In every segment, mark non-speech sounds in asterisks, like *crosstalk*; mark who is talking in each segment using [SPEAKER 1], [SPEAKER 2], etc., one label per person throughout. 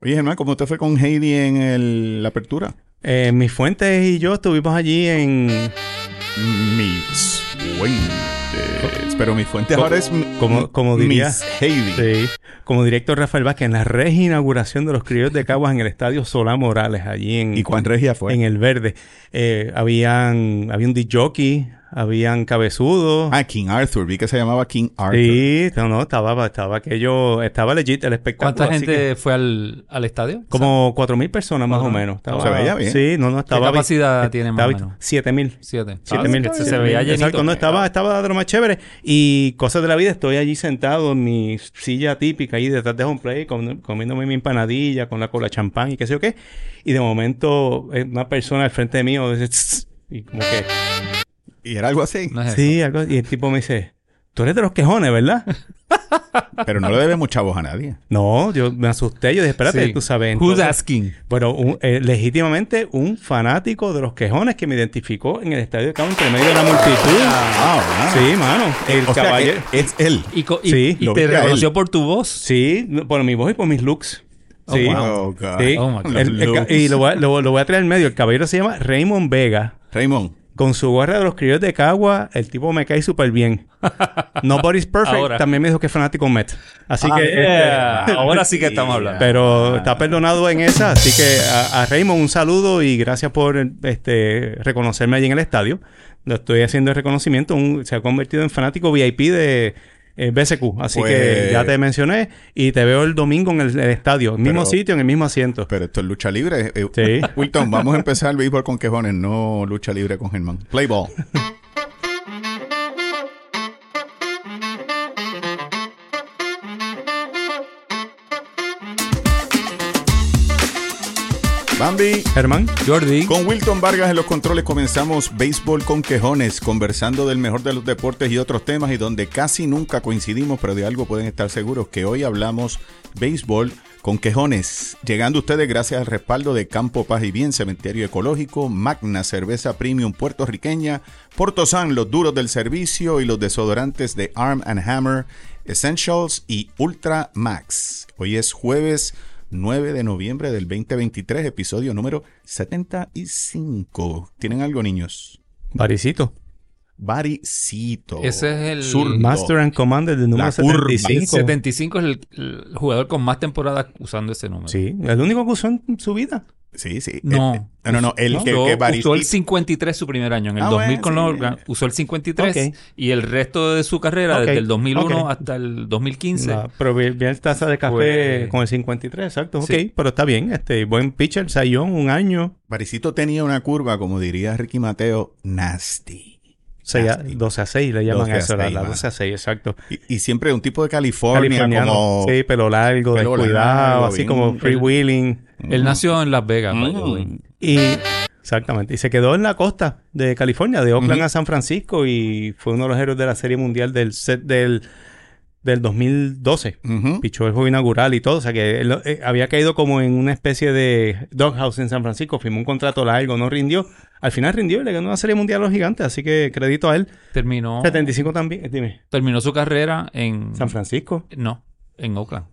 [SPEAKER 1] Oye, Germán, ¿cómo te fue con Heidi en el- la apertura?
[SPEAKER 2] Eh, mis fuentes y yo estuvimos allí en...
[SPEAKER 1] Mis fuentes. Pero mis fuentes
[SPEAKER 2] ¿Cómo-
[SPEAKER 1] ahora es mi-
[SPEAKER 2] cómo- cómo diría?
[SPEAKER 1] Miss Heidi.
[SPEAKER 2] Sí, como director Rafael Vázquez en la reinauguración de los criollos de Caguas en el Estadio Solá Morales, allí en,
[SPEAKER 1] ¿Y cuán regia fue?
[SPEAKER 2] en El Verde. Eh, habían, había un jockey, habían cabezudos.
[SPEAKER 1] Ah, King Arthur. Vi que se llamaba King Arthur.
[SPEAKER 2] Sí, no, no, estaba, estaba aquello, estaba legit el espectáculo.
[SPEAKER 3] ¿Cuánta
[SPEAKER 2] así
[SPEAKER 3] gente
[SPEAKER 2] que-
[SPEAKER 3] fue al, al estadio?
[SPEAKER 2] como cuatro mil personas más o
[SPEAKER 3] Ajá.
[SPEAKER 2] menos. Estaba-
[SPEAKER 1] Se veía bien.
[SPEAKER 2] Sí, no, no, estaba. vi-
[SPEAKER 3] capacidad tiene más o
[SPEAKER 2] estaba-
[SPEAKER 3] menos?
[SPEAKER 2] Siete mil.
[SPEAKER 3] Siete. Ah,
[SPEAKER 2] Siete mil.
[SPEAKER 3] Se,
[SPEAKER 2] siete
[SPEAKER 3] veía
[SPEAKER 2] mil.
[SPEAKER 3] llenito.
[SPEAKER 2] Ah, Exacto, no, estaba, estaba de lo más chévere. Y cosas de la vida, estoy allí sentado en mi silla típica ahí detrás de home play, com- comiéndome mi empanadilla con la cola champán y qué sé yo qué. Y de momento, eh, una persona al frente mío dice, "Tss", y como que,
[SPEAKER 1] Y era algo así.
[SPEAKER 3] No es eso.
[SPEAKER 2] sí, algo. Y el tipo me dice, tú eres de los quejones, ¿verdad?
[SPEAKER 1] Pero no le debemos chavos a nadie.
[SPEAKER 2] no, yo me asusté, yo dije, espérate,
[SPEAKER 3] Sí.
[SPEAKER 2] tú sabes.
[SPEAKER 3] Who's
[SPEAKER 2] entonces-
[SPEAKER 3] asking?
[SPEAKER 2] Bueno, un- eh, legítimamente un fanático de los quejones que me identificó en el estadio de Cabo entre medio de la multitud.
[SPEAKER 1] Ah, ah.
[SPEAKER 2] Sí, mano. El
[SPEAKER 1] O sea,
[SPEAKER 2] caballero.
[SPEAKER 1] que es él.
[SPEAKER 3] Y, co- y-
[SPEAKER 2] Sí,
[SPEAKER 3] y
[SPEAKER 1] lo
[SPEAKER 3] te
[SPEAKER 1] vi a él.
[SPEAKER 3] reconoció por tu voz.
[SPEAKER 2] Sí, no, por mi voz y por mis looks.
[SPEAKER 3] Oh,
[SPEAKER 2] Sí.
[SPEAKER 3] wow.
[SPEAKER 1] Oh, God.
[SPEAKER 2] Sí.
[SPEAKER 3] Oh, my God.
[SPEAKER 2] El- el ca- y lo voy, a, lo- lo voy a traer al medio. El caballero se llama Raymond Vega.
[SPEAKER 1] Raymond.
[SPEAKER 2] Con su gorra de los criollos de Cagua, el tipo me cae súper
[SPEAKER 3] *laughs*
[SPEAKER 2] bien. Nobody's Perfect
[SPEAKER 3] Ahora.
[SPEAKER 2] también me dijo que es fanático Met. Así
[SPEAKER 3] Ah,
[SPEAKER 2] que...
[SPEAKER 3] yeah.
[SPEAKER 2] este,
[SPEAKER 3] Ahora sí que estamos hablando.
[SPEAKER 2] Pero está perdonado en esa, así que a, a Raymond un saludo y gracias por este, reconocerme allí en el estadio. Lo estoy haciendo el reconocimiento, un- se ha convertido en fanático VIP de eh, BSQ, así
[SPEAKER 1] Pues-
[SPEAKER 2] que ya te mencioné y te veo el domingo en el, el estadio, mismo
[SPEAKER 1] Pero-
[SPEAKER 2] sitio, en el mismo asiento.
[SPEAKER 1] Pero esto es lucha libre. Eh,
[SPEAKER 2] Sí.
[SPEAKER 1] *laughs* Wilton, vamos a empezar el béisbol con quejones, no lucha libre con Germán. Play ball. Bambi.
[SPEAKER 2] Germán,
[SPEAKER 3] Jordi.
[SPEAKER 1] Con Wilton Vargas en los controles comenzamos Béisbol con Quejones, conversando del mejor de los deportes y otros temas y donde casi nunca coincidimos, pero de algo pueden estar seguros que hoy hablamos Béisbol con Quejones. Llegando ustedes gracias al respaldo de Campo Paz y Bien, Cementerio Ecológico, Magna Cerveza Premium Puertorriqueña, Portosan, los duros del servicio y los desodorantes de Arm and Hammer, Essentials y Ultra Max. Hoy es jueves 9 de noviembre del 2023, episodio número 75. ¿Tienen algo, niños?
[SPEAKER 2] Baricito,
[SPEAKER 1] Baricito.
[SPEAKER 3] Ese es el
[SPEAKER 1] Zurdo.
[SPEAKER 2] Master and Commander del número
[SPEAKER 1] La curva.
[SPEAKER 2] 75.
[SPEAKER 3] 75 es el, el jugador con más temporadas usando ese número.
[SPEAKER 2] Sí, el único que usó en su vida.
[SPEAKER 1] Sí, sí.
[SPEAKER 3] No.
[SPEAKER 1] El- el- Eh, no, no, no. El
[SPEAKER 3] Usó-
[SPEAKER 1] que, que
[SPEAKER 3] usó
[SPEAKER 1] Baricito.
[SPEAKER 3] el 53 su primer año. En el
[SPEAKER 1] Ah,
[SPEAKER 3] 2000
[SPEAKER 1] bueno,
[SPEAKER 3] con
[SPEAKER 1] sí.
[SPEAKER 3] los Organ- usó el 53
[SPEAKER 2] Ok.
[SPEAKER 3] y el resto de su carrera,
[SPEAKER 2] Ok,
[SPEAKER 3] desde el 2001
[SPEAKER 2] ok.
[SPEAKER 3] hasta el 2015.
[SPEAKER 2] La proverbial taza de café
[SPEAKER 3] Pues-
[SPEAKER 2] con el 53, exacto.
[SPEAKER 3] Sí.
[SPEAKER 2] Ok, pero está bien. Este, buen pitcher, Sayón, un año,
[SPEAKER 1] Baricito tenía una curva, como diría Ricky Mateo, nasty.
[SPEAKER 2] seis a-
[SPEAKER 1] Nasty.
[SPEAKER 2] 12 a 6 le llaman
[SPEAKER 1] 12 Ah, a
[SPEAKER 2] a eso, la,
[SPEAKER 1] seis,
[SPEAKER 2] la
[SPEAKER 1] mano.
[SPEAKER 2] 12 a 6, exacto.
[SPEAKER 1] Y, y siempre un tipo de California,
[SPEAKER 2] Californiano,
[SPEAKER 1] como...
[SPEAKER 2] sí, pelo largo,
[SPEAKER 1] Pelo
[SPEAKER 2] descuidado,
[SPEAKER 1] largo,
[SPEAKER 2] así
[SPEAKER 1] bien-
[SPEAKER 2] como freewheeling.
[SPEAKER 3] Él nació en Las Vegas. by the way.
[SPEAKER 1] Mm.
[SPEAKER 2] Y, exactamente, y se quedó en la costa de California, de Oakland
[SPEAKER 1] Ujú.
[SPEAKER 2] a San Francisco y fue uno de los héroes de la Serie Mundial del set del, del 2012.
[SPEAKER 1] Ujú.
[SPEAKER 2] Pichó el juego inaugural y todo. O sea que él, eh, había caído como en una especie de doghouse en San Francisco. Firmó un contrato largo, no rindió. Al final rindió y le ganó una serie mundial a los gigantes. Así que crédito a él.
[SPEAKER 1] Oh.
[SPEAKER 3] Terminó,
[SPEAKER 2] 75 también. eh, Dime,
[SPEAKER 3] terminó su carrera en.
[SPEAKER 2] San Francisco.
[SPEAKER 3] No, en Oakland.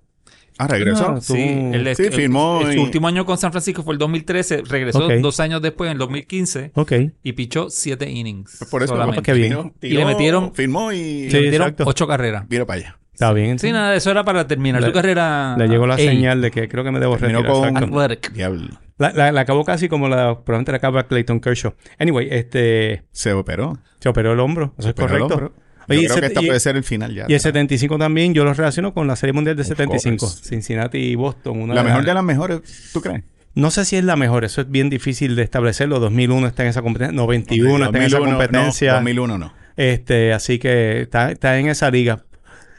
[SPEAKER 1] Ah, regresó.
[SPEAKER 2] No,
[SPEAKER 3] Sí,
[SPEAKER 2] Estuvo-
[SPEAKER 3] él
[SPEAKER 1] Sí, firmó
[SPEAKER 3] el-
[SPEAKER 1] y-
[SPEAKER 3] su último año con San Francisco fue el 2013. Regresó
[SPEAKER 2] Ok.
[SPEAKER 3] dos años después, en el 2015,
[SPEAKER 2] Ok.
[SPEAKER 3] y pichó siete innings.
[SPEAKER 1] Por eso
[SPEAKER 3] solamente.
[SPEAKER 2] qué bien.
[SPEAKER 1] Tiró-
[SPEAKER 3] Y le metieron-
[SPEAKER 1] Firmó y...
[SPEAKER 3] Y le
[SPEAKER 2] Sí.
[SPEAKER 3] dieron
[SPEAKER 2] exacto.
[SPEAKER 3] ocho carreras.
[SPEAKER 1] Mira para allá.
[SPEAKER 2] Está bien.
[SPEAKER 3] Sí, nada, eso era para terminar
[SPEAKER 2] Le-
[SPEAKER 3] su carrera.
[SPEAKER 2] Le llegó la
[SPEAKER 3] A.
[SPEAKER 2] señal de que creo que me debo
[SPEAKER 1] Terminó
[SPEAKER 2] retirar.
[SPEAKER 1] con-
[SPEAKER 2] exacto.
[SPEAKER 3] Athletic.
[SPEAKER 1] Diablo.
[SPEAKER 2] La, la- la acabó casi como la... Probablemente la acaba Clayton Kershaw. Anyway, este...
[SPEAKER 1] Se operó.
[SPEAKER 2] Se operó el hombro. Eso es
[SPEAKER 1] Pero el
[SPEAKER 2] correcto.
[SPEAKER 1] hombro.
[SPEAKER 2] Oye,
[SPEAKER 1] Yo
[SPEAKER 2] y
[SPEAKER 1] creo
[SPEAKER 2] se-
[SPEAKER 1] que esta
[SPEAKER 2] y-
[SPEAKER 1] puede ser el final ya.
[SPEAKER 2] Y el 75 también yo lo relaciono con la Serie Mundial de
[SPEAKER 1] Of
[SPEAKER 2] 75.
[SPEAKER 1] course.
[SPEAKER 2] Cincinnati y Boston. Una
[SPEAKER 1] La
[SPEAKER 2] de
[SPEAKER 1] mejor
[SPEAKER 2] las-
[SPEAKER 1] de las mejores, ¿tú crees?
[SPEAKER 2] No sé si es la mejor, eso es bien difícil de establecerlo. 2001 está en esa competencia, 91 está en esa
[SPEAKER 1] 2001,
[SPEAKER 2] competencia.
[SPEAKER 1] No, 2001 no.
[SPEAKER 2] este, así que está, está en esa liga.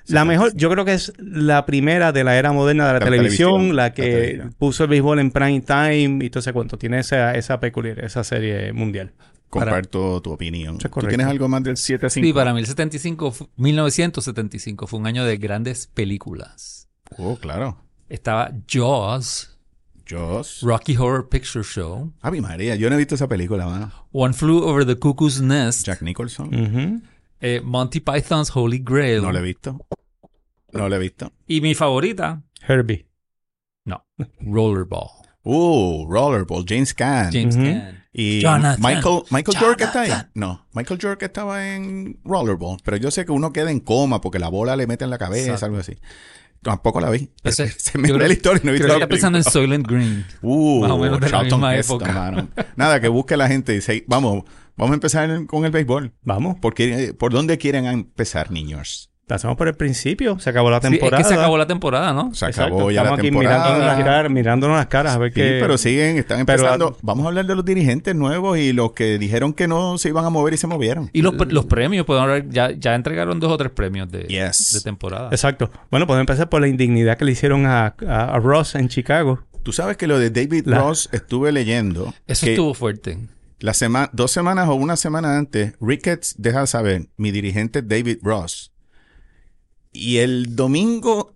[SPEAKER 2] La mejor, yo creo que es la primera de la era moderna de la,
[SPEAKER 1] La
[SPEAKER 2] televisión,
[SPEAKER 1] televisión,
[SPEAKER 2] la que
[SPEAKER 1] la televisión.
[SPEAKER 2] puso el béisbol en prime time y todo ese cuento. Tiene esa, esa peculiar, esa serie mundial.
[SPEAKER 1] Comparto tu opinión.
[SPEAKER 2] Eso es
[SPEAKER 1] ¿Tú
[SPEAKER 2] correcto.
[SPEAKER 1] tienes algo más del 7 a 5?
[SPEAKER 3] Sí, para mí el 75, fu- 1975 fue un año de grandes películas.
[SPEAKER 1] Oh, claro.
[SPEAKER 3] Estaba Jaws,
[SPEAKER 1] Joss.
[SPEAKER 3] Rocky Horror Picture Show,
[SPEAKER 1] Ave María, yo no he visto esa película, mano.
[SPEAKER 3] One Flew Over the Cuckoo's Nest,
[SPEAKER 1] Jack Nicholson.
[SPEAKER 3] Mm,
[SPEAKER 2] Ujú.
[SPEAKER 3] eh, Monty Python's Holy Grail.
[SPEAKER 1] No la he visto. No la he visto.
[SPEAKER 3] y mi favorita,
[SPEAKER 2] Herbie.
[SPEAKER 3] No. Rollerball.
[SPEAKER 1] Uh, Rollerball, James Caan.
[SPEAKER 3] James
[SPEAKER 2] Ujú.
[SPEAKER 3] Caan.
[SPEAKER 1] Y
[SPEAKER 3] Jonathan.
[SPEAKER 1] Michael, Michael York está ahí.
[SPEAKER 3] Jonathan.
[SPEAKER 1] No, Michael York estaba en Rollerball, pero yo sé que uno queda en coma porque la bola le mete en la cabeza,
[SPEAKER 3] Exacto.
[SPEAKER 1] algo así. Tampoco la vi.
[SPEAKER 3] Ese-
[SPEAKER 1] *laughs* Se me
[SPEAKER 3] yo
[SPEAKER 1] olvidó
[SPEAKER 3] creo-
[SPEAKER 1] la historia y no he visto
[SPEAKER 3] Creo que
[SPEAKER 1] la
[SPEAKER 3] está pensando en Soylent Green.
[SPEAKER 1] Uh,
[SPEAKER 3] Más o menos de la
[SPEAKER 1] Charlton
[SPEAKER 3] misma
[SPEAKER 1] Heston,
[SPEAKER 3] época.
[SPEAKER 1] mano. Nada, que busque la gente y se- vamos, vamos a empezar en- con el béisbol.
[SPEAKER 2] Vamos,
[SPEAKER 1] Porque, eh, ¿Por dónde quieren empezar, niños?
[SPEAKER 2] pasamos por el principio. Se acabó la
[SPEAKER 3] Sí, es
[SPEAKER 2] temporada.
[SPEAKER 3] que se acabó la temporada, ¿no?
[SPEAKER 1] Se
[SPEAKER 2] Exacto,
[SPEAKER 1] acabó ya la
[SPEAKER 2] estamos aquí mirándonos las,
[SPEAKER 1] temporada.
[SPEAKER 2] caras, mirándonos las caras a ver
[SPEAKER 1] Sí,
[SPEAKER 2] qué.
[SPEAKER 1] pero siguen, están
[SPEAKER 2] pero-
[SPEAKER 1] empezando. Vamos a hablar de los dirigentes nuevos y los que dijeron que no se iban a mover y se movieron.
[SPEAKER 3] Y los,
[SPEAKER 2] Eh,
[SPEAKER 3] pre- los premios, pueden hablar- ya, ya entregaron dos o tres premios de,
[SPEAKER 1] Yes.
[SPEAKER 3] de temporada.
[SPEAKER 2] Exacto. Bueno, podemos empezar por la indignidad que le hicieron a, a- a Ross en Chicago.
[SPEAKER 1] Tú sabes que lo de David
[SPEAKER 2] La-
[SPEAKER 1] Ross estuve leyendo.
[SPEAKER 3] Eso
[SPEAKER 1] que
[SPEAKER 3] estuvo fuerte.
[SPEAKER 1] la sema- dos semanas o una semana antes, Ricketts deja saber, mi dirigente es David Ross. Y el domingo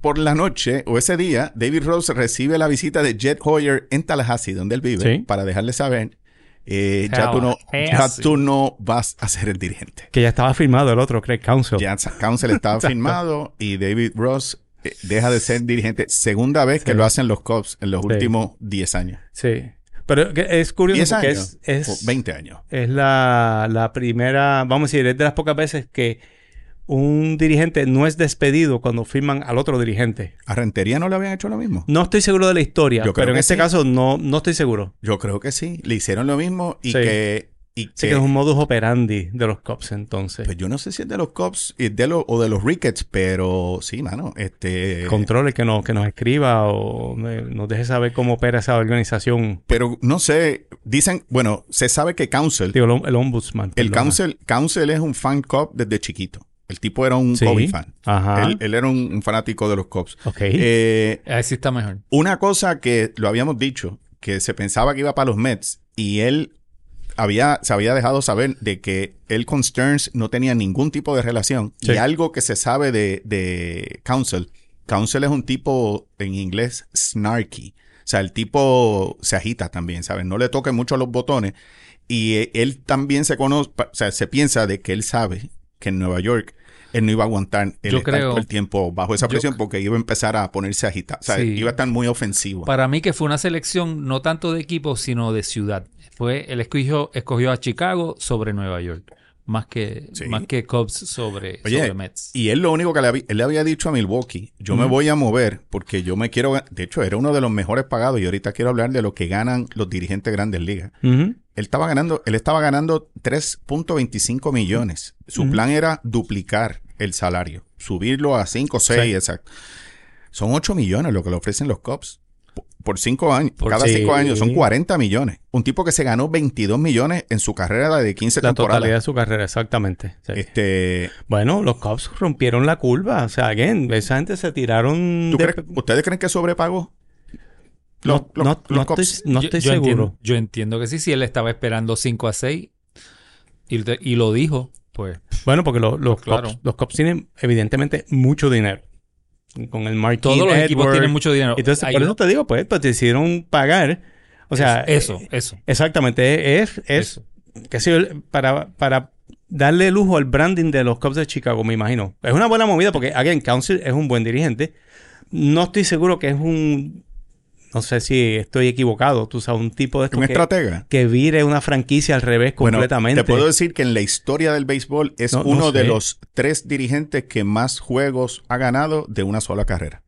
[SPEAKER 1] por la noche o ese día, David Ross recibe la visita de Jed Hoyer en Tallahassee, donde él vive,
[SPEAKER 2] Sí.
[SPEAKER 1] para dejarle saber, eh, ya, tú no, ya
[SPEAKER 3] Tallahassee.
[SPEAKER 1] tú no vas a ser el dirigente.
[SPEAKER 2] Que ya estaba firmado el otro, Craig Council.
[SPEAKER 1] Ya Sa- Council
[SPEAKER 2] *laughs*
[SPEAKER 1] estaba firmado y David Ross eh, deja de ser dirigente. Segunda vez que
[SPEAKER 2] Sí.
[SPEAKER 1] lo hacen los Cubs en los
[SPEAKER 2] Sí.
[SPEAKER 1] últimos 10 años.
[SPEAKER 2] Sí. Pero que es curioso
[SPEAKER 1] 10
[SPEAKER 2] porque
[SPEAKER 1] años.
[SPEAKER 2] es, es,
[SPEAKER 1] o 20 años.
[SPEAKER 2] es la, la primera, vamos a decir, es de las pocas veces que un dirigente no es despedido cuando firman al otro dirigente.
[SPEAKER 1] ¿A Rentería no le habían hecho lo mismo?
[SPEAKER 2] No estoy seguro de la historia,
[SPEAKER 1] Yo creo
[SPEAKER 2] pero en
[SPEAKER 1] que
[SPEAKER 2] este
[SPEAKER 1] sí.
[SPEAKER 2] caso no, no estoy seguro.
[SPEAKER 1] Yo creo que sí. Le hicieron lo mismo y
[SPEAKER 2] Sí.
[SPEAKER 1] que... Y
[SPEAKER 2] Sé que es un modus operandi de los cops entonces.
[SPEAKER 1] Pues yo no sé si es de los Cubs y de los- o de los Ricketts, pero sí, mano. Este,
[SPEAKER 2] Controle que nos, que nos escriba o eh, nos deje saber cómo opera esa organización.
[SPEAKER 1] Pero no sé. Dicen... Bueno, se sabe que Council...
[SPEAKER 2] Digo, el, om- el ombudsman.
[SPEAKER 1] el
[SPEAKER 2] perdona.
[SPEAKER 1] Council, Council es un fan Cub desde chiquito. El tipo era un
[SPEAKER 2] Sí. Ah.
[SPEAKER 1] Kobe fan.
[SPEAKER 2] Ajá.
[SPEAKER 1] Él, él era un, un fanático de los Cubs.
[SPEAKER 2] ok.
[SPEAKER 1] Eh,
[SPEAKER 3] Ahí sí está mejor.
[SPEAKER 1] Una cosa que lo habíamos dicho, que se pensaba que iba para los Mets y él había, se había dejado saber de que él con Stearns no tenía ningún tipo de relación.
[SPEAKER 2] Sí.
[SPEAKER 1] Y algo que se sabe de, de Council, Council es un tipo en inglés snarky. O sea, el tipo se agita también, ¿sabes? No le toque mucho los botones. Y eh, él también se conoce, pa- o sea, se piensa de que él sabe que en Nueva York él no iba a aguantar el
[SPEAKER 3] Yo
[SPEAKER 1] estar
[SPEAKER 3] creo-
[SPEAKER 1] todo el tiempo bajo esa
[SPEAKER 3] yo
[SPEAKER 1] presión porque iba a empezar a ponerse agitado. O sea,
[SPEAKER 3] Sí.
[SPEAKER 1] iba a estar muy ofensivo.
[SPEAKER 3] Para mí que fue una selección no tanto de equipo, sino de ciudad. Fue, él escogió, escogió a Chicago sobre Nueva York. Más que,
[SPEAKER 1] Sí.
[SPEAKER 3] más que Cubs sobre,
[SPEAKER 1] Oye,
[SPEAKER 3] sobre Mets.
[SPEAKER 1] Y él lo único que le había, él le había dicho a Milwaukee, yo me voy a mover porque yo me quiero... gan- De hecho, era uno de los mejores pagados y ahorita quiero hablar de lo que ganan los dirigentes de grandes ligas.
[SPEAKER 2] Ujú.
[SPEAKER 1] Él estaba ganando, él estaba ganando 3.25 millones. Su
[SPEAKER 2] Ujú.
[SPEAKER 1] plan era duplicar el salario, subirlo a 5 o 6,
[SPEAKER 2] Sí.
[SPEAKER 1] exacto. Son 8 millones lo que le ofrecen los Cubs. Por- Por 5 años,
[SPEAKER 3] Por-
[SPEAKER 1] cada
[SPEAKER 2] sí.
[SPEAKER 1] 5 años son 40 millones. Un tipo que se ganó 22 millones en su carrera de 15
[SPEAKER 2] La totalidad
[SPEAKER 1] temporadas.
[SPEAKER 2] de su carrera, exactamente. Sí.
[SPEAKER 1] Este,
[SPEAKER 2] Bueno, los cops rompieron la curva. O sea, again, esa gente se tiraron.
[SPEAKER 1] ¿tú
[SPEAKER 2] de-
[SPEAKER 1] crees- ¿Ustedes creen que sobrepagó? Los-
[SPEAKER 2] No,
[SPEAKER 1] los-
[SPEAKER 2] no-
[SPEAKER 1] los
[SPEAKER 2] no estoy,
[SPEAKER 1] Cubs.
[SPEAKER 2] no estoy seguro.
[SPEAKER 3] Entiendo, yo entiendo que sí. Si él estaba esperando 5 a 6 y, te- y lo dijo, pues
[SPEAKER 2] Bueno, porque lo- los,
[SPEAKER 3] Claro.
[SPEAKER 2] cops, los cops tienen evidentemente mucho dinero. Con el marketing.
[SPEAKER 3] todos los equipos tienen mucho dinero.
[SPEAKER 2] Entonces,
[SPEAKER 3] Ahí-
[SPEAKER 2] por eso te digo, pues, pues decidieron pagar. O sea,
[SPEAKER 3] eso,
[SPEAKER 2] eh,
[SPEAKER 3] eso.
[SPEAKER 2] Exactamente, es, es,
[SPEAKER 3] eso.
[SPEAKER 2] qué sé yo, para, para darle lujo al branding de los Cubs de Chicago, me imagino. Es una buena movida porque, again, Council es un buen dirigente. No estoy seguro que es un, no sé si estoy equivocado, tú sabes, un tipo de esto
[SPEAKER 1] Un
[SPEAKER 2] que,
[SPEAKER 1] estratega.
[SPEAKER 2] que vire una franquicia al revés
[SPEAKER 1] Bueno,
[SPEAKER 2] completamente.
[SPEAKER 1] te puedo decir que en la historia del béisbol es
[SPEAKER 2] No, no
[SPEAKER 1] uno de
[SPEAKER 2] sé.
[SPEAKER 1] los tres dirigentes que más juegos ha ganado de una sola carrera.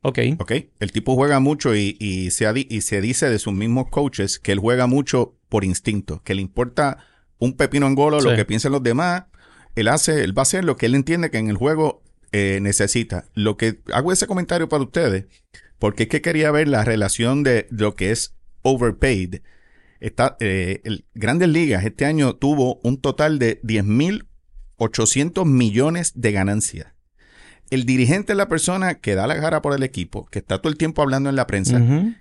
[SPEAKER 2] ok,
[SPEAKER 1] ¿Ok? El tipo juega mucho y, y se ha di- y se dice de sus mismos coaches que él juega mucho por instinto, que le importa un pepino en golo, lo
[SPEAKER 2] Sí.
[SPEAKER 1] que piensen los demás. Él hace, él va a hacer lo que él entiende que en el juego eh, necesita. Lo que hago ese comentario para ustedes, porque es que quería ver la relación de lo que es overpaid. Está, eh, el Grandes Ligas este año tuvo un total de 10.800 millones de ganancias. El dirigente es la persona que da la cara por el equipo, que está todo el tiempo hablando en la prensa.
[SPEAKER 2] Ujú.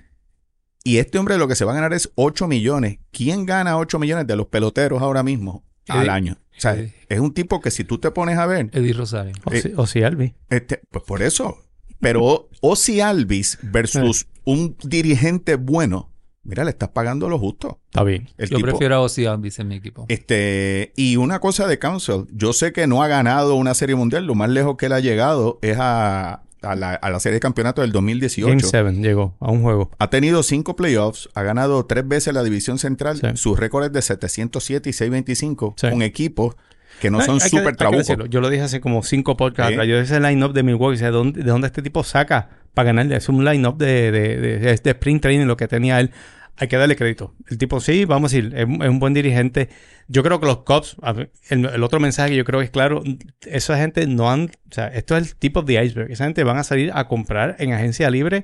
[SPEAKER 1] Y este hombre lo que se va a ganar es 8 millones. ¿Quién gana 8 millones de los peloteros ahora mismo al
[SPEAKER 3] Eddie-
[SPEAKER 1] año? O sea,
[SPEAKER 3] Eddie.
[SPEAKER 1] es un tipo que si tú te pones a ver,
[SPEAKER 3] Eddie Rosario.
[SPEAKER 2] o,
[SPEAKER 1] Eh,
[SPEAKER 2] si, o si Albi.
[SPEAKER 1] este, pues por eso. Pero Ozzy Alvis versus un dirigente bueno, mira, le estás pagando lo justo.
[SPEAKER 2] Está bien.
[SPEAKER 1] El
[SPEAKER 3] yo
[SPEAKER 1] tipo-
[SPEAKER 3] prefiero a Ozzy Albies en mi equipo.
[SPEAKER 1] Este, y una cosa de Council, yo sé que no ha ganado una serie mundial, lo más lejos que él ha llegado es a a la, a la serie de campeonato del 2018.
[SPEAKER 2] Game 7 llegó a un juego.
[SPEAKER 1] Ha tenido cinco playoffs, ha ganado tres veces la división central.
[SPEAKER 2] Sí.
[SPEAKER 1] Sus récords de 707 y 625
[SPEAKER 2] Sí.
[SPEAKER 1] con equipos que no
[SPEAKER 2] Hay-
[SPEAKER 1] son
[SPEAKER 2] hay que- hay
[SPEAKER 1] súper
[SPEAKER 2] que
[SPEAKER 1] trabucos.
[SPEAKER 2] decirlo. Yo lo dije hace como cinco podcasts
[SPEAKER 1] Sí.
[SPEAKER 2] atrás. Yo ese line-up de Milwaukee, o sea, ¿de dónde, de dónde este tipo saca para ganarle? Es un line-up de, de, de- de- de sprint training lo que tenía él. Hay que darle crédito. El tipo, sí, vamos a decir, es, un- es un buen dirigente. Yo creo que los Cubs, a ver, el, el otro mensaje que yo creo que es claro, esa gente no han, o sea, esto es el tipo de iceberg. Esa gente van a salir a comprar en agencia libre,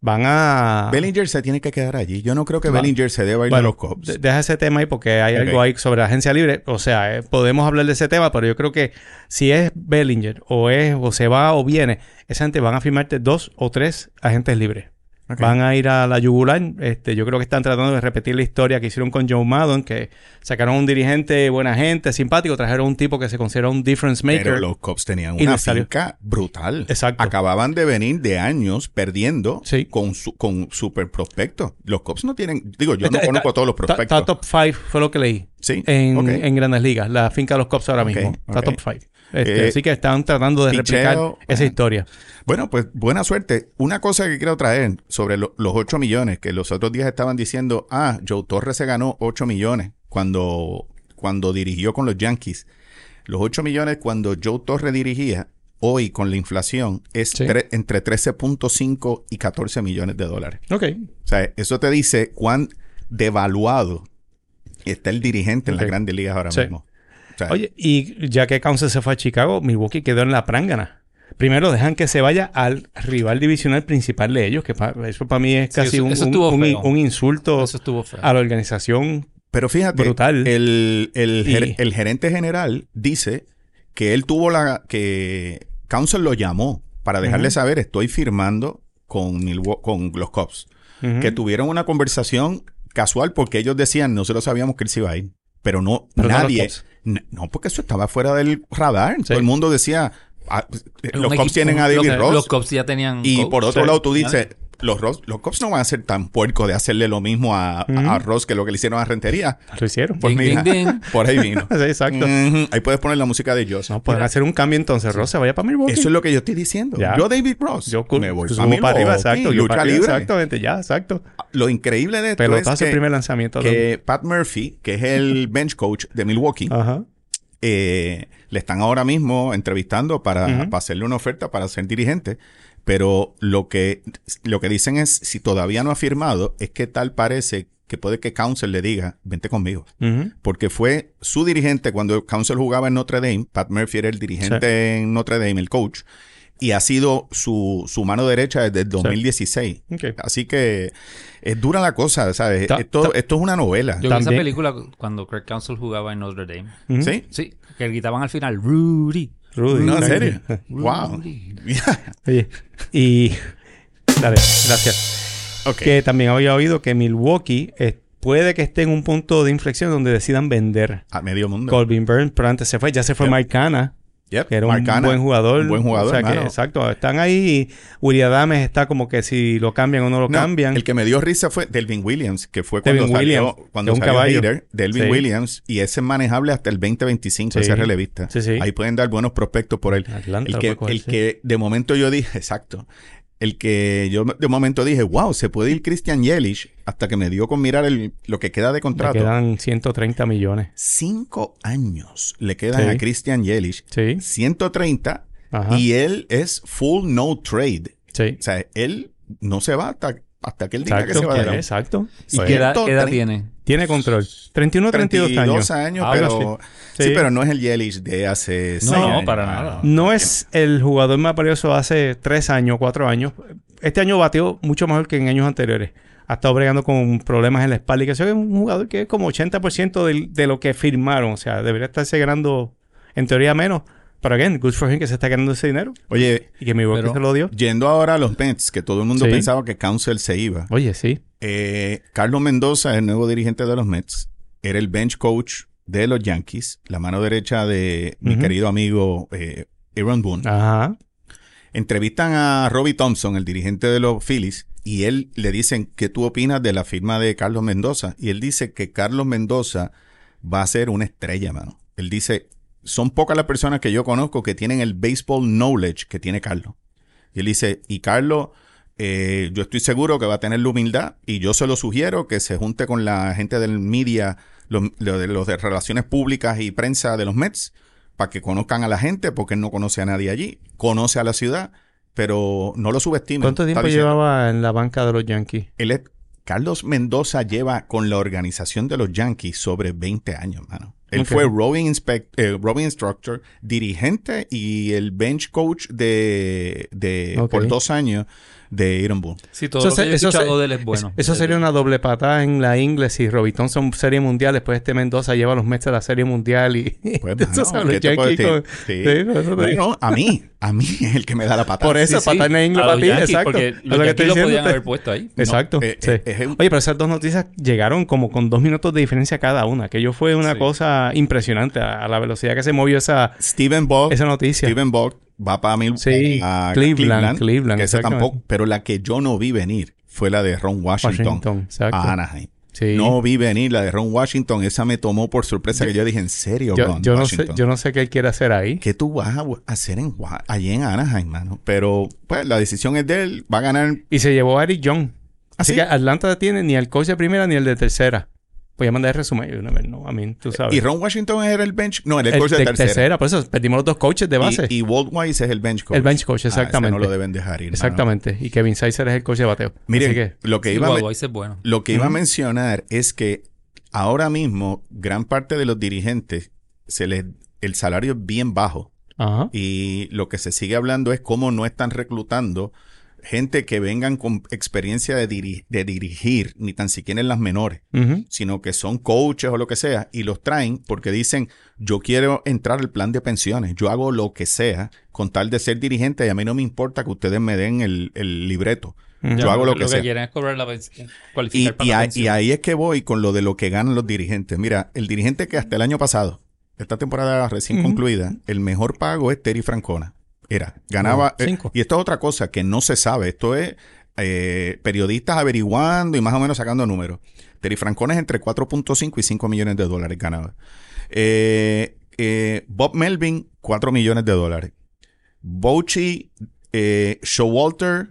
[SPEAKER 2] van a...
[SPEAKER 1] Bellinger se tiene que quedar allí. Yo no creo que
[SPEAKER 2] Va-
[SPEAKER 1] Bellinger se deba ir a
[SPEAKER 2] Bueno,
[SPEAKER 1] los Cubs.
[SPEAKER 2] de- Deja ese tema ahí porque hay
[SPEAKER 1] Ok.
[SPEAKER 2] algo ahí sobre la agencia libre. O sea, eh, podemos hablar de ese tema, pero yo creo que si es Bellinger o es o se va o viene, esa gente van a firmarte dos o tres agentes libres.
[SPEAKER 1] Ok.
[SPEAKER 2] Van a ir a la yugular. Este, yo creo que están tratando de repetir la historia que hicieron con Joe Maddon, que sacaron un dirigente buena gente, simpático, trajeron un tipo que se considera un difference maker.
[SPEAKER 1] Pero los Cubs tenían
[SPEAKER 2] Y
[SPEAKER 1] una
[SPEAKER 2] le salió.
[SPEAKER 1] finca brutal.
[SPEAKER 2] Exacto.
[SPEAKER 1] Acababan de venir de años perdiendo
[SPEAKER 2] Sí.
[SPEAKER 1] con, su- con super prospectos. Los Cubs no tienen... Digo, yo
[SPEAKER 2] Está-
[SPEAKER 1] no
[SPEAKER 2] está-
[SPEAKER 1] conozco a todos los
[SPEAKER 2] Está-
[SPEAKER 1] prospectos.
[SPEAKER 2] Está top 5, fue lo que leí.
[SPEAKER 1] Sí,
[SPEAKER 2] En,
[SPEAKER 1] ok.
[SPEAKER 2] en Grandes Ligas, la finca de los Cops ahora
[SPEAKER 1] Ok,
[SPEAKER 2] mismo. Está
[SPEAKER 1] ok.
[SPEAKER 2] top 5. Este,
[SPEAKER 1] Eh,
[SPEAKER 2] así que están tratando de replicar
[SPEAKER 1] picheo,
[SPEAKER 2] esa
[SPEAKER 1] ah.
[SPEAKER 2] historia.
[SPEAKER 1] Bueno, pues buena suerte. Una cosa que quiero traer sobre lo- los 8 millones, que los otros días estaban diciendo, ah, Joe Torres se ganó 8 millones cuando, cuando dirigió con los Yankees. Los 8 millones cuando Joe Torres dirigía, hoy con la inflación, es
[SPEAKER 2] Sí.
[SPEAKER 1] tre- entre 13.5 y 14 millones de dólares.
[SPEAKER 2] Ok.
[SPEAKER 1] O sea, eso te dice cuán devaluado está el dirigente en las
[SPEAKER 2] Ok.
[SPEAKER 1] grandes ligas ahora
[SPEAKER 2] Sí.
[SPEAKER 1] mismo. O sea,
[SPEAKER 2] Oye, y ya que Council se fue a Chicago, Milwaukee quedó en la prángana. Primero dejan que se vaya al rival divisional principal de ellos, que pa- eso para mí es
[SPEAKER 3] Sí,
[SPEAKER 2] casi
[SPEAKER 3] eso-
[SPEAKER 2] un,
[SPEAKER 3] eso
[SPEAKER 2] un-
[SPEAKER 3] estuvo
[SPEAKER 2] un-
[SPEAKER 3] feo.
[SPEAKER 2] un insulto
[SPEAKER 3] Eso estuvo feo.
[SPEAKER 2] a la organización.
[SPEAKER 1] Pero fíjate,
[SPEAKER 2] Brutal.
[SPEAKER 1] El, el,
[SPEAKER 2] Y-
[SPEAKER 1] ger- el gerente general dice que él tuvo la... que Council lo llamó para dejarle
[SPEAKER 2] Ujú.
[SPEAKER 1] saber, estoy firmando con, Milwa- con los Cubs.
[SPEAKER 2] Ujú.
[SPEAKER 1] Que tuvieron una conversación casual porque ellos decían, nosotros sabíamos que él se iba a ir. Pero no,
[SPEAKER 2] Pero no los
[SPEAKER 1] nadie...
[SPEAKER 2] Cubs.
[SPEAKER 1] n- No, porque eso estaba fuera del radar. Todo el mundo decía, "Ah,
[SPEAKER 3] Un
[SPEAKER 1] los Cubs
[SPEAKER 3] equipo-
[SPEAKER 1] tienen a David
[SPEAKER 3] los,
[SPEAKER 1] Ross.
[SPEAKER 3] Los Cubs ya tenían.
[SPEAKER 1] Y
[SPEAKER 3] coach.
[SPEAKER 1] por otro
[SPEAKER 2] Sí.
[SPEAKER 1] lado, tú dices, los, Ross- los Cubs no van a ser tan puercos de hacerle lo mismo a,
[SPEAKER 2] Ujú.
[SPEAKER 1] a Ross que lo que le hicieron a Rentería.
[SPEAKER 2] Lo hicieron.
[SPEAKER 1] Pues
[SPEAKER 3] Ding,
[SPEAKER 1] mira,
[SPEAKER 3] ding, ding.
[SPEAKER 1] *laughs* por ahí vino.
[SPEAKER 2] *laughs* Sí, exacto.
[SPEAKER 1] Ujú. Ahí puedes poner la música de Joss.
[SPEAKER 2] No, pueden hacer un cambio entonces, Ross, se vaya para Milwaukee.
[SPEAKER 1] Eso es lo que yo estoy diciendo.
[SPEAKER 2] Ya.
[SPEAKER 1] Yo, David Ross,
[SPEAKER 2] yo cu-
[SPEAKER 1] me voy
[SPEAKER 2] subo
[SPEAKER 1] pa' Milwaukee,
[SPEAKER 2] para arriba, exacto. Yo
[SPEAKER 1] lucha
[SPEAKER 2] para arriba,
[SPEAKER 1] libre.
[SPEAKER 2] Exactamente, ya, exacto.
[SPEAKER 1] Lo increíble de esto
[SPEAKER 2] Pelotazo,
[SPEAKER 1] es que,
[SPEAKER 2] primer lanzamiento.
[SPEAKER 1] que Pat Murphy, que es
[SPEAKER 2] *laughs*
[SPEAKER 1] el bench coach de Milwaukee,
[SPEAKER 2] Ajá.
[SPEAKER 1] eh, le están ahora mismo entrevistando para,
[SPEAKER 2] Ujú.
[SPEAKER 1] para hacerle una oferta para ser dirigente. Pero lo que, lo que dicen es, si todavía no ha firmado, es que tal parece que puede que Council le diga, vente conmigo.
[SPEAKER 2] Ujú.
[SPEAKER 1] porque fue su dirigente cuando Council jugaba en Notre Dame, Pat Murphy era el dirigente en Notre Dame, el coach, y ha sido su, su mano derecha desde el 2016.
[SPEAKER 2] Ok.
[SPEAKER 1] Así que es dura la cosa, ¿sabes?
[SPEAKER 2] Ta-
[SPEAKER 1] esto, esto es una novela.
[SPEAKER 3] Yo vi esa
[SPEAKER 2] También-
[SPEAKER 3] película cuando Craig Council jugaba en Notre Dame.
[SPEAKER 2] Ujú.
[SPEAKER 1] ¿Sí?
[SPEAKER 3] Sí, que gritaban al final Rudy.
[SPEAKER 2] Rudy.
[SPEAKER 1] No, ¿En
[SPEAKER 2] exacto.
[SPEAKER 1] serio? wow. *laughs*
[SPEAKER 2] Oye, y... Dale, gracias.
[SPEAKER 1] Ok.
[SPEAKER 2] Que también había oído que Milwaukee eh, puede que esté en un punto de inflexión donde decidan vender.
[SPEAKER 1] A medio mundo.
[SPEAKER 2] Colvin Burns, pero antes se fue. Ya se fue
[SPEAKER 1] Yep.
[SPEAKER 2] Mike Cana,
[SPEAKER 1] Yep.
[SPEAKER 2] que era un
[SPEAKER 1] Marcana,
[SPEAKER 2] buen jugador.
[SPEAKER 1] un buen jugador,
[SPEAKER 2] O sea que,
[SPEAKER 1] mano.
[SPEAKER 2] exacto. Están ahí y Willy Adames está como que si lo cambian o no lo
[SPEAKER 1] No,
[SPEAKER 2] cambian.
[SPEAKER 1] El que me dio risa fue Delvin Williams, que fue cuando
[SPEAKER 2] Delvin Williams,
[SPEAKER 1] salió, cuando
[SPEAKER 2] de un
[SPEAKER 1] salió
[SPEAKER 2] caballo.
[SPEAKER 1] Hader, Delvin
[SPEAKER 2] Sí.
[SPEAKER 1] Williams, y ese es manejable hasta el 2025,
[SPEAKER 2] Sí.
[SPEAKER 1] ese relevista.
[SPEAKER 2] Sí, pues, sí.
[SPEAKER 1] Ahí pueden dar buenos prospectos por él.
[SPEAKER 2] Atlanta
[SPEAKER 1] el
[SPEAKER 2] lo
[SPEAKER 1] que,
[SPEAKER 2] puede coger,
[SPEAKER 1] el
[SPEAKER 2] sí.
[SPEAKER 1] que de momento yo dije, exacto. El que yo de momento dije, wow, se puede ir Christian Yelich hasta que me dio con mirar el- lo que queda de
[SPEAKER 2] Le
[SPEAKER 1] contrato.
[SPEAKER 2] quedan 130 millones.
[SPEAKER 1] Cinco años le quedan
[SPEAKER 2] Sí.
[SPEAKER 1] a Christian Yelich.
[SPEAKER 2] Sí.
[SPEAKER 1] 130
[SPEAKER 2] Ajá.
[SPEAKER 1] y él es full no trade.
[SPEAKER 2] Sí.
[SPEAKER 1] O sea, él no se va hasta, hasta que él diga que
[SPEAKER 2] Exacto.
[SPEAKER 1] se va a dar.
[SPEAKER 2] Exacto.
[SPEAKER 3] ¿Y
[SPEAKER 1] Sí.
[SPEAKER 3] qué edad, qué edad
[SPEAKER 1] 130.
[SPEAKER 3] tiene?
[SPEAKER 2] Tiene control. 31 32 años.
[SPEAKER 1] 32 años,
[SPEAKER 2] Ahora
[SPEAKER 1] pero, sí.
[SPEAKER 2] Sí.
[SPEAKER 1] pero no es el Yelich de hace
[SPEAKER 3] No,
[SPEAKER 1] seis años.
[SPEAKER 3] para nada.
[SPEAKER 2] No es el jugador más valioso hace tres años, cuatro años. Este año bateó mucho mejor que en años anteriores. Ha estado bregando con problemas en la espalda y que se ve un jugador que es como 80% del- de, lo que firmaron. O sea, debería estarse ganando en teoría menos. Pero again, good for him que se está ganando ese dinero
[SPEAKER 1] Oye,
[SPEAKER 2] y que mi
[SPEAKER 3] Pero-
[SPEAKER 2] se lo dio.
[SPEAKER 1] yendo ahora a los Mets, que todo el mundo
[SPEAKER 2] Sí.
[SPEAKER 1] pensaba que Council se iba.
[SPEAKER 2] Oye, sí.
[SPEAKER 1] Eh, Carlos Mendoza, el nuevo dirigente de los Mets, era el bench coach de los Yankees, la mano derecha de mi
[SPEAKER 2] Ujú.
[SPEAKER 1] querido amigo eh, Aaron Boone.
[SPEAKER 2] Ajá.
[SPEAKER 1] Entrevistan a Robbie Thompson, el dirigente de los Phillies, y él le dicen, ¿qué tú opinas de la firma de Carlos Mendoza? Y él dice que Carlos Mendoza va a ser una estrella, mano. Él dice, son pocas las personas que yo conozco que tienen el baseball knowledge que tiene Carlos. Y él dice, y Carlos, eh, yo estoy seguro que va a tener la humildad y yo se lo sugiero que se junte con la gente del media, los, lo de, los de relaciones públicas y prensa de los Mets, para que conozcan a la gente, porque él no conoce a nadie allí, conoce a la ciudad, pero no lo subestimen.
[SPEAKER 2] ¿Cuánto
[SPEAKER 1] Está
[SPEAKER 2] tiempo
[SPEAKER 1] diciendo-
[SPEAKER 2] llevaba en la banca de los Yankees?
[SPEAKER 1] Él es- Carlos Mendoza lleva con la organización de los Yankees sobre 20 años, mano. Él
[SPEAKER 2] Ok.
[SPEAKER 1] fue roving, inspec- eh, roving instructor, dirigente y el bench coach de, de
[SPEAKER 2] Ok.
[SPEAKER 1] por dos años de Aaron
[SPEAKER 2] *laughs*
[SPEAKER 1] Boone.
[SPEAKER 3] Sí, todo lo
[SPEAKER 2] se-
[SPEAKER 3] que yo he
[SPEAKER 2] se-
[SPEAKER 3] escuchado de él es bueno.
[SPEAKER 2] eso sería una doble patada en la Ingles y Robinson son serie mundial. Después este Mendoza lleva a los Mets a la serie mundial y... *laughs*
[SPEAKER 1] Pues,
[SPEAKER 2] entonces
[SPEAKER 1] mano,
[SPEAKER 2] a los
[SPEAKER 1] ¿qué te puedo
[SPEAKER 2] Yankees
[SPEAKER 1] decir?
[SPEAKER 2] con-
[SPEAKER 1] Sí.
[SPEAKER 2] Sí, por eso te digo.
[SPEAKER 1] Bueno, a mí, a mí es el que me da la patada.
[SPEAKER 2] Por eso,
[SPEAKER 3] Sí, sí,
[SPEAKER 2] patada en la Ingles
[SPEAKER 3] a
[SPEAKER 2] para
[SPEAKER 3] los
[SPEAKER 2] ti,
[SPEAKER 3] Yankees,
[SPEAKER 2] exacto.
[SPEAKER 3] Porque
[SPEAKER 2] Es
[SPEAKER 3] los
[SPEAKER 2] lo que estoy
[SPEAKER 3] Yankees lo
[SPEAKER 2] diciendo.
[SPEAKER 3] podían haber puesto ahí.
[SPEAKER 1] No,
[SPEAKER 2] Exacto.
[SPEAKER 1] eh,
[SPEAKER 2] sí.
[SPEAKER 1] eh, es un-
[SPEAKER 2] Oye, pero esas dos noticias llegaron como con dos minutos de diferencia cada una. Que yo fue una
[SPEAKER 3] Sí.
[SPEAKER 2] cosa impresionante a, a la velocidad que se movió esa,
[SPEAKER 1] Steven Ball,
[SPEAKER 2] esa noticia.
[SPEAKER 1] Steven Ball va para mil,
[SPEAKER 2] Sí,
[SPEAKER 1] a
[SPEAKER 2] Cleveland, Cleveland,
[SPEAKER 1] que esa
[SPEAKER 2] exactamente.
[SPEAKER 1] tampoco, pero la que yo no vi venir fue la de Ron Washington,
[SPEAKER 2] Washington, exacto.
[SPEAKER 1] a Anaheim.
[SPEAKER 2] Sí.
[SPEAKER 1] No vi venir la de Ron Washington. Esa me tomó por sorpresa que yo dije, ¿en serio,
[SPEAKER 2] yo,
[SPEAKER 1] Ron
[SPEAKER 2] yo no sé,
[SPEAKER 1] Washington?
[SPEAKER 2] yo no sé qué él quiere hacer ahí.
[SPEAKER 1] ¿Qué tú vas a a hacer en, Wa- allí en Anaheim, mano? Pero, pues, la decisión es de él. Va a ganar.
[SPEAKER 2] Y se llevó a Eric John. Así
[SPEAKER 1] ¿Ah, sí?
[SPEAKER 2] que Atlanta tiene ni al coach de primera ni el de tercera. Voy a mandar el resumen de una vez, ¿no? A mí, tú sabes.
[SPEAKER 1] Eh, ¿Y Ron Washington era el bench? No, el,
[SPEAKER 2] El
[SPEAKER 1] coach de, tercera.
[SPEAKER 2] Por eso perdimos los dos coaches de base.
[SPEAKER 1] Y, y Walt Wise es el bench coach.
[SPEAKER 2] El bench coach,
[SPEAKER 1] Ah, ese
[SPEAKER 2] exactamente.
[SPEAKER 1] no lo deben dejar ir. mano.
[SPEAKER 2] Exactamente. Y Kevin Sizer es el coach de bateo.
[SPEAKER 1] Ah. Miren,
[SPEAKER 2] Así que,
[SPEAKER 1] lo que
[SPEAKER 3] Sí,
[SPEAKER 1] iba a...
[SPEAKER 3] Guaduay es bueno.
[SPEAKER 1] Lo que iba a
[SPEAKER 2] Ujú.
[SPEAKER 1] mencionar es que ahora mismo gran parte de los dirigentes se les el salario es bien bajo
[SPEAKER 2] ajá.
[SPEAKER 1] y lo que se sigue hablando es cómo no están reclutando gente que vengan con experiencia de, diri- de dirigir, ni tan siquiera en las menores,
[SPEAKER 2] Ujú.
[SPEAKER 1] sino que son coaches o lo que sea y los traen porque dicen, yo quiero entrar al plan de pensiones, yo hago lo que sea con tal de ser dirigente y a mí no me importa que ustedes me den el, el libreto.
[SPEAKER 2] Ujú.
[SPEAKER 1] Yo hago lo que sea.
[SPEAKER 3] quieren es cobrar la pensión.
[SPEAKER 1] Y,
[SPEAKER 3] Cualificar
[SPEAKER 1] y
[SPEAKER 3] para la
[SPEAKER 1] ahí- y
[SPEAKER 3] pensión.
[SPEAKER 1] ahí es que voy con lo de lo que ganan los dirigentes. Mira, el dirigente que hasta el año pasado, esta temporada recién
[SPEAKER 2] Ujú.
[SPEAKER 1] concluida, el mejor pago es Terry Francona. Era, ganaba...
[SPEAKER 2] Wow,
[SPEAKER 1] eh,
[SPEAKER 2] cinco.
[SPEAKER 1] y esto es otra cosa que no se sabe. Esto es eh, periodistas averiguando y más o menos sacando números. Terry Francona es entre 4.5 y 5 millones de dólares ganaba. Eh, eh, Bob Melvin, 4 millones de dólares. Bochy, eh, Showalter,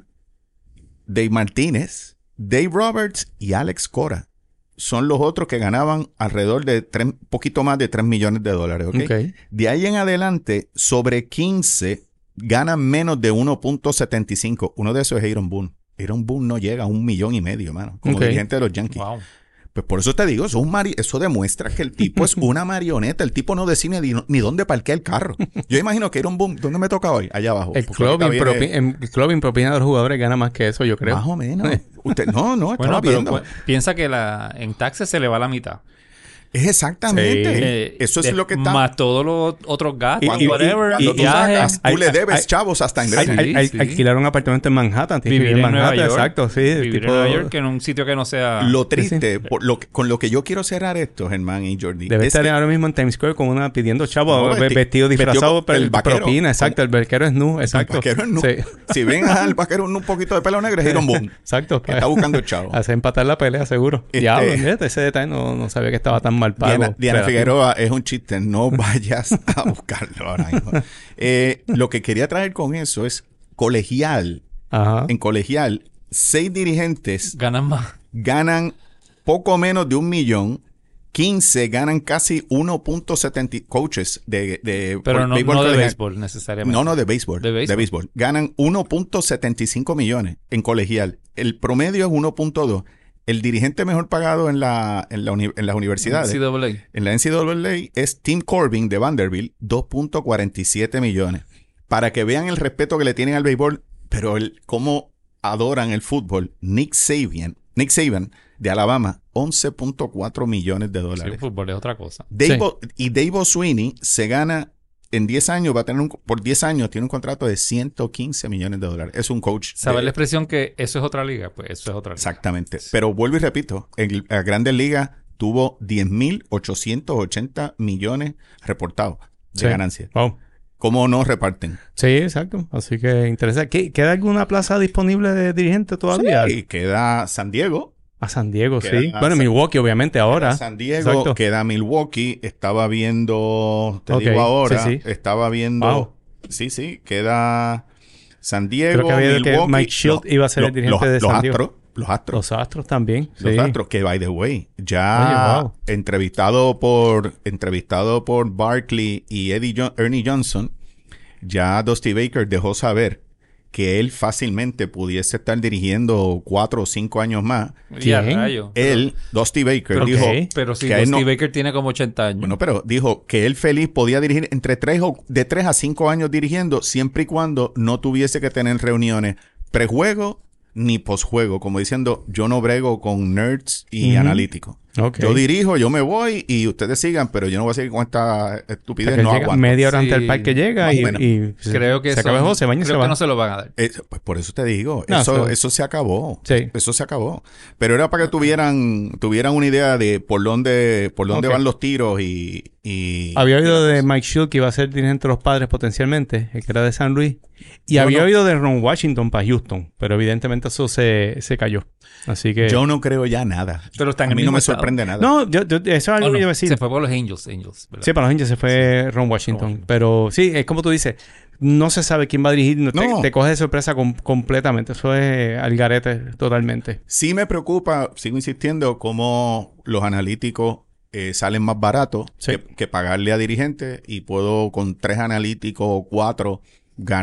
[SPEAKER 1] Dave Martínez, Dave Roberts y Alex Cora. Son los otros que ganaban alrededor de tres, poquito más de 3 millones de dólares. ¿ok?
[SPEAKER 2] Ok.
[SPEAKER 1] De ahí en adelante, sobre 15 ganan menos de 1.75. Uno de esos es Aaron Boone. Aaron Boone no llega a un millón y medio, mano, como
[SPEAKER 2] Ok.
[SPEAKER 1] dirigente de los Yankees.
[SPEAKER 3] Wow.
[SPEAKER 1] Pues por eso te digo, eso, es un mari- eso demuestra que el tipo
[SPEAKER 2] *laughs*
[SPEAKER 1] es una marioneta. El tipo no decide ni, ni dónde parquea el carro. Yo imagino que Aaron Boone, ¿dónde me toca hoy? Allá abajo.
[SPEAKER 2] El
[SPEAKER 1] Porque ahorita
[SPEAKER 2] club,
[SPEAKER 1] viene-
[SPEAKER 2] el club impropina de los jugadores gana más que eso, yo creo.
[SPEAKER 1] eh.
[SPEAKER 2] pues,
[SPEAKER 1] Más o
[SPEAKER 2] *laughs*
[SPEAKER 1] menos. Usted, no, no, estaba
[SPEAKER 3] Bueno, pero
[SPEAKER 1] viendo.
[SPEAKER 3] cu- piensa que la, en taxes se le va la mitad.
[SPEAKER 1] Es exactamente.
[SPEAKER 2] Sí.
[SPEAKER 3] Eh,
[SPEAKER 1] Eso es
[SPEAKER 3] de-
[SPEAKER 1] lo que está.
[SPEAKER 3] Más todos los otros gastos,
[SPEAKER 2] Y- y-
[SPEAKER 3] whatever.
[SPEAKER 1] Cuando
[SPEAKER 2] y-
[SPEAKER 1] tú
[SPEAKER 2] y-
[SPEAKER 1] sacas,
[SPEAKER 2] hay-
[SPEAKER 1] tú le
[SPEAKER 2] hay-
[SPEAKER 1] debes
[SPEAKER 2] hay-
[SPEAKER 1] chavos hasta
[SPEAKER 2] Al-
[SPEAKER 1] ingresar.
[SPEAKER 3] Sí,
[SPEAKER 2] al- al-
[SPEAKER 3] sí.
[SPEAKER 2] Alquilar un apartamento en Manhattan. tienes que
[SPEAKER 3] vivir en Nueva
[SPEAKER 2] Manhattan,
[SPEAKER 3] York.
[SPEAKER 2] Exacto, sí. el
[SPEAKER 3] Vivir
[SPEAKER 2] tipo-
[SPEAKER 3] en Nueva York, que en un sitio que no sea...
[SPEAKER 1] Lo triste, por lo que- con lo que yo quiero cerrar esto, Germán y Jordi.
[SPEAKER 2] Debe
[SPEAKER 1] es
[SPEAKER 2] estar
[SPEAKER 1] que-
[SPEAKER 2] ahora mismo en Times Square con una pidiendo chavo,
[SPEAKER 1] No,
[SPEAKER 2] ve-
[SPEAKER 1] vesti-
[SPEAKER 2] vestido disfrazado,
[SPEAKER 1] vestido con-
[SPEAKER 2] pero
[SPEAKER 1] el
[SPEAKER 2] el
[SPEAKER 1] vaquero,
[SPEAKER 2] propina, exacto, el vaquero es nu, exacto.
[SPEAKER 1] vaquero es nu.
[SPEAKER 2] Sí.
[SPEAKER 1] si ven al vaquero un poquito de pelo negro, es Iron Boom.
[SPEAKER 2] *laughs* Exacto.
[SPEAKER 1] Que está
[SPEAKER 2] *laughs*
[SPEAKER 1] buscando el chavo.
[SPEAKER 2] Hace empatar la pelea, seguro.
[SPEAKER 1] Este-
[SPEAKER 2] Diablo, fíjate, ese detalle no, no sabía que estaba tan mal pago.
[SPEAKER 1] Diana, Diana
[SPEAKER 2] Espera.
[SPEAKER 1] Figueroa es un chiste, no *laughs* vayas a buscarlo ahora mismo. Eh, lo que quería traer con eso es colegial.
[SPEAKER 2] Ajá.
[SPEAKER 1] En colegial, seis dirigentes
[SPEAKER 3] Ganan más.
[SPEAKER 1] ganan poco menos de un millón. 15 ganan casi 1.70 coaches de, de
[SPEAKER 3] Pero
[SPEAKER 1] por-
[SPEAKER 3] no,
[SPEAKER 1] béisbol
[SPEAKER 3] no de
[SPEAKER 1] colegial.
[SPEAKER 3] béisbol necesariamente.
[SPEAKER 1] No, no, de béisbol.
[SPEAKER 3] De
[SPEAKER 1] De
[SPEAKER 3] béisbol.
[SPEAKER 1] béisbol. Ganan 1.75 millones en colegial. El promedio es 1.2. El dirigente mejor pagado en, la, en, la uni- en las universidades,
[SPEAKER 3] NCAA.
[SPEAKER 1] en la NCAA, es Tim Corbin de Vanderbilt, 2.47 millones. Para que vean el respeto que le tienen al béisbol, pero el, cómo adoran el fútbol. Nick Saban, Nick Saban de Alabama, 11.4 millones de
[SPEAKER 3] Sí,
[SPEAKER 1] dólares.
[SPEAKER 3] fútbol es otra cosa.
[SPEAKER 1] Dave
[SPEAKER 2] Sí.
[SPEAKER 1] Bo- y Dave Sweeney se gana en 10 años, va a tener un, por 10 años tiene un contrato de 115 millones de dólares. Es un coach. de-
[SPEAKER 3] Saber la expresión que eso es otra liga, pues eso es otra liga.
[SPEAKER 1] exactamente. Pero vuelvo y repito, en la Grandes Ligas tuvo 10.880 millones reportados de
[SPEAKER 2] Sí.
[SPEAKER 1] ganancias.
[SPEAKER 2] Wow.
[SPEAKER 1] ¿Cómo no reparten?
[SPEAKER 2] Sí, exacto. Así que interesante. ¿Qué- ¿Queda alguna plaza disponible de dirigente todavía?
[SPEAKER 1] Y queda San Diego.
[SPEAKER 2] A San Diego,
[SPEAKER 1] Queda
[SPEAKER 2] sí.
[SPEAKER 1] a
[SPEAKER 2] Bueno,
[SPEAKER 1] San-
[SPEAKER 2] Milwaukee, obviamente, ahora.
[SPEAKER 1] Queda San Diego,
[SPEAKER 2] Exacto.
[SPEAKER 1] queda Milwaukee, estaba viendo, te
[SPEAKER 2] Ok,
[SPEAKER 1] digo ahora,
[SPEAKER 2] sí, sí.
[SPEAKER 1] estaba viendo,
[SPEAKER 2] Wow.
[SPEAKER 1] sí, sí, queda San Diego,
[SPEAKER 2] Creo que había dicho que
[SPEAKER 1] Milwaukee,
[SPEAKER 2] Mike Shield iba a ser el dirigente de San Diego.
[SPEAKER 1] Astros, los Astros.
[SPEAKER 2] Los Astros también.
[SPEAKER 1] Los
[SPEAKER 2] sí.
[SPEAKER 1] Astros, que by the way, ya
[SPEAKER 2] Oye, wow.
[SPEAKER 1] entrevistado por entrevistado por Barkley y Eddie Jo- Ernie Johnson, ya Dusty Baker dejó saber que él fácilmente pudiese estar dirigiendo cuatro o cinco años más.
[SPEAKER 3] Y a
[SPEAKER 2] ¿Quién?
[SPEAKER 3] rayo.
[SPEAKER 1] Él, Dusty Baker,
[SPEAKER 2] ¿Pero
[SPEAKER 1] dijo
[SPEAKER 2] qué?
[SPEAKER 3] Pero si
[SPEAKER 1] Eh, que a él
[SPEAKER 3] Dusty
[SPEAKER 1] no-
[SPEAKER 3] Baker tiene como 80 años.
[SPEAKER 1] bueno, pero dijo que él feliz podía dirigir entre tres o de tres a cinco años dirigiendo siempre y cuando no tuviese que tener reuniones prejuego ni posjuego, como diciendo yo no brego con nerds y
[SPEAKER 2] Ujú.
[SPEAKER 1] analíticos.
[SPEAKER 2] Ok.
[SPEAKER 1] Yo dirijo, yo me voy y ustedes sigan, pero yo no voy a seguir con esta
[SPEAKER 2] O sea,
[SPEAKER 1] estupidez.
[SPEAKER 2] que
[SPEAKER 1] No
[SPEAKER 2] llega
[SPEAKER 1] aguanto.
[SPEAKER 2] media hora antes
[SPEAKER 3] Sí,
[SPEAKER 2] del parque llega
[SPEAKER 1] más o
[SPEAKER 2] y,
[SPEAKER 1] menos.
[SPEAKER 2] y se-
[SPEAKER 3] creo que
[SPEAKER 2] se
[SPEAKER 3] eso-
[SPEAKER 2] acaba el juego, se baña y se
[SPEAKER 3] creo
[SPEAKER 2] va.
[SPEAKER 3] que no se lo van a dar.
[SPEAKER 1] Eso- pues por eso te digo,
[SPEAKER 2] No,
[SPEAKER 1] eso,
[SPEAKER 2] eso-
[SPEAKER 1] eso se acabó.
[SPEAKER 2] Sí.
[SPEAKER 1] Eso se acabó. Pero era para que tuvieran, tuvieran una idea de por dónde, por dónde
[SPEAKER 2] Ok.
[SPEAKER 1] van los tiros y, y-
[SPEAKER 2] Había oído de Mike Shield que iba a ser dirigente de los padres potencialmente, el que era de San Luis. Y
[SPEAKER 1] Yo
[SPEAKER 2] había
[SPEAKER 1] no-
[SPEAKER 2] oído de Ron Washington para Houston, pero evidentemente eso se, se cayó. Así que...
[SPEAKER 1] Yo no creo ya nada.
[SPEAKER 3] Pero están en
[SPEAKER 1] a mí
[SPEAKER 3] el
[SPEAKER 1] no
[SPEAKER 3] mismo
[SPEAKER 1] me
[SPEAKER 3] estado.
[SPEAKER 1] sorprende nada.
[SPEAKER 2] no, yo- yo- eso es
[SPEAKER 3] Oh,
[SPEAKER 2] algo
[SPEAKER 3] no,
[SPEAKER 2] que yo iba a decir.
[SPEAKER 3] Se fue por los Angels, Angels. ¿verdad?
[SPEAKER 2] Sí, para los Angels se fue Ron Washington.
[SPEAKER 3] Washington.
[SPEAKER 2] Pero sí, es como tú dices, no se sabe quién va a dirigir. no te,
[SPEAKER 1] No.
[SPEAKER 2] te coge de sorpresa com- completamente. Eso es al garete totalmente.
[SPEAKER 1] Sí me preocupa, sigo insistiendo, cómo los analíticos eh, salen más baratos
[SPEAKER 2] Sí.
[SPEAKER 1] que, que pagarle a dirigentes y puedo con tres analíticos o cuatro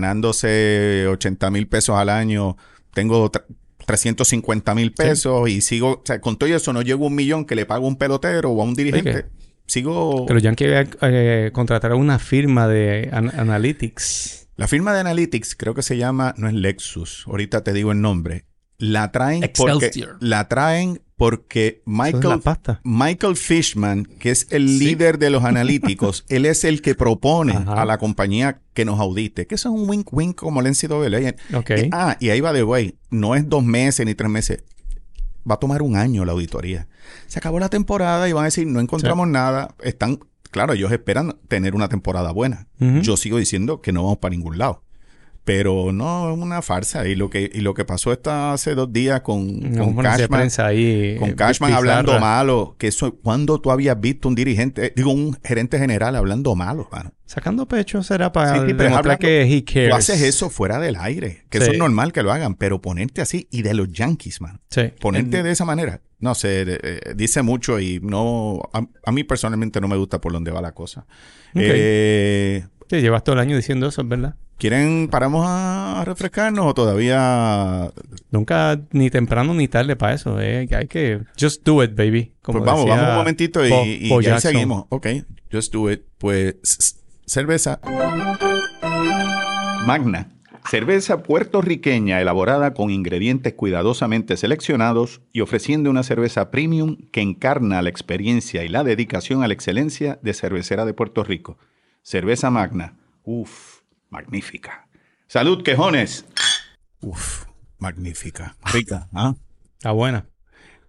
[SPEAKER 1] ganándose 80 mil pesos al año, tengo tre- 350 mil pesos y sigo, o sea, con todo eso no llego a un millón que le pago a un pelotero o a un dirigente. Sigo...
[SPEAKER 2] Que los Yankees eh, eh, contrataron una firma de an- analytics.
[SPEAKER 1] La firma de Analytics creo que se llama, no es Lexus, ahorita te digo el nombre. La traen porque
[SPEAKER 3] Excelsior.
[SPEAKER 1] la traen porque
[SPEAKER 2] Eso es la
[SPEAKER 1] Michael
[SPEAKER 2] pasta.
[SPEAKER 1] Michael Fishman, que es el
[SPEAKER 3] Sí.
[SPEAKER 1] líder de los
[SPEAKER 2] *laughs*
[SPEAKER 1] analíticos, él es el que propone
[SPEAKER 2] Ajá.
[SPEAKER 1] a la compañía que nos audite, que eso es un wink wink como el NCAA.
[SPEAKER 2] Ok.
[SPEAKER 1] Eh, ah, y ahí va de way, no es dos meses ni tres meses, va a tomar un año la auditoría. Se acabó la temporada y van a decir, no encontramos nada, están, claro, ellos esperan tener una temporada buena.
[SPEAKER 2] Ujú.
[SPEAKER 1] Yo sigo diciendo que no vamos para ningún lado. Pero no, es una farsa. Y lo que, y lo que pasó esta hace dos días con,
[SPEAKER 2] Una
[SPEAKER 1] con
[SPEAKER 2] conferencia de
[SPEAKER 1] Cashman,
[SPEAKER 2] prensa ahí,
[SPEAKER 1] con
[SPEAKER 2] eh,
[SPEAKER 1] Cashman
[SPEAKER 2] bizarra.
[SPEAKER 1] hablando malo, que eso, cuando tú habías visto un dirigente, eh, digo, un gerente general hablando malo, mano?
[SPEAKER 2] Sacando pecho será para
[SPEAKER 1] Sí, sí, pero es
[SPEAKER 2] demostrar
[SPEAKER 1] hablando-
[SPEAKER 2] que he cares.
[SPEAKER 1] Tú haces eso fuera del aire, que eso
[SPEAKER 2] Sí.
[SPEAKER 1] es normal que lo hagan, pero ponerte así y de los Yankees, mano.
[SPEAKER 2] Sí.
[SPEAKER 1] Ponerte de esa manera, no sé, de- eh, dice mucho y no, a, a mí personalmente no me gusta por dónde va la cosa.
[SPEAKER 2] Ok.
[SPEAKER 1] Eh,
[SPEAKER 2] Sí, llevas todo el año diciendo eso, es verdad.
[SPEAKER 1] ¿Quieren, paramos a refrescarnos o todavía?
[SPEAKER 2] Nunca, ni temprano ni tarde para eso. eh. Hay que... Just do it, baby. Como
[SPEAKER 1] Pues vamos,
[SPEAKER 2] decía
[SPEAKER 1] vamos un momentito y,
[SPEAKER 2] Bo-
[SPEAKER 1] y
[SPEAKER 2] Bo
[SPEAKER 1] ya
[SPEAKER 2] Jackson.
[SPEAKER 1] seguimos. Ok, just do it. Pues s- s- cerveza. Magna. Cerveza puertorriqueña elaborada con ingredientes cuidadosamente seleccionados y ofreciendo una cerveza premium que encarna la experiencia y la dedicación a la excelencia de cervecera de Puerto Rico. Cerveza Magna. Uf, magnífica. Salud, quejones. Uf, magnífica. Rica, ¿ah?
[SPEAKER 2] Está buena.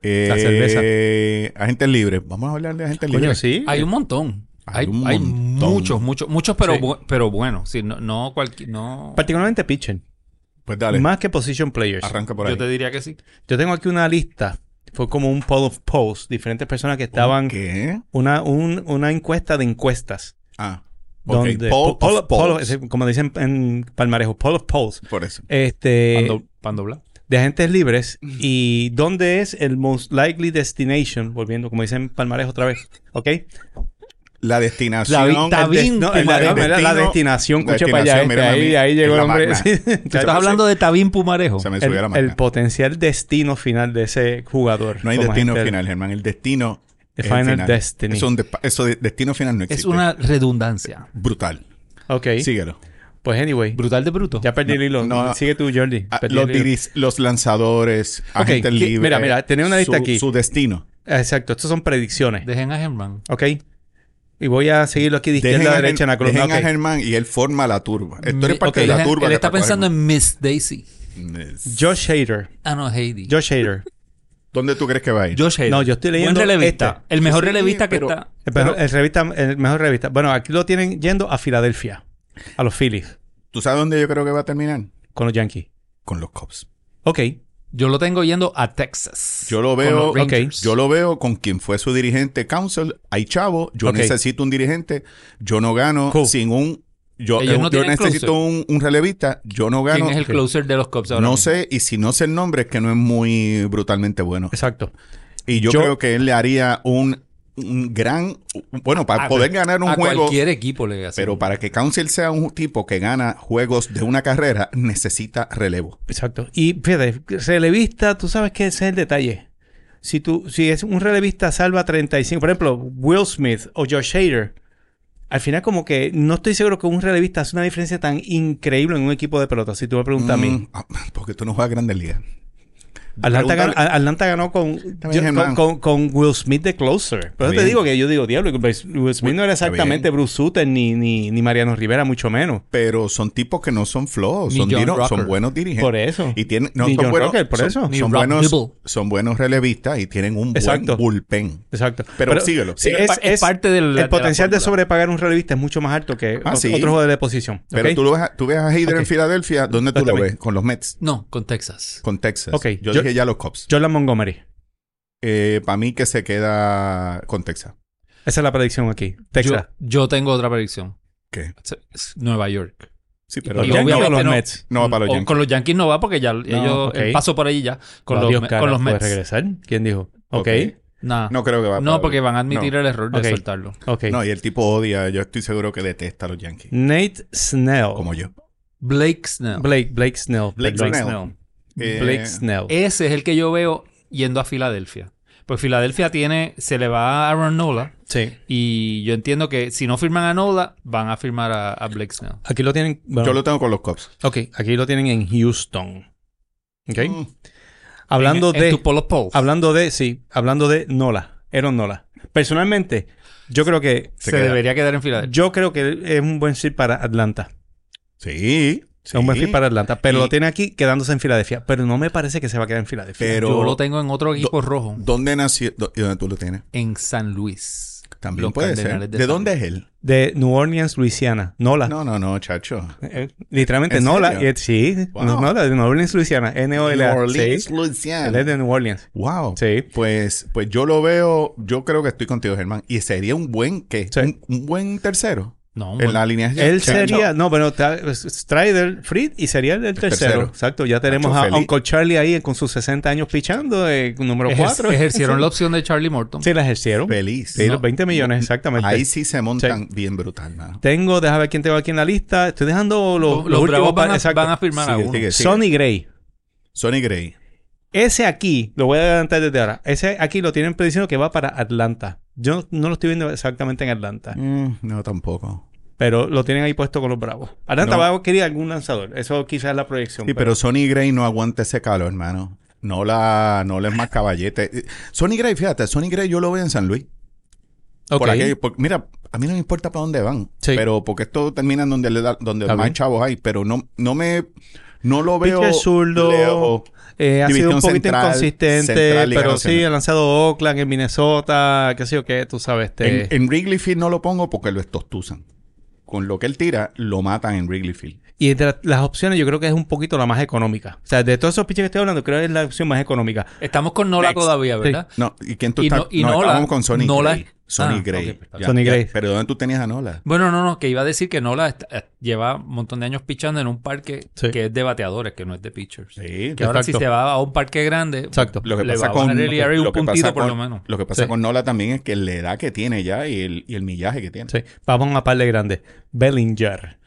[SPEAKER 1] La
[SPEAKER 2] cerveza.
[SPEAKER 1] Eh, Agentes libres. Vamos a hablar de agentes
[SPEAKER 2] Coño,
[SPEAKER 1] libres.
[SPEAKER 2] sí.
[SPEAKER 3] Hay un montón.
[SPEAKER 1] Hay
[SPEAKER 3] Hay,
[SPEAKER 1] un
[SPEAKER 3] hay
[SPEAKER 1] montón.
[SPEAKER 3] muchos, muchos, muchos, pero,
[SPEAKER 2] Sí.
[SPEAKER 3] bu- pero bueno. Sí, no, no cualquier. No,
[SPEAKER 2] Particularmente pitching.
[SPEAKER 1] Pues dale,
[SPEAKER 2] Más que position players.
[SPEAKER 1] arranca por ahí.
[SPEAKER 3] yo te diría que sí.
[SPEAKER 2] Yo tengo aquí una lista. Fue como un poll of polls. Diferentes personas que estaban...
[SPEAKER 1] ¿Qué?
[SPEAKER 2] Una, un- una encuesta de encuestas.
[SPEAKER 1] Ah, ok.
[SPEAKER 2] Donde...
[SPEAKER 1] Poll
[SPEAKER 2] poll
[SPEAKER 1] of
[SPEAKER 2] of- poll of-
[SPEAKER 1] polls.
[SPEAKER 2] es- como dicen en palmarejo. Poll of polls.
[SPEAKER 1] Por eso.
[SPEAKER 2] Este...
[SPEAKER 1] Eh,
[SPEAKER 3] Pando- Pandobla.
[SPEAKER 2] de agentes libres y dónde es el most likely destination, volviendo como dicen Palmares otra vez, ¿ok?
[SPEAKER 1] La destinación.
[SPEAKER 3] está
[SPEAKER 2] El des-
[SPEAKER 3] bien,
[SPEAKER 2] no, el-
[SPEAKER 1] la
[SPEAKER 2] la,
[SPEAKER 1] del
[SPEAKER 2] la- la
[SPEAKER 1] destino-
[SPEAKER 2] destinación, escucha
[SPEAKER 1] destinación,
[SPEAKER 2] para allá, este,
[SPEAKER 1] mírame a mí,
[SPEAKER 2] ahí, ahí
[SPEAKER 1] es
[SPEAKER 2] llegó
[SPEAKER 1] la
[SPEAKER 2] el hombre.
[SPEAKER 1] magna.
[SPEAKER 2] *laughs* sí.
[SPEAKER 1] Se
[SPEAKER 3] Estás
[SPEAKER 1] me-
[SPEAKER 3] hablando de Tabín Pumarejo.
[SPEAKER 1] se me
[SPEAKER 2] el,
[SPEAKER 1] subió la
[SPEAKER 2] el
[SPEAKER 1] mano.
[SPEAKER 2] potencial destino final de ese jugador.
[SPEAKER 1] No hay
[SPEAKER 2] como
[SPEAKER 1] destino
[SPEAKER 2] agente-
[SPEAKER 1] final, Germán. El destino.
[SPEAKER 2] The
[SPEAKER 1] es el
[SPEAKER 2] final destiny.
[SPEAKER 1] Eso, es un despa- eso de destino final no existe.
[SPEAKER 3] Es una redundancia.
[SPEAKER 1] Brutal.
[SPEAKER 2] Ok,
[SPEAKER 1] Síguelo.
[SPEAKER 2] pues anyway,
[SPEAKER 3] Brutal de bruto.
[SPEAKER 2] ya perdí el hilo.
[SPEAKER 1] no.
[SPEAKER 2] Sigue tú, Jordi.
[SPEAKER 1] Ah,
[SPEAKER 2] Perdí
[SPEAKER 1] los,
[SPEAKER 2] el hilo.
[SPEAKER 1] diris- los lanzadores, agentes
[SPEAKER 2] ¿qué-
[SPEAKER 1] libres.
[SPEAKER 2] mira, mira, tenía una lista
[SPEAKER 1] su-
[SPEAKER 2] aquí.
[SPEAKER 1] Su destino.
[SPEAKER 2] Exacto, estos son predicciones,
[SPEAKER 3] Dejen a Germán.
[SPEAKER 2] ¿ok? Y voy a seguirlo aquí de
[SPEAKER 1] Dejen
[SPEAKER 2] izquierda a
[SPEAKER 1] Ger-
[SPEAKER 2] derecha en la columna.
[SPEAKER 1] dejen a
[SPEAKER 2] ok.
[SPEAKER 1] Germán y él forma la turba. Esto es
[SPEAKER 2] Mi-
[SPEAKER 1] parte
[SPEAKER 2] ok,
[SPEAKER 1] de la
[SPEAKER 3] Dejen-
[SPEAKER 1] turba.
[SPEAKER 3] Mm, él
[SPEAKER 1] que
[SPEAKER 3] está
[SPEAKER 1] sacó
[SPEAKER 3] pensando en Miss Daisy.
[SPEAKER 1] Germán.
[SPEAKER 2] Josh Hader.
[SPEAKER 3] Ah, no, Heidi.
[SPEAKER 2] Josh Hader.
[SPEAKER 1] ¿Dónde tú crees que va a ir?
[SPEAKER 3] Josh Hader.
[SPEAKER 2] No, yo estoy leyendo
[SPEAKER 3] Buen relevista.
[SPEAKER 2] esta.
[SPEAKER 3] El mejor
[SPEAKER 1] Sí,
[SPEAKER 3] relevista que
[SPEAKER 1] pero-
[SPEAKER 3] está.
[SPEAKER 2] El mejor, el revista, el mejor revista. Bueno, aquí lo tienen yendo a Filadelfia, a los Phillies,
[SPEAKER 1] ¿Tú sabes dónde yo creo que va a terminar?
[SPEAKER 2] con los Yankees.
[SPEAKER 1] Con los Cubs.
[SPEAKER 2] Ok,
[SPEAKER 3] Yo lo tengo yendo a Texas.
[SPEAKER 1] Yo lo
[SPEAKER 3] Con
[SPEAKER 1] veo-
[SPEAKER 3] los Rangers.
[SPEAKER 1] Yo lo veo con quien fue su dirigente council. Hay chavo, yo
[SPEAKER 2] Ok.
[SPEAKER 1] necesito un dirigente. Yo no gano
[SPEAKER 2] Cool.
[SPEAKER 1] sin un Yo,
[SPEAKER 3] Ellos
[SPEAKER 1] eh,
[SPEAKER 3] no
[SPEAKER 1] yo
[SPEAKER 3] tienen
[SPEAKER 1] necesito un, un relevista, yo no
[SPEAKER 3] ¿Quién
[SPEAKER 1] gano.
[SPEAKER 3] es el closer de los Cubs ahora
[SPEAKER 1] no
[SPEAKER 3] mismo?
[SPEAKER 1] sé, y si no sé el nombre, es que no es muy brutalmente bueno.
[SPEAKER 2] Exacto.
[SPEAKER 1] Y yo,
[SPEAKER 2] Yo-
[SPEAKER 1] creo que él le haría un, un gran. Bueno, para poder ganar un
[SPEAKER 3] Ah, pues, a
[SPEAKER 1] juego.
[SPEAKER 3] cualquier equipo le hace.
[SPEAKER 1] Pero para que Council sea un tipo que gana juegos de una carrera, necesita relevo.
[SPEAKER 2] Exacto. Y fíjate, relevista, tú sabes que ese es el detalle. Si tú, si es un relevista salva 35, por ejemplo, Will Smith o Josh Hader, al final como que no estoy seguro que un relevista hace una diferencia tan increíble en un equipo de pelota. Si tú me preguntas a mí,
[SPEAKER 1] Mm, ah, porque tú no juegas Grandes Ligas.
[SPEAKER 2] Atlanta,
[SPEAKER 1] Pregúntale-
[SPEAKER 2] ganó, a- Atlanta ganó con, yo-
[SPEAKER 1] Germán.
[SPEAKER 2] con, con- con Will Smith de closer.
[SPEAKER 1] Está
[SPEAKER 2] Pero te
[SPEAKER 1] bien.
[SPEAKER 2] digo que yo digo, diablo, pues, Will Smith no era
[SPEAKER 1] Está bien.
[SPEAKER 2] exactamente Bruce Sutter ni, ni, ni Mariano Rivera, mucho menos.
[SPEAKER 1] Pero son tipos que no son flojos,
[SPEAKER 3] Ni
[SPEAKER 1] son,
[SPEAKER 3] John
[SPEAKER 1] dino-
[SPEAKER 3] Rocker.
[SPEAKER 1] son buenos dirigentes.
[SPEAKER 2] Por eso.
[SPEAKER 1] Y tienen, no,
[SPEAKER 2] Ni
[SPEAKER 1] son
[SPEAKER 2] John
[SPEAKER 1] buenos,
[SPEAKER 2] Rocker, por
[SPEAKER 1] son-
[SPEAKER 2] eso.
[SPEAKER 1] Son,
[SPEAKER 3] Ni Rob
[SPEAKER 1] buenos,
[SPEAKER 3] Dibble.
[SPEAKER 1] son buenos relevistas y tienen un
[SPEAKER 2] Exacto.
[SPEAKER 1] buen bullpen.
[SPEAKER 2] Exacto.
[SPEAKER 1] Pero síguelo,
[SPEAKER 2] sí,
[SPEAKER 1] síguelo.
[SPEAKER 2] es,
[SPEAKER 3] Es par- es
[SPEAKER 2] es-
[SPEAKER 3] parte del-
[SPEAKER 2] el
[SPEAKER 3] de la
[SPEAKER 2] potencial de
[SPEAKER 3] fórmula.
[SPEAKER 2] sobrepagar un relevista es mucho más alto que
[SPEAKER 1] Ah,
[SPEAKER 2] ot-
[SPEAKER 1] sí.
[SPEAKER 2] otro jugador de posición.
[SPEAKER 1] Pero
[SPEAKER 2] ¿ok?
[SPEAKER 1] tú, lo ves a, tú ves a Heider en
[SPEAKER 2] Ok.
[SPEAKER 1] Filadelfia, ¿dónde tú lo
[SPEAKER 2] Cuéntame.
[SPEAKER 1] ves? Con los Mets,
[SPEAKER 3] No, con Texas.
[SPEAKER 1] con Texas.
[SPEAKER 2] Ok,
[SPEAKER 1] Yo,
[SPEAKER 2] yo-
[SPEAKER 1] dije ya los Cubs.
[SPEAKER 2] Jordan Montgomery.
[SPEAKER 1] Para mí que se queda con Texas.
[SPEAKER 2] Esa es la predicción aquí. Texas.
[SPEAKER 3] Yo, yo tengo otra predicción.
[SPEAKER 1] ¿Qué?
[SPEAKER 3] Es- es Nueva York.
[SPEAKER 1] Sí,
[SPEAKER 3] Yo-
[SPEAKER 1] pero
[SPEAKER 2] los
[SPEAKER 3] yo-
[SPEAKER 1] no,
[SPEAKER 2] Yankees
[SPEAKER 3] obviamente
[SPEAKER 2] o los
[SPEAKER 3] no.
[SPEAKER 2] Mets.
[SPEAKER 1] no va para los
[SPEAKER 3] O
[SPEAKER 1] Yankees.
[SPEAKER 3] con los Yankees no va porque ya ellos
[SPEAKER 2] ok.
[SPEAKER 3] él pasó por allí ya. Con los,
[SPEAKER 2] Adiós,
[SPEAKER 3] Me-
[SPEAKER 2] cara,
[SPEAKER 3] con los
[SPEAKER 2] ¿puede
[SPEAKER 3] Mets.
[SPEAKER 2] regresar? ¿Quién dijo? Ok.
[SPEAKER 3] Nah.
[SPEAKER 1] No creo que va
[SPEAKER 3] No,
[SPEAKER 1] para-
[SPEAKER 3] porque van a admitir el error de
[SPEAKER 2] Ok.
[SPEAKER 3] soltarlo.
[SPEAKER 2] Ok.
[SPEAKER 1] No, y el tipo odia, yo estoy seguro que detesta a los Yankees.
[SPEAKER 2] Nate Snell.
[SPEAKER 1] Como yo.
[SPEAKER 3] Blake Snell.
[SPEAKER 2] Blake, Blake Snell.
[SPEAKER 1] Blake
[SPEAKER 2] perdón.
[SPEAKER 1] Snell. Eh,
[SPEAKER 2] Blake Snell.
[SPEAKER 3] Ese es el que yo veo yendo a Filadelfia. Pues Filadelfia tiene, se le va a Aaron Nola.
[SPEAKER 2] Sí.
[SPEAKER 3] Y yo entiendo que si no firman a Nola, van a firmar a, a Blake Snell.
[SPEAKER 2] Aquí lo tienen. bueno,
[SPEAKER 1] Yo lo tengo con los Cubs.
[SPEAKER 2] Ok. Aquí lo tienen en Houston. Ok.
[SPEAKER 1] Mm.
[SPEAKER 2] Hablando
[SPEAKER 3] En- en
[SPEAKER 2] de.
[SPEAKER 3] tus polos polls.
[SPEAKER 2] Hablando de, sí, hablando de Nola, Aaron Nola. Personalmente, yo creo que
[SPEAKER 3] se
[SPEAKER 1] queda.
[SPEAKER 3] debería quedar en Filadelfia.
[SPEAKER 2] yo creo que es un buen fit para Atlanta.
[SPEAKER 1] Sí.
[SPEAKER 2] Es un buen
[SPEAKER 1] sí.
[SPEAKER 2] fit para Atlanta, pero
[SPEAKER 1] Y-
[SPEAKER 2] lo tiene aquí quedándose en Filadelfia, pero no me parece que se va a quedar en Filadelfia.
[SPEAKER 1] Pero-
[SPEAKER 3] yo lo tengo en otro equipo rojo.
[SPEAKER 1] ¿Dónde nació? dó- ¿Y dónde tú lo tienes?
[SPEAKER 3] en San Luis.
[SPEAKER 1] También
[SPEAKER 3] Los
[SPEAKER 1] puede ser. ¿De,
[SPEAKER 3] Cardenales de San
[SPEAKER 1] dónde
[SPEAKER 3] Luis.
[SPEAKER 1] es él?
[SPEAKER 2] de New Orleans, Luisiana, Nola.
[SPEAKER 1] No, no, no, chacho.
[SPEAKER 2] Eh, eh, literalmente
[SPEAKER 1] ¿En
[SPEAKER 2] Nola,
[SPEAKER 1] serio?
[SPEAKER 2] eh, sí,
[SPEAKER 1] Wow.
[SPEAKER 2] no- Nola de New Orleans, Luisiana, N O L A.
[SPEAKER 1] New Orleans,
[SPEAKER 2] sí. Él
[SPEAKER 1] Luisiana.
[SPEAKER 2] es de New Orleans.
[SPEAKER 1] Wow.
[SPEAKER 2] Sí.
[SPEAKER 1] Pues, pues yo lo veo, yo creo que estoy contigo, Germán. Y sería un buen, ¿qué?
[SPEAKER 2] Sí.
[SPEAKER 1] Un, un buen tercero.
[SPEAKER 3] No,
[SPEAKER 1] En la línea.
[SPEAKER 2] Él sería, no, bueno, tra- Strider, Fried y sería el, tercero.
[SPEAKER 1] tercero.
[SPEAKER 2] Exacto, ya tenemos
[SPEAKER 1] Macho
[SPEAKER 2] a
[SPEAKER 1] feliz.
[SPEAKER 2] Uncle Charlie ahí con sus 60 años pichando, eh, número
[SPEAKER 3] ejer-
[SPEAKER 2] 4.
[SPEAKER 3] ejercieron
[SPEAKER 2] *laughs*
[SPEAKER 3] la opción de Charlie Morton.
[SPEAKER 2] Sí, la ejercieron.
[SPEAKER 1] Feliz.
[SPEAKER 2] Sí, este-
[SPEAKER 1] No,
[SPEAKER 2] los 20 millones, exactamente.
[SPEAKER 1] Ahí sí se montan bien brutal, mano.
[SPEAKER 2] Tengo, déjame ver quién tengo aquí en la lista. Estoy dejando los,
[SPEAKER 3] Los,
[SPEAKER 2] los
[SPEAKER 3] los
[SPEAKER 2] últimos
[SPEAKER 3] Bravos van
[SPEAKER 2] pa-
[SPEAKER 3] a,
[SPEAKER 2] exacto.
[SPEAKER 3] van a firmar a
[SPEAKER 1] Sigue,
[SPEAKER 3] uno.
[SPEAKER 1] sigue.
[SPEAKER 2] Sonny Gray.
[SPEAKER 1] Sonny Gray.
[SPEAKER 2] Ese aquí, lo voy a adelantar desde ahora. Ese aquí lo tienen prediciendo que va para Atlanta. Yo no lo estoy viendo exactamente en Atlanta,
[SPEAKER 1] Mm, no, tampoco.
[SPEAKER 2] pero lo tienen ahí puesto con los Bravos. Atlanta
[SPEAKER 1] No.
[SPEAKER 2] va a querer algún lanzador. Eso quizás es la proyección.
[SPEAKER 1] Sí, pero Sonny Gray no aguanta ese calor, hermano. No la, no le es más caballete. Eh, Sonny Gray, fíjate, Sonny Gray yo lo veo en San Luis.
[SPEAKER 2] Ok.
[SPEAKER 1] Por aquello- por- mira, a mí no me importa para dónde van.
[SPEAKER 2] Sí.
[SPEAKER 1] Pero porque esto termina en donde, le da- donde
[SPEAKER 2] Está
[SPEAKER 1] más
[SPEAKER 2] bien.
[SPEAKER 1] chavos hay. Pero no, no me... No lo veo...
[SPEAKER 2] Pitcher zurdo,
[SPEAKER 1] lejos.
[SPEAKER 2] Eh, ha sido un
[SPEAKER 1] División
[SPEAKER 2] poquito
[SPEAKER 1] Central,
[SPEAKER 2] inconsistente,
[SPEAKER 1] Central, Liga
[SPEAKER 2] pero sí,
[SPEAKER 1] Nacional.
[SPEAKER 2] ha lanzado Oakland en Minnesota, qué sé yo qué, tú sabes. Este,
[SPEAKER 1] En, en Wrigley Field no lo pongo porque lo estostuzan. Con lo que él tira, lo matan en Wrigley Field.
[SPEAKER 2] Y entre la- las opciones, yo creo que es un poquito la más económica. O sea, de todos esos pitchers que estoy hablando, creo que es la opción más económica.
[SPEAKER 3] Estamos con Nola
[SPEAKER 2] Next.
[SPEAKER 3] todavía, ¿verdad?
[SPEAKER 1] No, ¿y quién tú
[SPEAKER 3] Y
[SPEAKER 1] estás?
[SPEAKER 3] no- y Nola-
[SPEAKER 1] estábamos con Sonny
[SPEAKER 3] Nola-
[SPEAKER 1] Gray. Sonny
[SPEAKER 3] Ah,
[SPEAKER 1] Gray.
[SPEAKER 3] ok, pues,
[SPEAKER 1] Ya,
[SPEAKER 2] Sonny
[SPEAKER 1] ya.
[SPEAKER 2] Gray.
[SPEAKER 1] Pero ¿dónde tú tenías a Nola?
[SPEAKER 3] Bueno, no, no, que iba a decir que Nola est- eh, lleva un montón de años pichando en un parque
[SPEAKER 2] Sí.
[SPEAKER 3] que es de bateadores, que no es de pitchers.
[SPEAKER 1] Sí.
[SPEAKER 3] Que ahora si
[SPEAKER 2] Exacto.
[SPEAKER 3] se va a un parque grande,
[SPEAKER 2] Exacto.
[SPEAKER 1] Lo que
[SPEAKER 3] le
[SPEAKER 1] pasa
[SPEAKER 3] va a
[SPEAKER 1] con
[SPEAKER 3] bajar el ERA un
[SPEAKER 1] lo que
[SPEAKER 3] puntito
[SPEAKER 1] pasa
[SPEAKER 3] por lo
[SPEAKER 1] con-
[SPEAKER 3] menos.
[SPEAKER 1] lo que pasa
[SPEAKER 2] Sí.
[SPEAKER 1] con Nola también es que la edad que tiene ya y el, y el millaje que tiene.
[SPEAKER 2] Sí. Vamos a par de grandes. Bellinger.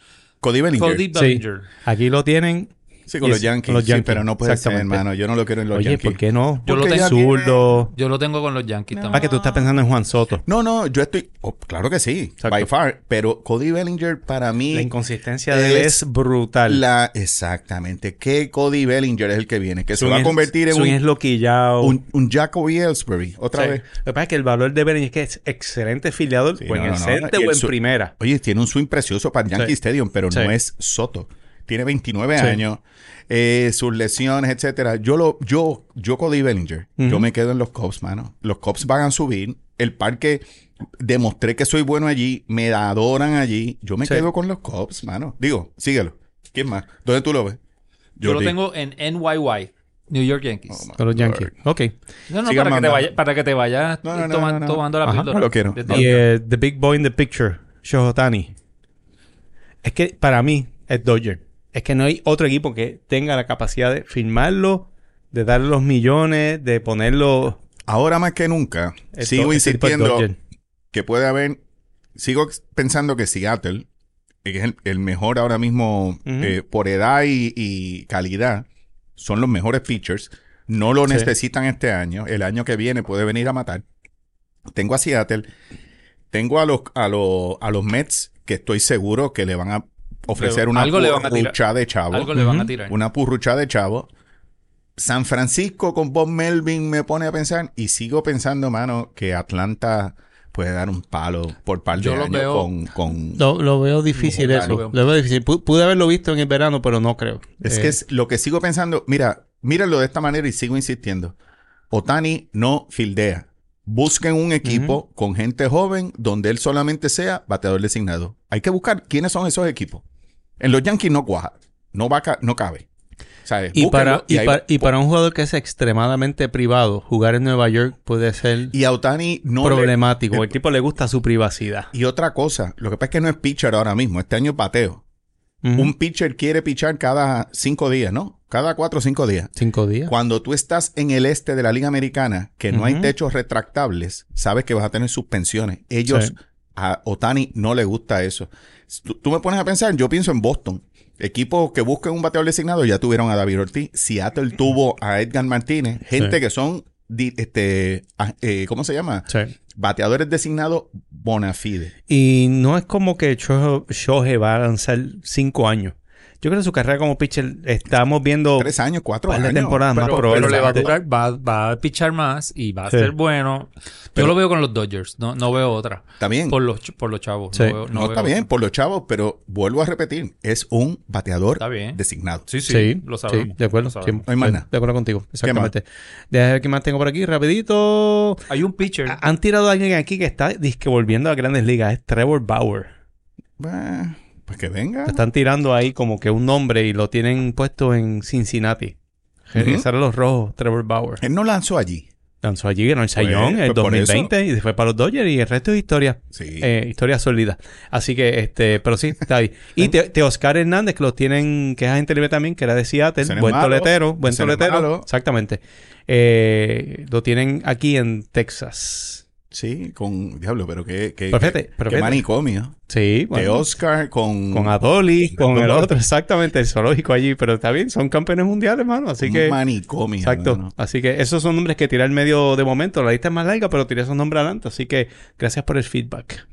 [SPEAKER 1] Cody Bellinger.
[SPEAKER 3] Cody
[SPEAKER 2] Sí.
[SPEAKER 3] Bellinger.
[SPEAKER 2] Aquí lo tienen.
[SPEAKER 1] Sí, con
[SPEAKER 2] Y
[SPEAKER 1] los
[SPEAKER 2] es-
[SPEAKER 1] Yankees.
[SPEAKER 2] con los
[SPEAKER 1] Sí,
[SPEAKER 2] Yankees,
[SPEAKER 1] pero no puede ser,
[SPEAKER 2] exactamente.
[SPEAKER 1] hermano. Yo no lo quiero en los
[SPEAKER 2] Oye,
[SPEAKER 1] Yankees.
[SPEAKER 2] ¿por qué no?
[SPEAKER 3] Yo lo
[SPEAKER 1] Porque
[SPEAKER 3] tengo
[SPEAKER 1] ya
[SPEAKER 2] Zurdo.
[SPEAKER 3] Yo lo tengo con los Yankees
[SPEAKER 2] Ah,
[SPEAKER 3] también.
[SPEAKER 2] que tú estás pensando en Juan Soto.
[SPEAKER 1] No, no, yo estoy. oh, claro que sí,
[SPEAKER 2] Exacto.
[SPEAKER 1] by far. Pero Cody Bellinger para
[SPEAKER 2] La
[SPEAKER 1] mí.
[SPEAKER 2] inconsistencia de él
[SPEAKER 1] es
[SPEAKER 2] es brutal.
[SPEAKER 1] La, exactamente. Que Cody Bellinger es el que viene. Que se
[SPEAKER 2] Swing
[SPEAKER 1] va a
[SPEAKER 2] es-
[SPEAKER 1] convertir en
[SPEAKER 2] swing es
[SPEAKER 1] un,
[SPEAKER 2] loquillao.
[SPEAKER 1] un, un Jacoby Ellsbury. Otra
[SPEAKER 2] Sí.
[SPEAKER 1] vez.
[SPEAKER 2] Lo que pasa es que el valor de Bellinger es que es excelente filiador,
[SPEAKER 1] Sí,
[SPEAKER 2] o en
[SPEAKER 1] no,
[SPEAKER 2] el
[SPEAKER 1] no, no.
[SPEAKER 2] center
[SPEAKER 1] Y el
[SPEAKER 2] o en
[SPEAKER 1] su-
[SPEAKER 2] primera.
[SPEAKER 1] Oye, tiene un swing precioso para el Yankee
[SPEAKER 2] Sí.
[SPEAKER 1] Stadium, pero
[SPEAKER 2] Sí.
[SPEAKER 1] no es Soto. Tiene 29
[SPEAKER 2] Sí.
[SPEAKER 1] años, eh, sus lesiones, etcétera. Yo lo, yo, yo Cody Bellinger, yo
[SPEAKER 2] Ujú.
[SPEAKER 1] me quedo en los Cubs, mano. Los Cubs van a subir. El parque demostré que soy bueno allí, me adoran allí. Yo me
[SPEAKER 2] Sí.
[SPEAKER 1] quedo con los Cubs, mano. Digo, síguelo. ¿Quién más? ¿Dónde tú lo ves?
[SPEAKER 3] Yo lo
[SPEAKER 1] Jordi.
[SPEAKER 3] tengo en NYY, New York Yankees.
[SPEAKER 1] Oh, my
[SPEAKER 2] Con los Yankees. Ok.
[SPEAKER 3] No,
[SPEAKER 1] Sigan
[SPEAKER 3] no, para que, te
[SPEAKER 1] mandando.
[SPEAKER 3] vaya- para que te vayas
[SPEAKER 1] No, no,
[SPEAKER 3] eh,
[SPEAKER 1] no,
[SPEAKER 3] toman-
[SPEAKER 1] no, no.
[SPEAKER 3] tomando la
[SPEAKER 2] Ajá,
[SPEAKER 3] píldora.
[SPEAKER 2] eh,
[SPEAKER 1] no lo quiero.
[SPEAKER 3] De
[SPEAKER 1] No.
[SPEAKER 3] todo.
[SPEAKER 2] Y eh, The Big Boy in the Picture, Shohotani. Es que para mí es Dodger. Es que no hay otro equipo que tenga la capacidad de firmarlo, de darle los millones, de ponerlo.
[SPEAKER 1] Ahora más que nunca,
[SPEAKER 2] el
[SPEAKER 1] sigo
[SPEAKER 2] do- ese tipo es
[SPEAKER 1] insistiendo
[SPEAKER 2] Dodger.
[SPEAKER 1] que puede haber. Sigo pensando que Seattle que es el, el mejor ahora mismo eh, por edad y, y calidad. Son los mejores pitchers. No lo
[SPEAKER 2] Sí.
[SPEAKER 1] necesitan este año. El año que viene puede venir a matar. Tengo a Seattle. Tengo a los, a los, a los Mets que estoy seguro que le van a ofrecer
[SPEAKER 3] Le-
[SPEAKER 1] una
[SPEAKER 3] algo le van a
[SPEAKER 1] purrucha de chavo.
[SPEAKER 3] Algo le van a
[SPEAKER 2] Ujú.
[SPEAKER 3] tirar.
[SPEAKER 1] Una purrucha de chavo. San Francisco con Bob Melvin me pone a pensar y sigo pensando, mano, que Atlanta puede dar un palo por par de
[SPEAKER 3] Yo lo
[SPEAKER 1] años
[SPEAKER 3] veo-
[SPEAKER 1] con, con-
[SPEAKER 2] Lo, lo veo difícil
[SPEAKER 1] Claro.
[SPEAKER 2] eso. Lo veo difícil. Pu- Pude haberlo visto en el verano, pero no creo.
[SPEAKER 1] Es
[SPEAKER 2] Eh,
[SPEAKER 1] que es lo que sigo pensando, mira, míralo de esta manera y sigo insistiendo. Otani no fildea. Busquen un equipo con gente joven donde él solamente sea bateador designado. Hay que buscar quiénes son esos equipos. En los Yankees no cuaja, no va ca- no cabe. ¿Sabes?
[SPEAKER 2] Y para,
[SPEAKER 1] Búsquenlo
[SPEAKER 2] y,
[SPEAKER 1] ahí
[SPEAKER 2] pa-
[SPEAKER 1] va.
[SPEAKER 2] y para un jugador que es extremadamente privado, jugar en Nueva York puede ser
[SPEAKER 1] Y a Otani no le-
[SPEAKER 2] problemático. el tipo le gusta su privacidad.
[SPEAKER 1] y otra cosa, lo que pasa es que no es pitcher ahora mismo, este año es bateo.
[SPEAKER 2] Ujú.
[SPEAKER 1] Un pitcher quiere pichar cada cinco días, ¿no? Cada cuatro o cinco días.
[SPEAKER 2] Cinco días.
[SPEAKER 1] Cuando tú estás en el este de la Liga Americana, que no hay
[SPEAKER 2] Ujú.
[SPEAKER 1] techos retractables, sabes que vas a tener suspensiones. Ellos,
[SPEAKER 2] Sí.
[SPEAKER 1] a Otani no le gusta eso. S- Tú, tú me pones a pensar, yo pienso en Boston. Equipos que busquen un bateador designado ya tuvieron a David Ortiz. Seattle tuvo a Edgar Martínez. Gente
[SPEAKER 2] Sí.
[SPEAKER 1] que son, di- este, a- eh, ¿cómo se llama?
[SPEAKER 2] Sí.
[SPEAKER 1] Bateadores designados bona fide.
[SPEAKER 2] Y no es como que Cho- Shohei va a lanzar cinco años. Yo creo que su carrera como pitcher estamos viendo...
[SPEAKER 1] Tres años, cuatro
[SPEAKER 2] Par de
[SPEAKER 1] años.
[SPEAKER 2] temporadas más
[SPEAKER 1] Pero-
[SPEAKER 2] probable.
[SPEAKER 1] pero
[SPEAKER 3] Pero le va a
[SPEAKER 2] Exacto.
[SPEAKER 3] durar, va, va a pichar más y va a
[SPEAKER 2] Sí.
[SPEAKER 3] ser bueno. Yo
[SPEAKER 1] Pero-
[SPEAKER 3] lo veo con los Dodgers, no, no veo otra.
[SPEAKER 1] Está bien.
[SPEAKER 3] Por los, ch- por los chavos.
[SPEAKER 2] Sí.
[SPEAKER 3] No, veo-
[SPEAKER 1] no,
[SPEAKER 3] veo
[SPEAKER 1] está
[SPEAKER 3] otra.
[SPEAKER 1] bien, por los chavos, pero vuelvo a repetir, es un bateador
[SPEAKER 3] Está bien.
[SPEAKER 1] designado.
[SPEAKER 3] Sí, sí, lo sabemos.
[SPEAKER 2] sí, de acuerdo.
[SPEAKER 3] lo
[SPEAKER 2] sí,
[SPEAKER 3] sabemos.
[SPEAKER 1] No hay más
[SPEAKER 2] de-
[SPEAKER 1] nada.
[SPEAKER 2] De acuerdo contigo, exactamente. Déjame ver qué más tengo por aquí, rapidito.
[SPEAKER 3] Hay un pitcher.
[SPEAKER 1] Ah,
[SPEAKER 2] Ha- Han tirado a alguien aquí que está disque volviendo a grandes ligas. Es Trevor Bauer.
[SPEAKER 1] Bah, pues que venga.
[SPEAKER 3] Ah.
[SPEAKER 2] Lo están tirando ahí como que un nombre y lo tienen puesto en Cincinnati. Regresar a los rojos, Trevor Bauer.
[SPEAKER 1] Él no lanzó allí.
[SPEAKER 2] Lanzó allí, ganó el
[SPEAKER 1] Pues,
[SPEAKER 2] Sayón en el
[SPEAKER 1] pues por eso.
[SPEAKER 2] 2020 y fue para los Dodgers y el resto es historia.
[SPEAKER 1] Sí.
[SPEAKER 2] Eh, historia sólida. Así que, este, pero sí, está ahí. Y Te- Teoscar Hernández, que los tienen, que es agente libre también, que era de Seattle.
[SPEAKER 1] Ese no es
[SPEAKER 2] Buen
[SPEAKER 1] malo.
[SPEAKER 2] toletero, buen
[SPEAKER 1] Ese no es
[SPEAKER 2] toletero.
[SPEAKER 1] malo.
[SPEAKER 2] Exactamente. Eh, lo tienen aquí en Texas.
[SPEAKER 1] sí, con diablo, pero qué, qué,
[SPEAKER 2] Pero fíjate,
[SPEAKER 1] Eh, qué-
[SPEAKER 2] pero
[SPEAKER 1] qué
[SPEAKER 2] fíjate.
[SPEAKER 1] manicomio.
[SPEAKER 2] Sí, bueno.
[SPEAKER 1] De Oscar con,
[SPEAKER 2] Con Adoli, con el
[SPEAKER 1] Adoli.
[SPEAKER 2] otro, exactamente, el zoológico allí, pero está bien, son campeones mundiales, hermano, así que...
[SPEAKER 1] un manicomio.
[SPEAKER 2] Exacto. *laughs*
[SPEAKER 1] hermano.
[SPEAKER 2] Así que esos son nombres que tiré al medio de momento. La lista es más larga, pero tiré esos nombres adelante. Así que gracias por el feedback.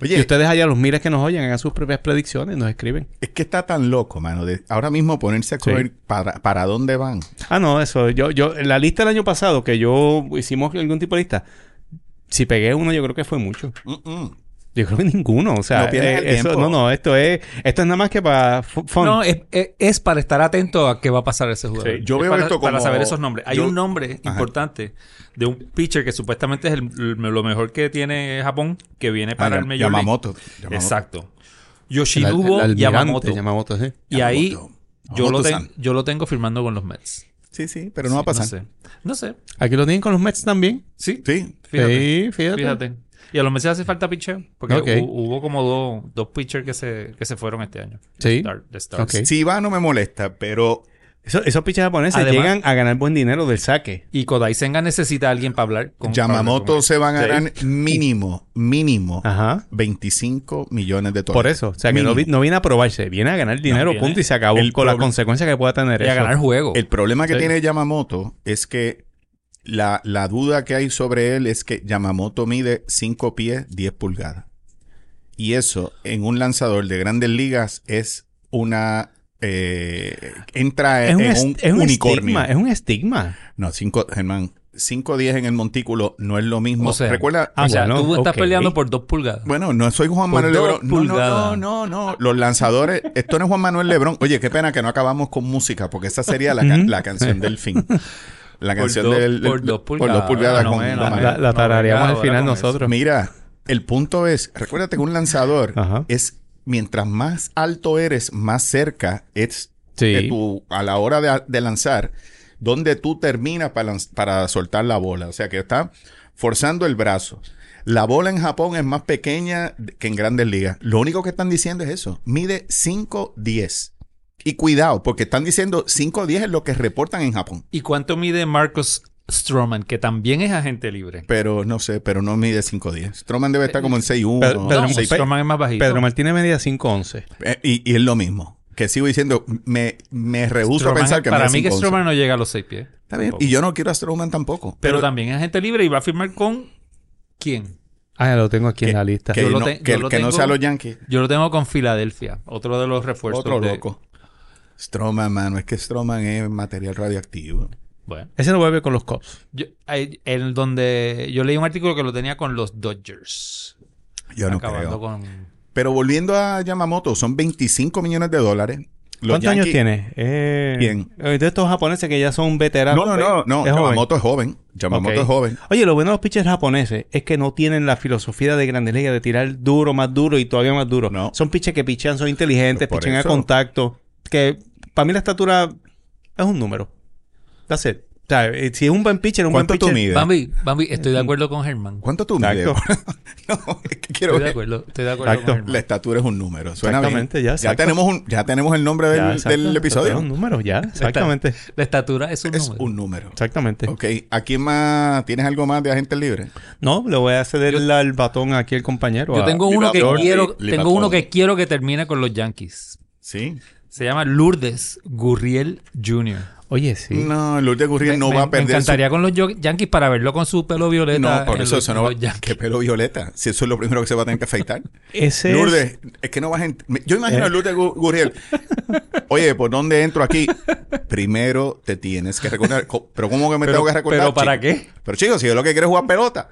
[SPEAKER 1] Oye,
[SPEAKER 2] Y ustedes allá, los miles que nos oyen, hagan sus propias predicciones, nos escriben.
[SPEAKER 1] es que está tan loco, mano. de ahora mismo ponerse a correr para, para dónde van.
[SPEAKER 2] Ah, no, eso. Yo, yo, la lista del año pasado, que yo hicimos algún tipo de lista, si pegué uno, yo creo que fue mucho.
[SPEAKER 3] Mm,
[SPEAKER 1] Mm-mm.
[SPEAKER 2] Yo creo que ninguno. O sea,
[SPEAKER 1] No pierdes el
[SPEAKER 2] eh, eso-
[SPEAKER 1] tiempo.
[SPEAKER 2] no, no, esto es, esto es nada más que para fu-
[SPEAKER 1] ah,
[SPEAKER 2] fun.
[SPEAKER 3] No, es, es- es para estar atento a qué va a pasar ese jugador.
[SPEAKER 2] Sí,
[SPEAKER 1] yo
[SPEAKER 3] Es
[SPEAKER 1] veo
[SPEAKER 3] para,
[SPEAKER 1] esto
[SPEAKER 3] para
[SPEAKER 1] como-
[SPEAKER 3] saber esos nombres. Hay
[SPEAKER 1] yo-
[SPEAKER 3] un nombre
[SPEAKER 1] Ajá.
[SPEAKER 3] importante de un pitcher que supuestamente es el- lo mejor que tiene Japón, que viene para
[SPEAKER 1] Ah,
[SPEAKER 3] el Major League.
[SPEAKER 1] Yamamoto. Yamamoto.
[SPEAKER 3] Exacto.
[SPEAKER 2] El- el
[SPEAKER 3] Yoshinobu
[SPEAKER 2] almirante
[SPEAKER 3] Yamamoto.
[SPEAKER 2] Yamamoto, sí.
[SPEAKER 3] Y ahí
[SPEAKER 1] Yamamoto.
[SPEAKER 3] yo lo, ten-
[SPEAKER 1] Yamamoto-san.
[SPEAKER 3] yo lo tengo firmando con los Mets.
[SPEAKER 1] Sí, sí, pero no va a
[SPEAKER 3] Sí,
[SPEAKER 1] pasar.
[SPEAKER 3] No sé. No sé.
[SPEAKER 2] Aquí lo tienen con los Mets también.
[SPEAKER 3] Sí,
[SPEAKER 1] Sí.
[SPEAKER 3] fíjate.
[SPEAKER 2] Sí, fíjate.
[SPEAKER 3] Fíjate. Y a los Mets hace falta pitcher. Porque
[SPEAKER 2] Ok.
[SPEAKER 3] hu- hubo como dos, dos pitchers que se, que se fueron este año.
[SPEAKER 2] Sí.
[SPEAKER 3] Star- de Stars.
[SPEAKER 2] Ok. Sí.
[SPEAKER 1] Si va, no me molesta, pero
[SPEAKER 2] Eso- esos piches japoneses
[SPEAKER 3] Además-
[SPEAKER 2] llegan a ganar buen dinero del saque.
[SPEAKER 3] Y Kodai Senga necesita a alguien para hablar con
[SPEAKER 1] Yamamoto
[SPEAKER 3] para
[SPEAKER 1] se van a ganar mínimo, mínimo,
[SPEAKER 2] Ajá.
[SPEAKER 1] 25 millones de dólares.
[SPEAKER 2] Por eso. O sea, que no,
[SPEAKER 1] Mínimo.
[SPEAKER 2] vi- no viene a probarse. Viene a ganar dinero,
[SPEAKER 3] viene.
[SPEAKER 2] punto, y se acabó
[SPEAKER 1] El
[SPEAKER 2] con las
[SPEAKER 1] proble-
[SPEAKER 2] consecuencias que pueda tener
[SPEAKER 3] hablar con él. y a
[SPEAKER 2] eso.
[SPEAKER 3] ganar juego.
[SPEAKER 1] El problema que
[SPEAKER 2] Sí.
[SPEAKER 1] tiene Yamamoto es que la, la duda que hay sobre él es que Yamamoto mide 5 pies 10 pulgadas. Y eso en un lanzador de grandes ligas es una... eh, entra
[SPEAKER 2] Es un,
[SPEAKER 1] en
[SPEAKER 2] est-
[SPEAKER 1] un
[SPEAKER 2] es un
[SPEAKER 1] unicornio.
[SPEAKER 2] estigma. Es un estigma.
[SPEAKER 1] No, 5, Germán, 5 10 en el montículo no es lo mismo.
[SPEAKER 3] O sea,
[SPEAKER 1] Recuerda...
[SPEAKER 2] Ah,
[SPEAKER 3] o sea,
[SPEAKER 2] bueno,
[SPEAKER 3] tú estás
[SPEAKER 2] ok.
[SPEAKER 3] peleando por dos pulgadas.
[SPEAKER 1] Bueno, no soy Juan
[SPEAKER 3] Por
[SPEAKER 1] Manuel
[SPEAKER 3] dos
[SPEAKER 1] Lebrón. No, no, no,
[SPEAKER 3] pulgadas.
[SPEAKER 1] no, no. Los lanzadores. Esto no es Juan Manuel Lebrón. Oye, qué pena que no acabamos con música, porque esa sería la, ca-
[SPEAKER 2] Ujú.
[SPEAKER 1] la canción del fin. La
[SPEAKER 3] Por
[SPEAKER 1] canción
[SPEAKER 3] dos-
[SPEAKER 1] del, del-
[SPEAKER 3] por dos
[SPEAKER 1] Por
[SPEAKER 3] pulgadas.
[SPEAKER 1] dos pulgadas
[SPEAKER 3] No,
[SPEAKER 1] con
[SPEAKER 3] bueno,
[SPEAKER 1] Juan
[SPEAKER 2] La,
[SPEAKER 3] no,
[SPEAKER 1] Manuel.
[SPEAKER 2] la- la
[SPEAKER 3] no,
[SPEAKER 2] tarareamos
[SPEAKER 3] venga,
[SPEAKER 2] al final
[SPEAKER 3] ahora con eso.
[SPEAKER 2] nosotros.
[SPEAKER 1] Mira, el punto es, recuérdate que un lanzador
[SPEAKER 2] Ajá.
[SPEAKER 1] es mientras más alto eres, más cerca es
[SPEAKER 2] Sí.
[SPEAKER 1] de tu- a la hora de, de lanzar, donde tú terminas para, lanz- para soltar la bola. O sea que está forzando el brazo. La bola en Japón es más pequeña que en grandes ligas. Lo único que están diciendo es eso. Mide 5'10". Y cuidado, porque están diciendo 5'10 es lo que reportan en Japón.
[SPEAKER 3] ¿Y cuánto mide Marcos Stroman, que también es agente libre?
[SPEAKER 1] Pero no sé, pero no mide 5'10. Stroman debe estar como en 6'1.
[SPEAKER 2] Pedro- Pedro-
[SPEAKER 1] o
[SPEAKER 3] No,
[SPEAKER 2] seis-
[SPEAKER 3] Stroman es más bajito.
[SPEAKER 2] Pedro Martínez medía 5'11.
[SPEAKER 1] Eh, y, y es lo mismo. Que sigo diciendo, me, me rehúso a
[SPEAKER 3] Stroman-
[SPEAKER 1] pensar que
[SPEAKER 3] Para
[SPEAKER 1] mide
[SPEAKER 3] mí que
[SPEAKER 1] 5'11.
[SPEAKER 3] Stroman no llega a los seis pies.
[SPEAKER 1] Está bien. Y yo no quiero a Stroman tampoco.
[SPEAKER 3] Pero, también es agente libre y va a firmar con quién? Ah, lo tengo aquí en la lista.
[SPEAKER 1] Que,
[SPEAKER 3] yo, lo
[SPEAKER 1] no,
[SPEAKER 3] te-
[SPEAKER 1] que-
[SPEAKER 3] yo lo
[SPEAKER 1] que no
[SPEAKER 3] tengo-
[SPEAKER 1] sea los Yankees.
[SPEAKER 3] yo lo tengo con Filadelfia, otro de los refuerzos.
[SPEAKER 1] Otro
[SPEAKER 3] de-
[SPEAKER 1] loco. Stroman, mano. Es que Stroman es material radioactivo.
[SPEAKER 3] Bueno,
[SPEAKER 2] Ese no vuelve con los Cubs.
[SPEAKER 3] yo, ahí- en donde yo leí un artículo que lo tenía con los Dodgers.
[SPEAKER 1] Yo no
[SPEAKER 3] acabando
[SPEAKER 1] creo.
[SPEAKER 3] con
[SPEAKER 1] Pero volviendo a Yamamoto, son 25 millones de dólares. Los
[SPEAKER 2] ¿Cuántos años
[SPEAKER 1] Yankees-
[SPEAKER 2] tiene? Eh,
[SPEAKER 1] ¿Quién?
[SPEAKER 2] eh, De estos japoneses que ya son veteranos.
[SPEAKER 1] No, no, no. no.
[SPEAKER 2] Es joven.
[SPEAKER 1] Yamamoto es joven. Yamamoto
[SPEAKER 2] Ok.
[SPEAKER 1] es joven.
[SPEAKER 2] Oye, lo bueno de los pitchers japoneses es que no tienen la filosofía de Grandes Ligas de tirar duro, más duro y todavía más duro.
[SPEAKER 1] No.
[SPEAKER 2] Son pitchers que pichean, son inteligentes,
[SPEAKER 1] Pues por
[SPEAKER 2] pichean
[SPEAKER 1] eso.
[SPEAKER 2] a contacto. Que para mí la estatura es un número. That's it. O sea, eh, si es un buen pitcher, un buen
[SPEAKER 1] ¿Cuánto
[SPEAKER 2] pitcher.
[SPEAKER 1] tú mides?
[SPEAKER 3] Bambi, Bambi, estoy de acuerdo con Germán.
[SPEAKER 1] ¿Cuánto tú mides?
[SPEAKER 2] Exacto.
[SPEAKER 1] *laughs* no, es que quiero
[SPEAKER 3] Estoy de
[SPEAKER 1] ver.
[SPEAKER 3] acuerdo, estoy de acuerdo
[SPEAKER 2] Exacto.
[SPEAKER 3] con
[SPEAKER 1] La
[SPEAKER 3] Germán.
[SPEAKER 1] estatura es un número. Suena bien.
[SPEAKER 2] Exactamente, ya,
[SPEAKER 1] Ya
[SPEAKER 2] exacto.
[SPEAKER 1] tenemos, un, ya tenemos el nombre
[SPEAKER 2] Ya,
[SPEAKER 1] del,
[SPEAKER 2] exacto,
[SPEAKER 1] del episodio.
[SPEAKER 2] Son números, ya. Exactamente.
[SPEAKER 3] La estatura es un
[SPEAKER 1] Es
[SPEAKER 3] número.
[SPEAKER 1] un número.
[SPEAKER 2] Exactamente.
[SPEAKER 1] Ok. ¿A quién más? ¿Tienes algo más de agentes libres?
[SPEAKER 2] No, le voy a ceder la- el batón aquí al compañero.
[SPEAKER 3] Yo
[SPEAKER 2] a-
[SPEAKER 3] tengo uno que
[SPEAKER 1] Libertador,
[SPEAKER 3] quiero,
[SPEAKER 1] sí,
[SPEAKER 3] tengo uno
[SPEAKER 1] Libertador.
[SPEAKER 3] que quiero que termine con los Yankees.
[SPEAKER 1] Sí.
[SPEAKER 3] Se llama Lourdes Gurriel Jr.
[SPEAKER 2] Oye, sí.
[SPEAKER 1] No, Lourdes Gurriel no
[SPEAKER 3] me,
[SPEAKER 1] va
[SPEAKER 3] me
[SPEAKER 1] a perder. su-
[SPEAKER 3] encantaría con los yo- Yankees para verlo con su pelo violeta.
[SPEAKER 1] No, por
[SPEAKER 3] en
[SPEAKER 1] eso
[SPEAKER 3] los-
[SPEAKER 1] eso no va.
[SPEAKER 3] los Yankees.
[SPEAKER 1] ¿Qué pelo violeta? Si eso es lo primero que se va a tener que afeitar.
[SPEAKER 2] Ese es-
[SPEAKER 1] Lourdes, es que no vas a. ent- me- Yo imagino a Lourdes Gu- Gurriel. Oye, ¿por dónde entro aquí? Primero te tienes que recordar. Co- ¿Pero cómo que me
[SPEAKER 3] Pero-
[SPEAKER 1] tengo que recordar?
[SPEAKER 3] pero ¿para
[SPEAKER 1] chico?
[SPEAKER 3] qué?
[SPEAKER 1] Pero chicos, si yo lo que quiero es jugar pelota,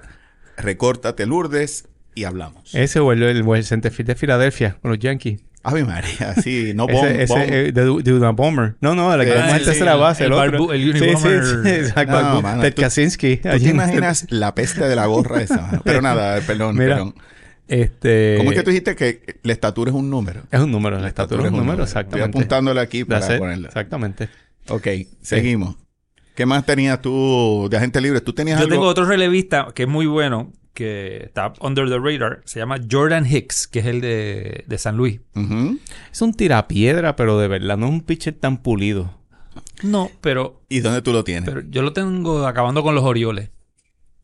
[SPEAKER 1] recórtate Lourdes y
[SPEAKER 3] Eh.
[SPEAKER 1] hablamos.
[SPEAKER 2] Ese o el, el, o el centerfield de Filadelfia, con los Yankees.
[SPEAKER 1] Ave María, sí, no
[SPEAKER 2] Ese-
[SPEAKER 1] bomb,
[SPEAKER 2] ese,
[SPEAKER 1] bomb.
[SPEAKER 2] eh, de, de una bomber. No, no, la que
[SPEAKER 1] Sí,
[SPEAKER 2] vamos a
[SPEAKER 1] sí,
[SPEAKER 2] hacer la base.
[SPEAKER 3] Ah, el
[SPEAKER 2] El, otro.
[SPEAKER 3] barbu- el
[SPEAKER 2] Sí,
[SPEAKER 3] unibomber.
[SPEAKER 2] sí, sí,
[SPEAKER 1] No,
[SPEAKER 2] exacto. barbu-
[SPEAKER 1] mano,
[SPEAKER 2] Ted
[SPEAKER 1] tú-
[SPEAKER 2] Kaczynski.
[SPEAKER 1] ¿Tú
[SPEAKER 2] allí
[SPEAKER 1] te
[SPEAKER 2] en-
[SPEAKER 1] imaginas la peste de la gorra esa?
[SPEAKER 3] *laughs*
[SPEAKER 1] mano? Pero nada, eh, perdón,
[SPEAKER 2] Mira,
[SPEAKER 1] perdón.
[SPEAKER 2] Este,
[SPEAKER 1] ¿Cómo es
[SPEAKER 3] eh,
[SPEAKER 1] que tú dijiste que la estatura es un número?
[SPEAKER 2] Es un número, la estatura es un número,
[SPEAKER 1] Estoy
[SPEAKER 2] exactamente.
[SPEAKER 1] apuntándole aquí
[SPEAKER 2] That's
[SPEAKER 1] para
[SPEAKER 2] it,
[SPEAKER 1] ponerla.
[SPEAKER 2] Exactamente.
[SPEAKER 1] Ok, seguimos. ¿Qué más tenías tú de agente libre? ¿Tú tenías
[SPEAKER 3] Yo
[SPEAKER 1] algo?
[SPEAKER 3] tengo otro relevista que es muy bueno, que está under the radar. Se llama Jordan Hicks, que es el de, de San Luis.
[SPEAKER 1] Ujú.
[SPEAKER 2] Es un tirapiedra, pero de verdad, no es un pitcher tan pulido.
[SPEAKER 3] No, pero,
[SPEAKER 1] ¿Y dónde tú lo tienes?
[SPEAKER 3] pero yo lo tengo acabando con los Orioles.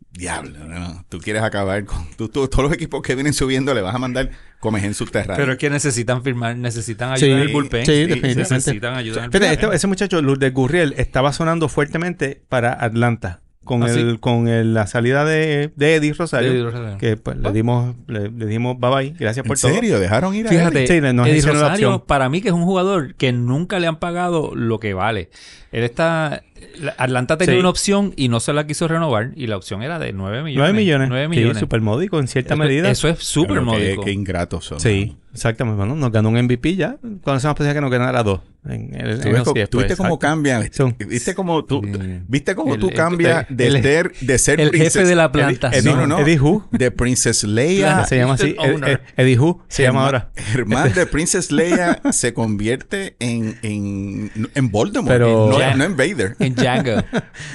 [SPEAKER 1] Diablo, no. Tú quieres acabar con... tú- tú- todos los equipos que vienen subiendo le vas a mandar comes en subterráneo.
[SPEAKER 3] Pero es que necesitan firmar, necesitan ayuda en el bullpen.
[SPEAKER 2] Sí, definitivamente.
[SPEAKER 3] necesitan ayuda en el
[SPEAKER 2] Fíjate,
[SPEAKER 3] bullpen.
[SPEAKER 2] este- ese muchacho, Lourdes Gurriel, estaba sonando fuertemente para Atlanta. Con,
[SPEAKER 3] Ah,
[SPEAKER 2] el, con el- la salida de, de Eddie Rosario.
[SPEAKER 3] Eddie Rosario. ¿Ah?
[SPEAKER 2] Que pues, le, dimos, le, le dimos bye bye. Gracias
[SPEAKER 1] ¿En
[SPEAKER 2] por todo.
[SPEAKER 1] serio? ¿Dejaron ir a él?
[SPEAKER 3] Fíjate,
[SPEAKER 2] Sí, le- nos
[SPEAKER 3] Eddie
[SPEAKER 2] hicieron la
[SPEAKER 3] Rosario,
[SPEAKER 2] opción.
[SPEAKER 3] para mí que es un jugador que nunca le han pagado lo que vale. Él está... la- Atlanta tenía
[SPEAKER 2] Sí.
[SPEAKER 3] una opción y no se la quiso renovar y la opción era de 9 millones.
[SPEAKER 2] 9 millones.
[SPEAKER 3] 9 millones.
[SPEAKER 2] Sí, súper módico en cierta
[SPEAKER 3] Eso-
[SPEAKER 2] medida.
[SPEAKER 3] Eso es súper
[SPEAKER 1] Pero qué-
[SPEAKER 3] módico.
[SPEAKER 1] Qué, ingratos son.
[SPEAKER 2] Sí, exactamente. Bueno, nos ganó un MVP ya. Cuando se nos pensaba que nos ganara dos. En el,
[SPEAKER 1] Tú ves co- tú viste cómo cambian.
[SPEAKER 2] Son-
[SPEAKER 1] Viste cómo tú,
[SPEAKER 3] Sí.
[SPEAKER 1] viste cómo
[SPEAKER 3] El-
[SPEAKER 1] tú
[SPEAKER 3] el-
[SPEAKER 1] cambias
[SPEAKER 3] el-
[SPEAKER 1] de
[SPEAKER 3] el-
[SPEAKER 1] ser, de ser
[SPEAKER 3] el jefe
[SPEAKER 1] princesa-
[SPEAKER 3] de la
[SPEAKER 1] Eddie-
[SPEAKER 3] planta.
[SPEAKER 1] Eddie- no, no, no.
[SPEAKER 2] Eddie Who.
[SPEAKER 1] De Princess Leia.
[SPEAKER 2] Ah, se llama así.
[SPEAKER 3] Houston
[SPEAKER 2] Ed-
[SPEAKER 3] owner.
[SPEAKER 2] Ed- Eddie Who se llama
[SPEAKER 1] Germán-
[SPEAKER 2] ahora.
[SPEAKER 1] Germán
[SPEAKER 2] Este-
[SPEAKER 1] de Princess Leia se convierte en, en, en Voldemort.
[SPEAKER 2] Pero-
[SPEAKER 1] no,
[SPEAKER 3] Ya.
[SPEAKER 1] no en Vader.
[SPEAKER 3] En Django.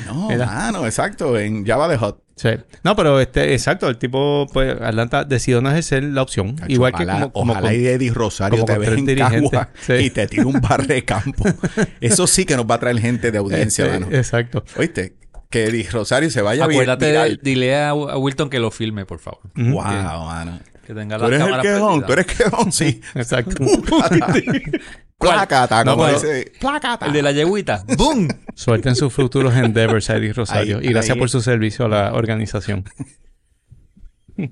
[SPEAKER 1] No,
[SPEAKER 2] *laughs* Era.
[SPEAKER 1] mano, exacto. En Java the Hot.
[SPEAKER 2] Sí. No, pero este, exacto, el tipo, pues, Atlanta decidió no ejercer la opción. Igual que
[SPEAKER 1] ojalá,
[SPEAKER 2] como, como
[SPEAKER 1] ojalá
[SPEAKER 2] con-
[SPEAKER 1] y Eddie Rosario
[SPEAKER 2] como
[SPEAKER 1] te
[SPEAKER 2] con
[SPEAKER 1] ve
[SPEAKER 2] tres
[SPEAKER 1] en
[SPEAKER 2] dirigentes.
[SPEAKER 1] Cagua
[SPEAKER 2] Sí.
[SPEAKER 1] y te tira un bar de campo.
[SPEAKER 2] *laughs*
[SPEAKER 1] Eso sí que nos va a traer gente de audiencia,
[SPEAKER 2] Este,
[SPEAKER 1] mano.
[SPEAKER 2] *laughs* Exacto.
[SPEAKER 1] Oíste, *laughs* que Eddie Rosario se vaya vi-
[SPEAKER 3] Acuérdate, de-
[SPEAKER 1] viral.
[SPEAKER 3] dile a, a Wilton que lo filme, por favor.
[SPEAKER 2] Ujú.
[SPEAKER 1] Wow, mano.
[SPEAKER 3] Que tenga
[SPEAKER 1] Tú
[SPEAKER 3] la
[SPEAKER 1] eres el
[SPEAKER 3] cámara
[SPEAKER 1] quejón,
[SPEAKER 3] prendida.
[SPEAKER 1] tú eres quejón, sí.
[SPEAKER 3] *laughs*
[SPEAKER 2] Exacto. *laughs*
[SPEAKER 1] *laughs* Plácata,
[SPEAKER 2] No,
[SPEAKER 1] como
[SPEAKER 2] pero-
[SPEAKER 1] dice. Plácata.
[SPEAKER 3] El de la
[SPEAKER 1] *laughs*
[SPEAKER 3] yeguita. ¡Boom!
[SPEAKER 1] Pues
[SPEAKER 2] Suerte en sus futuros endeavors, Eddie Rosario.
[SPEAKER 1] Ahí,
[SPEAKER 2] y gracias
[SPEAKER 1] ahí.
[SPEAKER 2] por su servicio a la organización. *laughs*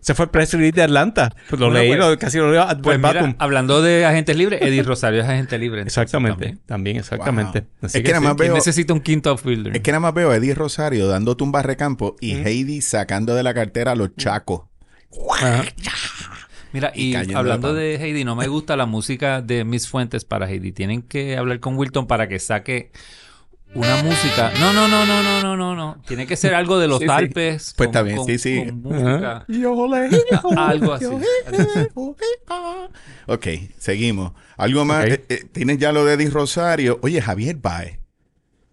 [SPEAKER 2] Se fue el press release de Atlanta. Pues lo
[SPEAKER 3] Bueno,
[SPEAKER 2] leí,
[SPEAKER 3] pues-
[SPEAKER 2] lo- casi lo leo ad
[SPEAKER 3] Pues mira,
[SPEAKER 2] verbatim.
[SPEAKER 3] hablando de agentes libres, Eddie Rosario es agente libre. entonces,
[SPEAKER 2] Exactamente.
[SPEAKER 3] también.
[SPEAKER 2] También, exactamente.
[SPEAKER 1] Wow.
[SPEAKER 2] Así
[SPEAKER 1] Es que nada más
[SPEAKER 3] ¿Quién
[SPEAKER 1] Veo-
[SPEAKER 3] necesita un quinto outfielder?
[SPEAKER 1] Es que nada más veo a Eddie Rosario dando tumbas recampo y Heidi sacando de la cartera a los chacos.
[SPEAKER 2] Ajá.
[SPEAKER 3] Mira,
[SPEAKER 1] y
[SPEAKER 3] y,
[SPEAKER 1] cayendo
[SPEAKER 3] hablando
[SPEAKER 1] de
[SPEAKER 3] de Heidi,
[SPEAKER 1] *laughs*
[SPEAKER 3] no me gusta la música de Miss Fuentes para Heidi. Tienen que hablar con Wilton para que saque una música. No, no, no, no, no, no, no, no. Tiene que ser algo de los
[SPEAKER 1] *laughs* Sí, sí. Pues
[SPEAKER 3] Alpes. con-
[SPEAKER 1] está bien,
[SPEAKER 3] con-
[SPEAKER 1] sí, sí.
[SPEAKER 3] con música.
[SPEAKER 1] Yo *laughs* le
[SPEAKER 3] Algo así.
[SPEAKER 1] Ah, ok, seguimos. Algo más.
[SPEAKER 2] Ok.
[SPEAKER 1] Eh, eh, tienes ya lo de Eddie Rosario. Oye, Javier Baez.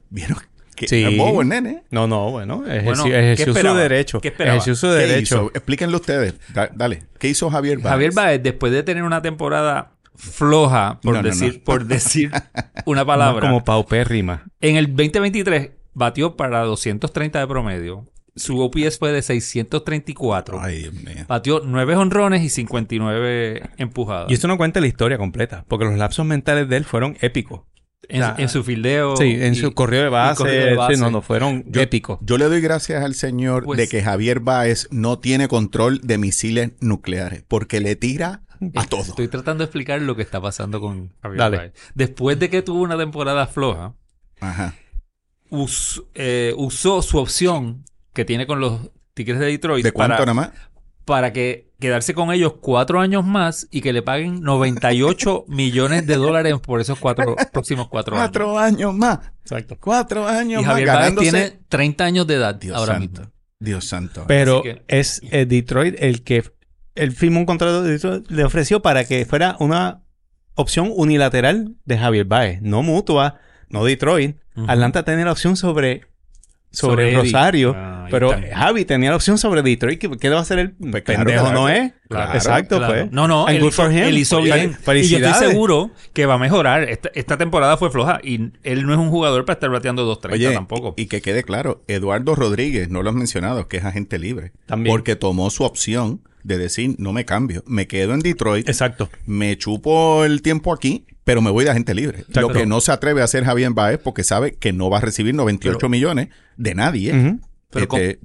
[SPEAKER 1] ¿Vieron? Que,
[SPEAKER 2] Sí.
[SPEAKER 1] es bobo el nene.
[SPEAKER 2] No, no, bueno,
[SPEAKER 3] Bueno,
[SPEAKER 2] ejerció,
[SPEAKER 3] ¿qué
[SPEAKER 2] ejerció su
[SPEAKER 3] esperaba?
[SPEAKER 2] derecho.
[SPEAKER 3] ¿Qué esperaba?
[SPEAKER 2] Ejerció su
[SPEAKER 1] ¿Qué
[SPEAKER 2] derecho.
[SPEAKER 1] hizo? Explíquenlo ustedes. Da- dale. ¿Qué hizo Javier Baez?
[SPEAKER 3] Javier Baez, después de tener una temporada floja, por
[SPEAKER 1] No, no,
[SPEAKER 3] decir,
[SPEAKER 1] no. *laughs*
[SPEAKER 3] por decir una
[SPEAKER 2] Más
[SPEAKER 3] palabra,
[SPEAKER 2] Como paupérrima.
[SPEAKER 3] en el 2023 batió para 230 de promedio. Su OPS fue de 634.
[SPEAKER 1] Ay, Dios mío.
[SPEAKER 3] Batió 9 honrones y 59 empujadas.
[SPEAKER 2] Y esto no cuenta la historia completa, porque los lapsos mentales de él fueron épicos.
[SPEAKER 3] en,
[SPEAKER 2] o sea,
[SPEAKER 3] en su fildeo.
[SPEAKER 2] sí, en
[SPEAKER 3] y-
[SPEAKER 2] su correo de base,
[SPEAKER 3] corrido de
[SPEAKER 2] sí,
[SPEAKER 3] base.
[SPEAKER 2] no, no, fueron
[SPEAKER 1] Yo-
[SPEAKER 2] épicos.
[SPEAKER 1] Yo le doy gracias al Señor
[SPEAKER 3] Pues-
[SPEAKER 1] de que Javier Baez no tiene control de misiles nucleares, porque le tira a todo.
[SPEAKER 3] Estoy tratando de explicar lo que está pasando con Javier
[SPEAKER 2] Dale.
[SPEAKER 3] Baez. Después de que tuvo una temporada floja,
[SPEAKER 1] Ajá.
[SPEAKER 3] us- eh, usó su opción que tiene con los Tigres de Detroit
[SPEAKER 1] ¿De cuánto
[SPEAKER 3] Pues para,
[SPEAKER 1] nada más?
[SPEAKER 3] para que quedarse con ellos cuatro años más y que le paguen
[SPEAKER 1] *laughs*
[SPEAKER 3] 98 millones de dólares por esos cuatro próximos cuatro años.
[SPEAKER 1] Cuatro años más.
[SPEAKER 2] Exacto.
[SPEAKER 1] Cuatro años
[SPEAKER 3] Y
[SPEAKER 1] más.
[SPEAKER 3] Javier Baez
[SPEAKER 1] ganándose-
[SPEAKER 3] tiene 30 años de edad
[SPEAKER 1] Dios
[SPEAKER 3] ahora
[SPEAKER 1] santo.
[SPEAKER 3] mismo.
[SPEAKER 1] Dios santo.
[SPEAKER 2] Pero
[SPEAKER 3] Así que-
[SPEAKER 2] es eh, Detroit el que él firmó un contrato de Detroit, le ofreció para que fuera una opción unilateral de Javier Baez, no mutua, no Detroit.
[SPEAKER 3] Ujú.
[SPEAKER 2] Atlanta tenía la opción sobre sobre,
[SPEAKER 3] Sobre Eddie.
[SPEAKER 2] Rosario,
[SPEAKER 3] Ah, ahí
[SPEAKER 2] pero
[SPEAKER 3] está.
[SPEAKER 2] Javi tenía la opción sobre Detroit, que qué le va a hacer el
[SPEAKER 1] Pues claro,
[SPEAKER 2] pendejo
[SPEAKER 1] claro.
[SPEAKER 2] no es?
[SPEAKER 1] Claro,
[SPEAKER 2] Exacto,
[SPEAKER 3] Claro.
[SPEAKER 2] pues.
[SPEAKER 3] No, no,
[SPEAKER 2] And
[SPEAKER 3] él,
[SPEAKER 2] good
[SPEAKER 3] hizo-
[SPEAKER 2] for him.
[SPEAKER 3] él hizo
[SPEAKER 2] Fel-
[SPEAKER 3] bien. Y yo
[SPEAKER 2] felicidades.
[SPEAKER 3] estoy seguro que va a mejorar. Esta, esta temporada fue floja y él no es un jugador para estar bateando 230
[SPEAKER 1] Oye,
[SPEAKER 3] tampoco.
[SPEAKER 1] y que quede claro, Eduardo Rodríguez, no lo has mencionado, que es agente libre.
[SPEAKER 2] También.
[SPEAKER 1] Porque tomó su opción de decir, no me cambio, me quedo en Detroit,
[SPEAKER 2] Exacto.
[SPEAKER 1] me chupo el tiempo aquí, pero me voy de agente libre. Lo que no se atreve a hacer Javier Baez porque sabe que no va a recibir 98 millones de nadie
[SPEAKER 2] Ujú.
[SPEAKER 3] Pero
[SPEAKER 1] este,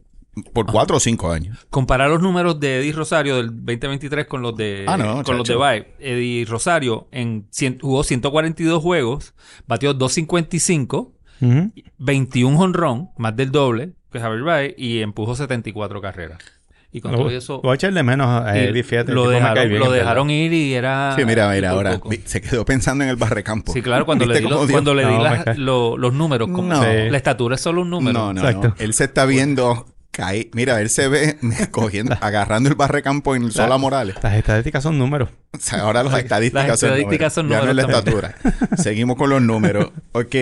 [SPEAKER 1] por cuatro o cinco años.
[SPEAKER 3] Comparar los números de Eddie Rosario del 2023 con los de
[SPEAKER 1] Ah, no, chacho.
[SPEAKER 3] con los de Baez. Eddie Rosario en cien- jugó 142 juegos, batió 255,
[SPEAKER 2] Ujú.
[SPEAKER 3] 21 honrón, más del doble que Javier Baez y empujó 74 carreras. Y con todo
[SPEAKER 2] Voy-
[SPEAKER 3] eso
[SPEAKER 2] voy a echarle menos a
[SPEAKER 3] y
[SPEAKER 2] Eddie, fíjate. el
[SPEAKER 3] lo
[SPEAKER 2] tipo me cae
[SPEAKER 3] dejaron,
[SPEAKER 2] bien,
[SPEAKER 3] lo
[SPEAKER 2] en verdad.
[SPEAKER 3] dejaron ir Ah, y era
[SPEAKER 1] Sí, mira, mira,
[SPEAKER 3] un
[SPEAKER 1] ahora
[SPEAKER 3] poco.
[SPEAKER 1] vi- se quedó pensando en el barrecampo.
[SPEAKER 3] Sí, claro, cuando le
[SPEAKER 1] ¿Viste
[SPEAKER 3] di, los,
[SPEAKER 1] cómo dio?
[SPEAKER 3] cuando le di
[SPEAKER 2] No,
[SPEAKER 3] las-
[SPEAKER 2] me-
[SPEAKER 3] lo- los números, como
[SPEAKER 1] No.
[SPEAKER 2] Sí.
[SPEAKER 3] la estatura es solo un número.
[SPEAKER 1] No, no,
[SPEAKER 2] Exacto.
[SPEAKER 1] no. Él se está viendo caer. Mira, él se ve *laughs* cogiendo, agarrando el barrecampo en el Sola Morales.
[SPEAKER 2] Las estadísticas son números.
[SPEAKER 1] O sea, ahora las estadísticas,
[SPEAKER 3] las
[SPEAKER 1] son
[SPEAKER 3] estadísticas son
[SPEAKER 1] números. Ya no es
[SPEAKER 3] números
[SPEAKER 1] la estatura. Seguimos con los números. Ok,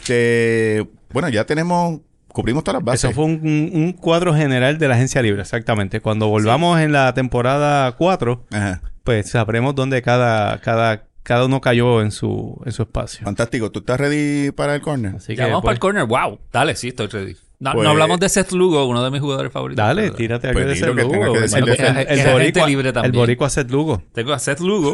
[SPEAKER 1] este... Bueno, ya tenemos... Cubrimos todas las bases.
[SPEAKER 2] Eso fue un, un- un cuadro general de la agencia libre, exactamente. Cuando volvamos en la temporada 4,
[SPEAKER 1] Ajá.
[SPEAKER 2] pues sabremos dónde cada, cada, cada uno cayó en su, en su espacio.
[SPEAKER 1] Fantástico. ¿Tú estás ready para el corner?
[SPEAKER 2] Así
[SPEAKER 3] Ya vamos para
[SPEAKER 2] pues,
[SPEAKER 3] el corner. Wow. Dale, sí, estoy ready. No,
[SPEAKER 1] Pues-
[SPEAKER 3] no hablamos de Seth Lugo, uno de mis jugadores favoritos.
[SPEAKER 2] Dale,
[SPEAKER 3] Pero-
[SPEAKER 2] tírate
[SPEAKER 1] Pues
[SPEAKER 2] algo
[SPEAKER 1] di
[SPEAKER 2] de
[SPEAKER 1] lo
[SPEAKER 2] ese
[SPEAKER 1] que tengas
[SPEAKER 2] Lugo.
[SPEAKER 1] que
[SPEAKER 2] El,
[SPEAKER 1] decir de
[SPEAKER 2] el-
[SPEAKER 1] ese-
[SPEAKER 2] el
[SPEAKER 3] Es gente
[SPEAKER 2] boricua,
[SPEAKER 3] libre
[SPEAKER 2] el
[SPEAKER 3] también.
[SPEAKER 2] boricua hace Lugo.
[SPEAKER 3] Tengo a
[SPEAKER 1] *laughs*
[SPEAKER 3] Seth Lugo,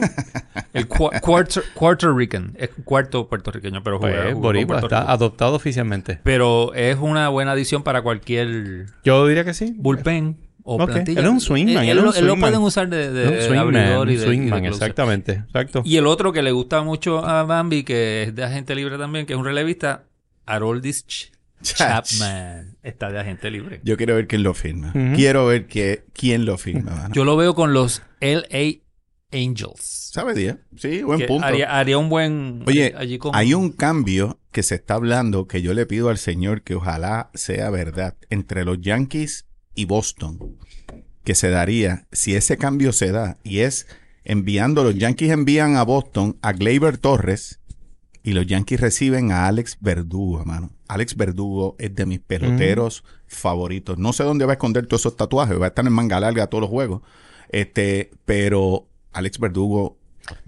[SPEAKER 3] el cua- quarter, Puerto Rican. Es cuarto puertorriqueño, pero juega-
[SPEAKER 2] Pues,
[SPEAKER 3] jugó con
[SPEAKER 2] boricua,
[SPEAKER 3] Puerto
[SPEAKER 2] está
[SPEAKER 3] Rico.
[SPEAKER 2] adoptado oficialmente.
[SPEAKER 3] Pero es una buena adición para cualquier
[SPEAKER 2] Yo diría que sí.
[SPEAKER 3] bullpen o
[SPEAKER 2] Ok.
[SPEAKER 3] plantilla.
[SPEAKER 2] Era un swingman,
[SPEAKER 3] Él,
[SPEAKER 2] era
[SPEAKER 3] él
[SPEAKER 2] un
[SPEAKER 3] lo- él lo
[SPEAKER 2] swingman.
[SPEAKER 3] pueden usar de, de-
[SPEAKER 2] un
[SPEAKER 3] de
[SPEAKER 2] swingman,
[SPEAKER 3] Eh,
[SPEAKER 2] un
[SPEAKER 3] abridor y de- y de
[SPEAKER 2] swingman,
[SPEAKER 3] closer.
[SPEAKER 2] exactamente. Exacto.
[SPEAKER 3] Y el otro que le gusta mucho a Bambi, que es de agente libre también, que es un relevista, Haroldis Ch-
[SPEAKER 1] Chach.
[SPEAKER 3] Chapman. Está de agente libre.
[SPEAKER 1] Yo quiero ver quién lo firma.
[SPEAKER 2] Ujú.
[SPEAKER 1] Quiero ver que, quién lo firma. mano.
[SPEAKER 3] Yo lo veo con los LA Angels.
[SPEAKER 1] ¿Sabes, Díaz? Sí, buen
[SPEAKER 3] Que
[SPEAKER 1] punto.
[SPEAKER 3] Haría, haría un buen.
[SPEAKER 1] Oye,
[SPEAKER 3] allí con-
[SPEAKER 1] Hay un cambio que se está hablando que yo le pido al Señor que ojalá sea verdad entre los Yankees y Boston que se daría si ese cambio se da y es enviando los Yankees envían a Boston a Gleyber Torres y los Yankees reciben a Alex Verdugo, mano. Alex Verdugo es de mis
[SPEAKER 3] Mm.
[SPEAKER 1] peloteros favoritos. No sé dónde va a esconder todos esos tatuajes, va a estar en manga larga todos los juegos. Este, pero Alex Verdugo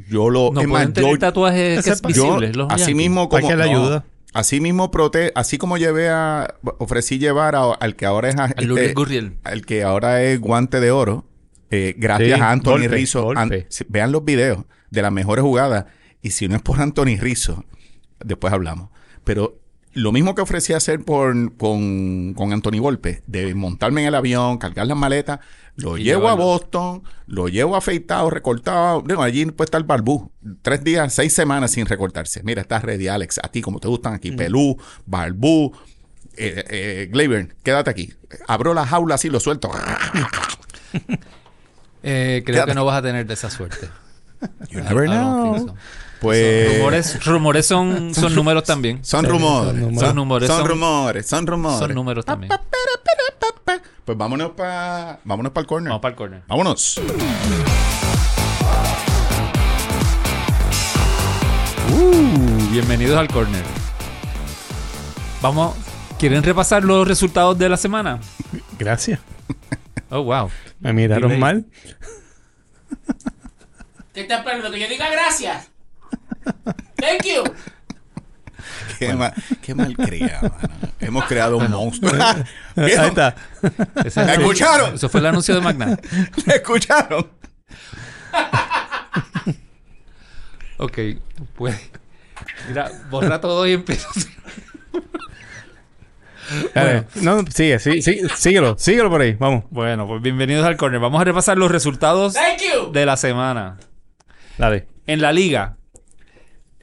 [SPEAKER 1] yo lo
[SPEAKER 3] No
[SPEAKER 1] es más,
[SPEAKER 3] pueden tener
[SPEAKER 1] yo-
[SPEAKER 3] tatuajes que es
[SPEAKER 2] Ese-
[SPEAKER 1] yo,
[SPEAKER 3] visible. los
[SPEAKER 1] así
[SPEAKER 3] Yankees.
[SPEAKER 1] mismo
[SPEAKER 2] ¿Para
[SPEAKER 1] como
[SPEAKER 2] qué le
[SPEAKER 1] no,
[SPEAKER 2] ayuda?
[SPEAKER 1] así mismo prote, así como llevé a ofrecí llevar a- al que ahora es a-
[SPEAKER 3] A Lourdes
[SPEAKER 1] este,
[SPEAKER 3] Gurriel.
[SPEAKER 1] al que ahora es guante de oro, eh, gracias
[SPEAKER 2] Sí,
[SPEAKER 1] a Anthony
[SPEAKER 2] golpe,
[SPEAKER 1] Rizzo.
[SPEAKER 2] golpe.
[SPEAKER 1] An- si- vean los videos de las mejores jugadas. Y si no es por Anthony Rizzo, después hablamos. Pero lo mismo que ofrecí hacer por, con, con Anthony Golpe, de montarme en el avión, cargar las maletas, lo
[SPEAKER 3] Y
[SPEAKER 1] llevo a
[SPEAKER 3] llevarlo.
[SPEAKER 1] Boston, lo llevo afeitado, recortado. Bueno, allí puede estar barbú. Tres días, seis semanas sin recortarse. Mira, estás ready, Alex. A ti, como te gustan aquí, pelú, barbú. Eh, eh, Gleyber, quédate aquí. Abro la jaula así, lo suelto.
[SPEAKER 3] Eh, creo
[SPEAKER 1] Quédate.
[SPEAKER 3] que no vas a tener de esa suerte.
[SPEAKER 1] You
[SPEAKER 3] I don't think so.
[SPEAKER 1] Pues.
[SPEAKER 3] rumores, rumores son, son números también.
[SPEAKER 1] Son rumores.
[SPEAKER 2] son
[SPEAKER 1] Son
[SPEAKER 3] rumores,
[SPEAKER 1] Son
[SPEAKER 3] son-
[SPEAKER 1] rumores. Son rumores.
[SPEAKER 3] Son números también.
[SPEAKER 1] Pues vámonos para. Vámonos para el corner.
[SPEAKER 3] Vamos para el corner. *laughs*
[SPEAKER 1] Vámonos.
[SPEAKER 3] Uh, Bienvenidos al corner. Vamos ¿Quieren repasar los resultados de la semana?
[SPEAKER 2] Gracias.
[SPEAKER 3] Oh, wow.
[SPEAKER 2] Me miraron
[SPEAKER 3] Dime.
[SPEAKER 2] mal.
[SPEAKER 4] ¿Qué estás esperando? Que yo diga gracias. Thank you.
[SPEAKER 1] Qué, mal, qué mal criado, mano. Hemos creado un monstruo.
[SPEAKER 2] *laughs*
[SPEAKER 1] *laughs*
[SPEAKER 2] Ahí
[SPEAKER 1] ¿Vieron?
[SPEAKER 2] está.
[SPEAKER 1] *laughs*
[SPEAKER 3] Ese-
[SPEAKER 1] ¿Me escucharon?
[SPEAKER 3] Eso fue el anuncio de Magna.
[SPEAKER 1] ¿Me escucharon?
[SPEAKER 3] Ok, pues. Mira, borra todo y empieza.
[SPEAKER 2] Dale. No, sigue, sí, sí, síguelo, síguelo por ahí. Vamos.
[SPEAKER 3] Bueno, pues bienvenidos al corner. Vamos a repasar los resultados
[SPEAKER 4] Thank you.
[SPEAKER 3] de la semana.
[SPEAKER 2] Dale.
[SPEAKER 3] En la liga,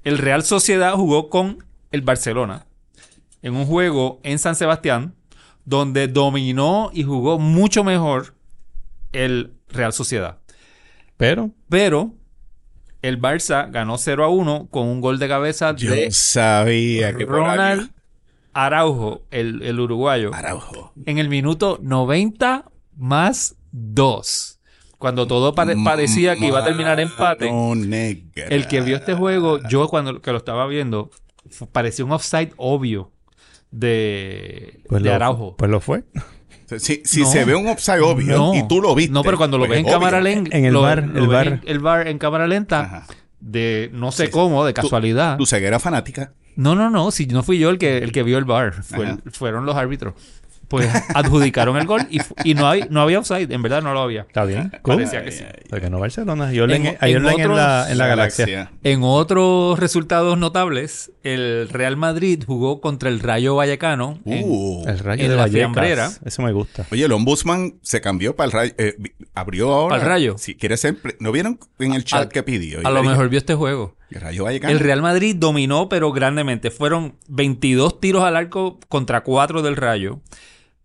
[SPEAKER 3] el Real Sociedad jugó con el Barcelona en un juego en San Sebastián donde dominó y jugó mucho mejor el Real Sociedad.
[SPEAKER 2] Pero,
[SPEAKER 3] Pero el Barça ganó 0 a 1 con un gol de cabeza
[SPEAKER 1] Yo
[SPEAKER 3] de
[SPEAKER 1] sabía que por
[SPEAKER 3] Ronald
[SPEAKER 1] ahí-
[SPEAKER 3] Araujo, el, el uruguayo,
[SPEAKER 1] Araujo.
[SPEAKER 3] en el minuto 90 más 2. Cuando todo pare- parecía que iba a terminar empate.
[SPEAKER 1] Mano negra.
[SPEAKER 3] El que vio este juego, yo cuando lo- que lo estaba viendo, f- parecía un offside obvio de,
[SPEAKER 2] pues,
[SPEAKER 3] de
[SPEAKER 2] lo,
[SPEAKER 3] Araujo.
[SPEAKER 2] pues lo fue.
[SPEAKER 1] Si, si
[SPEAKER 3] No.
[SPEAKER 1] se ve un offside obvio
[SPEAKER 3] No.
[SPEAKER 1] y tú lo viste.
[SPEAKER 3] No, pero cuando lo
[SPEAKER 1] pues,
[SPEAKER 3] ves en
[SPEAKER 1] obvio.
[SPEAKER 3] cámara lenta.
[SPEAKER 2] En el
[SPEAKER 3] lo-
[SPEAKER 2] bar,
[SPEAKER 3] lo
[SPEAKER 2] el
[SPEAKER 3] ves
[SPEAKER 2] bar.
[SPEAKER 3] en- el bar en cámara lenta,
[SPEAKER 1] Ajá.
[SPEAKER 3] de no sé
[SPEAKER 1] Sí,
[SPEAKER 3] cómo, de casualidad.
[SPEAKER 1] Tu ceguera fanática.
[SPEAKER 3] No, no, no. Si no fui yo el que, el que vio el bar, fue-
[SPEAKER 1] Ajá.
[SPEAKER 3] fueron los árbitros. Pues adjudicaron el gol y, fu- y no, hay, no había offside. En verdad no lo había.
[SPEAKER 2] Está
[SPEAKER 3] *laughs*
[SPEAKER 2] bien.
[SPEAKER 3] Parecía que sí.
[SPEAKER 2] Porque no Barcelona. Yo le
[SPEAKER 3] En-
[SPEAKER 2] en, ayer
[SPEAKER 3] en
[SPEAKER 2] le en,
[SPEAKER 3] otros-
[SPEAKER 2] la, en la galaxia.
[SPEAKER 3] En otros resultados notables, el Real Madrid jugó contra el Rayo Vallecano. en-
[SPEAKER 1] Uh.
[SPEAKER 2] El rayo
[SPEAKER 3] En
[SPEAKER 2] de
[SPEAKER 3] la fiambrera.
[SPEAKER 2] Vallecas. Eso me gusta.
[SPEAKER 1] Oye, el ombudsman se cambió para el rayo. eh, vi- abrió ahora.
[SPEAKER 3] ¿Pa'l rayo?
[SPEAKER 1] Si quiere ser. pre- ¿No vieron en el chat que pidió?
[SPEAKER 3] a
[SPEAKER 1] Y
[SPEAKER 3] lo
[SPEAKER 1] le
[SPEAKER 3] mejor vio este juego.
[SPEAKER 1] dije, El rayo Vallecano.
[SPEAKER 3] El Real Madrid dominó, pero grandemente. Fueron 22 tiros al arco contra 4 del Rayo.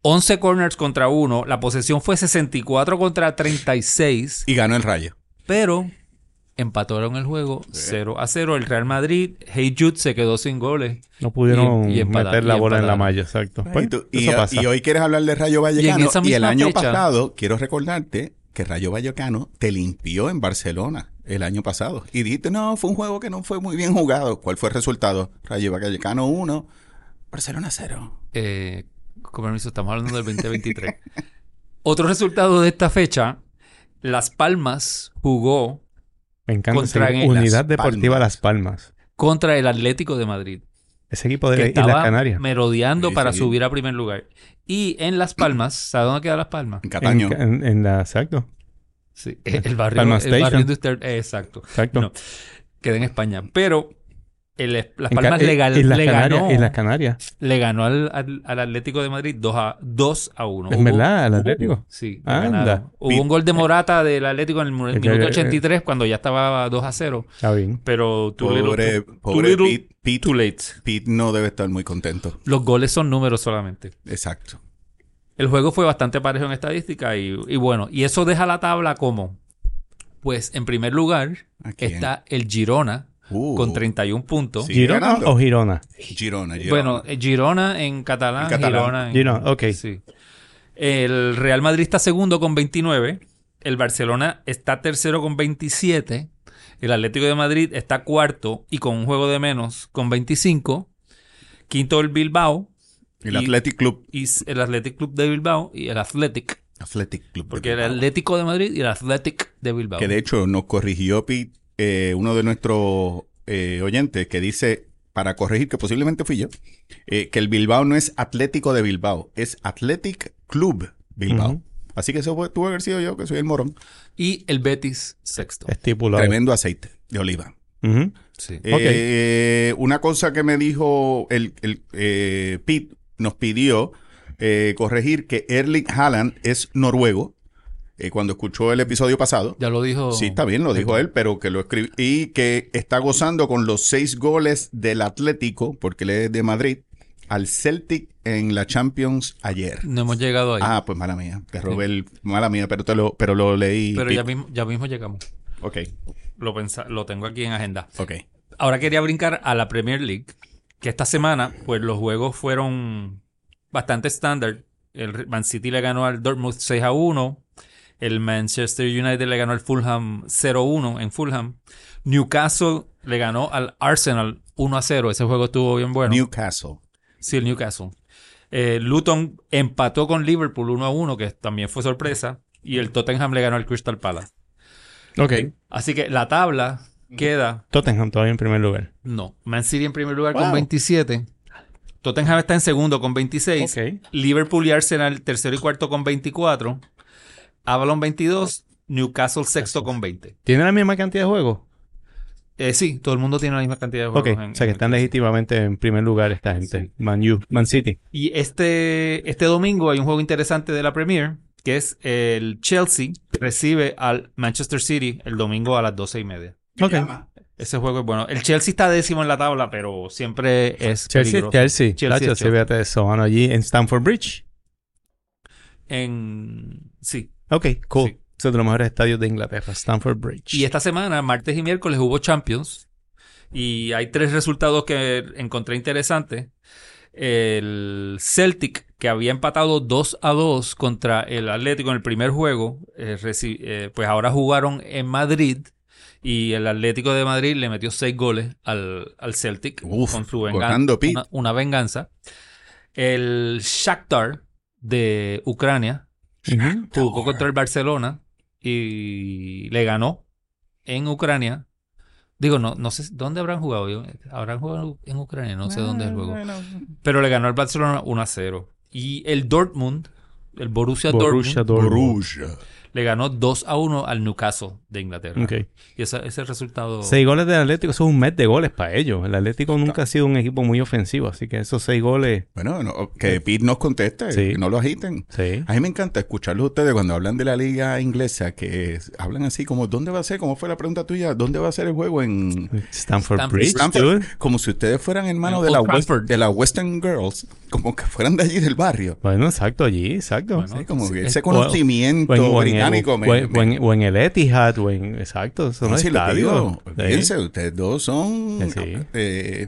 [SPEAKER 3] 11 corners contra 1. La posesión fue 64 contra 36.
[SPEAKER 1] Y ganó el rayo.
[SPEAKER 3] Pero empataron el juego 0 a 0. El Real Madrid, Hey Jude se quedó sin goles.
[SPEAKER 2] No pudieron
[SPEAKER 3] Y- y empataron,
[SPEAKER 2] meter la
[SPEAKER 3] y
[SPEAKER 2] bola en la
[SPEAKER 3] empataron.
[SPEAKER 2] malla, exacto.
[SPEAKER 1] y,
[SPEAKER 2] Pues,
[SPEAKER 1] tú- y- eh,
[SPEAKER 2] eso pasa.
[SPEAKER 1] y hoy quieres hablar de Rayo Vallecano. Y,
[SPEAKER 3] Y en esa
[SPEAKER 1] el
[SPEAKER 3] misma
[SPEAKER 1] año
[SPEAKER 3] fecha-
[SPEAKER 1] pasado, quiero recordarte que Rayo Vallecano te limpió en Barcelona el año pasado. Y dijiste, no, fue un juego que no fue muy bien jugado. ¿Cuál fue el resultado? Rayo Vallecano 1, Barcelona 0.
[SPEAKER 3] Eh, con permiso, estamos hablando del 2023. Otro resultado de esta fecha, Las Palmas jugó
[SPEAKER 2] me encanta.
[SPEAKER 3] contra
[SPEAKER 2] ese-
[SPEAKER 3] en
[SPEAKER 2] Unidad
[SPEAKER 1] Las
[SPEAKER 2] Deportiva
[SPEAKER 1] Palmas.
[SPEAKER 2] Las Palmas.
[SPEAKER 3] contra el Atlético de Madrid.
[SPEAKER 2] Ese equipo de
[SPEAKER 3] que
[SPEAKER 2] la-
[SPEAKER 3] estaba
[SPEAKER 2] Islas Canarias.
[SPEAKER 3] merodeando
[SPEAKER 1] Sí,
[SPEAKER 3] para
[SPEAKER 1] sí.
[SPEAKER 3] subir a primer lugar. Y en Las Palmas, ¿sabes dónde queda Las Palmas?
[SPEAKER 1] En
[SPEAKER 2] En,
[SPEAKER 1] Cataño.
[SPEAKER 2] en- en la, exacto.
[SPEAKER 3] Sí, eh, el barrio,
[SPEAKER 2] Palmas
[SPEAKER 3] el barrio
[SPEAKER 2] Station.
[SPEAKER 3] industrial. eh, exacto,
[SPEAKER 2] Exacto.
[SPEAKER 3] No, queda en España. Pero el- Las
[SPEAKER 2] En Ca-
[SPEAKER 3] Palmas
[SPEAKER 2] eh,
[SPEAKER 3] le, gal-
[SPEAKER 2] Islas
[SPEAKER 3] le
[SPEAKER 2] Canarias,
[SPEAKER 3] ganó,
[SPEAKER 2] Islas Canarias.
[SPEAKER 3] le ganó al, al- al Atlético de Madrid 2 a, 2 a 1.
[SPEAKER 2] ¿En verdad? ¿Al Atlético?
[SPEAKER 3] Sí, le
[SPEAKER 2] Anda.
[SPEAKER 3] ganaron. Hubo un gol de Morata del Atlético en el mu-
[SPEAKER 2] Eh, eh,
[SPEAKER 3] minuto
[SPEAKER 2] eh.
[SPEAKER 3] 83 cuando ya estaba 2 a 0.
[SPEAKER 2] Está bien.
[SPEAKER 3] Pero too
[SPEAKER 1] Pobre,
[SPEAKER 3] little, too- too
[SPEAKER 1] pobre
[SPEAKER 3] little,
[SPEAKER 1] Pete, Pete-
[SPEAKER 3] too late.
[SPEAKER 1] Pete no debe estar muy contento.
[SPEAKER 3] Los goles son números solamente.
[SPEAKER 1] Exacto.
[SPEAKER 3] El juego fue bastante parejo en estadística y, y bueno, y eso deja la tabla como, pues en primer lugar
[SPEAKER 1] ¿A quién?
[SPEAKER 3] está el Girona
[SPEAKER 1] Uh,
[SPEAKER 3] con 31 puntos.
[SPEAKER 1] Sí,
[SPEAKER 2] ¿Girona
[SPEAKER 1] ganando.
[SPEAKER 2] o Girona?
[SPEAKER 1] Uh, Girona, Girona.
[SPEAKER 3] Bueno, eh, Girona en catalán,
[SPEAKER 1] En catalán.
[SPEAKER 3] Girona en...
[SPEAKER 2] Girona, ok.
[SPEAKER 3] Sí. El Real Madrid está segundo con 29, el Barcelona está tercero con 27, el Atlético de Madrid está cuarto y con un juego de menos con 25, quinto el Bilbao
[SPEAKER 1] el
[SPEAKER 3] y-
[SPEAKER 1] Athletic Club.
[SPEAKER 3] y s- el Athletic Club de Bilbao y el Athletic
[SPEAKER 1] Athletic Club. de
[SPEAKER 3] Porque el
[SPEAKER 1] Bilbao.
[SPEAKER 3] Atlético de Madrid y el Athletic de Bilbao.
[SPEAKER 1] Que de hecho nos corrigió Pete, eh, uno de nuestros eh, oyentes, que dice, para corregir, que posiblemente fui yo, eh, que el Bilbao no es Atlético de Bilbao, es Athletic Club Bilbao.
[SPEAKER 2] Ujú.
[SPEAKER 1] Así que eso fue, tuvo que haber sido yo, que soy el morón.
[SPEAKER 3] Y el Betis
[SPEAKER 1] Eh,
[SPEAKER 3] sexto.
[SPEAKER 2] Estipulado.
[SPEAKER 1] Tremendo aceite de oliva.
[SPEAKER 2] Ujú.
[SPEAKER 3] Sí.
[SPEAKER 1] Eh, una cosa que me dijo el, el, eh, Pete, nos pidió eh, corregir que Erling Haaland es noruego. eh, cuando escuchó el episodio pasado,
[SPEAKER 3] Ya lo dijo.
[SPEAKER 1] Sí, está bien, lo dijo él, pero que lo escribió. Y que está gozando con los seis goles del Atlético, porque él es de Madrid, al Celtic en la Champions ayer.
[SPEAKER 3] No hemos llegado ahí.
[SPEAKER 1] Ah, pues mala mía. Te robé el. Mala mía, pero, te lo, pero lo leí.
[SPEAKER 3] Pero ya mismo, ya mismo llegamos.
[SPEAKER 1] Ok,
[SPEAKER 3] Lo, pensa- lo tengo aquí en agenda.
[SPEAKER 1] ok.
[SPEAKER 3] Ahora quería brincar a la Premier League. Que esta semana, pues los juegos fueron bastante estándar. El Man City le ganó al Dortmund 6 a 1. El Manchester United le ganó al Fulham 0-1 en Fulham. Newcastle le ganó al Arsenal 1 a 0. Ese juego estuvo bien bueno.
[SPEAKER 1] Newcastle.
[SPEAKER 3] Sí, el Newcastle. Eh, Luton empató con Liverpool 1 a 1, que también fue sorpresa. Y el Tottenham le ganó al Crystal Palace.
[SPEAKER 2] Ok.
[SPEAKER 3] Así que la tabla queda.
[SPEAKER 2] Tottenham todavía en primer lugar.
[SPEAKER 3] No. Man City en primer lugar
[SPEAKER 2] Wow.
[SPEAKER 3] con 27. Tottenham está en segundo con 26.
[SPEAKER 2] Ok.
[SPEAKER 3] Liverpool y Arsenal tercero y cuarto con 24. Avalon 22. Newcastle sexto con 20.
[SPEAKER 2] ¿Tiene la misma cantidad de juegos?
[SPEAKER 3] Eh, sí, todo el mundo tiene la misma cantidad de
[SPEAKER 2] Ok,
[SPEAKER 3] juegos. en-
[SPEAKER 2] o sea que están legítimamente en primer lugar esta gente. Man U, Man City.
[SPEAKER 3] Y este, este domingo hay un juego interesante de la Premier, que es el Chelsea recibe al Manchester City el domingo a las 12 y media.
[SPEAKER 2] Ok.
[SPEAKER 4] Llama.
[SPEAKER 3] Ese juego es bueno. El Chelsea está décimo en la tabla, pero siempre es
[SPEAKER 2] Chelsea,
[SPEAKER 3] peligroso.
[SPEAKER 2] Chelsea.
[SPEAKER 3] Chelsea,
[SPEAKER 2] La Chelsea,
[SPEAKER 3] Chelsea.
[SPEAKER 2] fíjate eso, mano, allí en Stamford Bridge.
[SPEAKER 3] En... Sí.
[SPEAKER 2] Ok, cool.
[SPEAKER 3] Sí.
[SPEAKER 2] Es uno de los mejores estadios de Inglaterra, Stamford Bridge.
[SPEAKER 3] Y esta semana, martes y miércoles, hubo Champions. Y hay tres resultados que encontré interesantes. El Celtic, que había empatado 2 a 2 contra el Atlético en el primer juego, eh, reci- eh, pues ahora jugaron en Madrid. Y el Atlético de Madrid le metió seis goles al, al Celtic
[SPEAKER 1] Uf,
[SPEAKER 3] con su
[SPEAKER 1] Orlando
[SPEAKER 3] venganza.
[SPEAKER 1] Pitt.
[SPEAKER 3] Una, una venganza. El Shakhtar de Ucrania
[SPEAKER 2] Ujú.
[SPEAKER 3] jugó contra el Barcelona y le ganó en Ucrania. Digo, no, no sé dónde habrán jugado. Yo- habrán jugado en Ucrania, no sé dónde
[SPEAKER 1] Eh,
[SPEAKER 3] es el juego. Pero le ganó al Barcelona 1 a 0. Y el Dortmund, el Borussia,
[SPEAKER 2] Borussia
[SPEAKER 3] Dortmund,
[SPEAKER 2] Dortmund.
[SPEAKER 3] le ganó 2 a 1 al Newcastle de Inglaterra.
[SPEAKER 2] Ok.
[SPEAKER 3] Y esa- ese resultado.
[SPEAKER 2] Seis goles del Atlético, eso es un mes de goles para ellos. El Atlético nunca ha sido un equipo muy ofensivo, así que esos seis goles.
[SPEAKER 1] Bueno, no, que Pete nos conteste,
[SPEAKER 2] Sí.
[SPEAKER 1] que no lo agiten.
[SPEAKER 2] Sí.
[SPEAKER 1] A mí me encanta escucharlos ustedes cuando hablan de la liga inglesa, que es- hablan así como, ¿dónde va a ser? ¿Cómo fue la pregunta tuya? ¿Dónde va a ser el juego? En
[SPEAKER 2] Stamford,
[SPEAKER 3] Stamford-
[SPEAKER 2] Bridge,
[SPEAKER 1] Stanford.
[SPEAKER 2] dude.
[SPEAKER 1] Como si ustedes fueran hermanos
[SPEAKER 3] En
[SPEAKER 1] de la,
[SPEAKER 3] Old
[SPEAKER 1] West-
[SPEAKER 3] Trafford.
[SPEAKER 1] de la Western Girls, como que fueran de allí del barrio.
[SPEAKER 2] Bueno, exacto, allí, exacto.
[SPEAKER 3] Bueno,
[SPEAKER 1] Sí, como que
[SPEAKER 3] es-
[SPEAKER 1] ese
[SPEAKER 3] o-
[SPEAKER 1] conocimiento
[SPEAKER 2] O en, o en el-
[SPEAKER 1] británico
[SPEAKER 2] o,
[SPEAKER 1] me-
[SPEAKER 2] en-
[SPEAKER 1] me-
[SPEAKER 2] o en- o en el Etihad, o en. Exacto, son
[SPEAKER 1] No, sí, lo que
[SPEAKER 2] estadios.
[SPEAKER 1] digo.
[SPEAKER 2] Sí.
[SPEAKER 1] Fíjense, ustedes dos son.
[SPEAKER 2] Sí.
[SPEAKER 1] eh,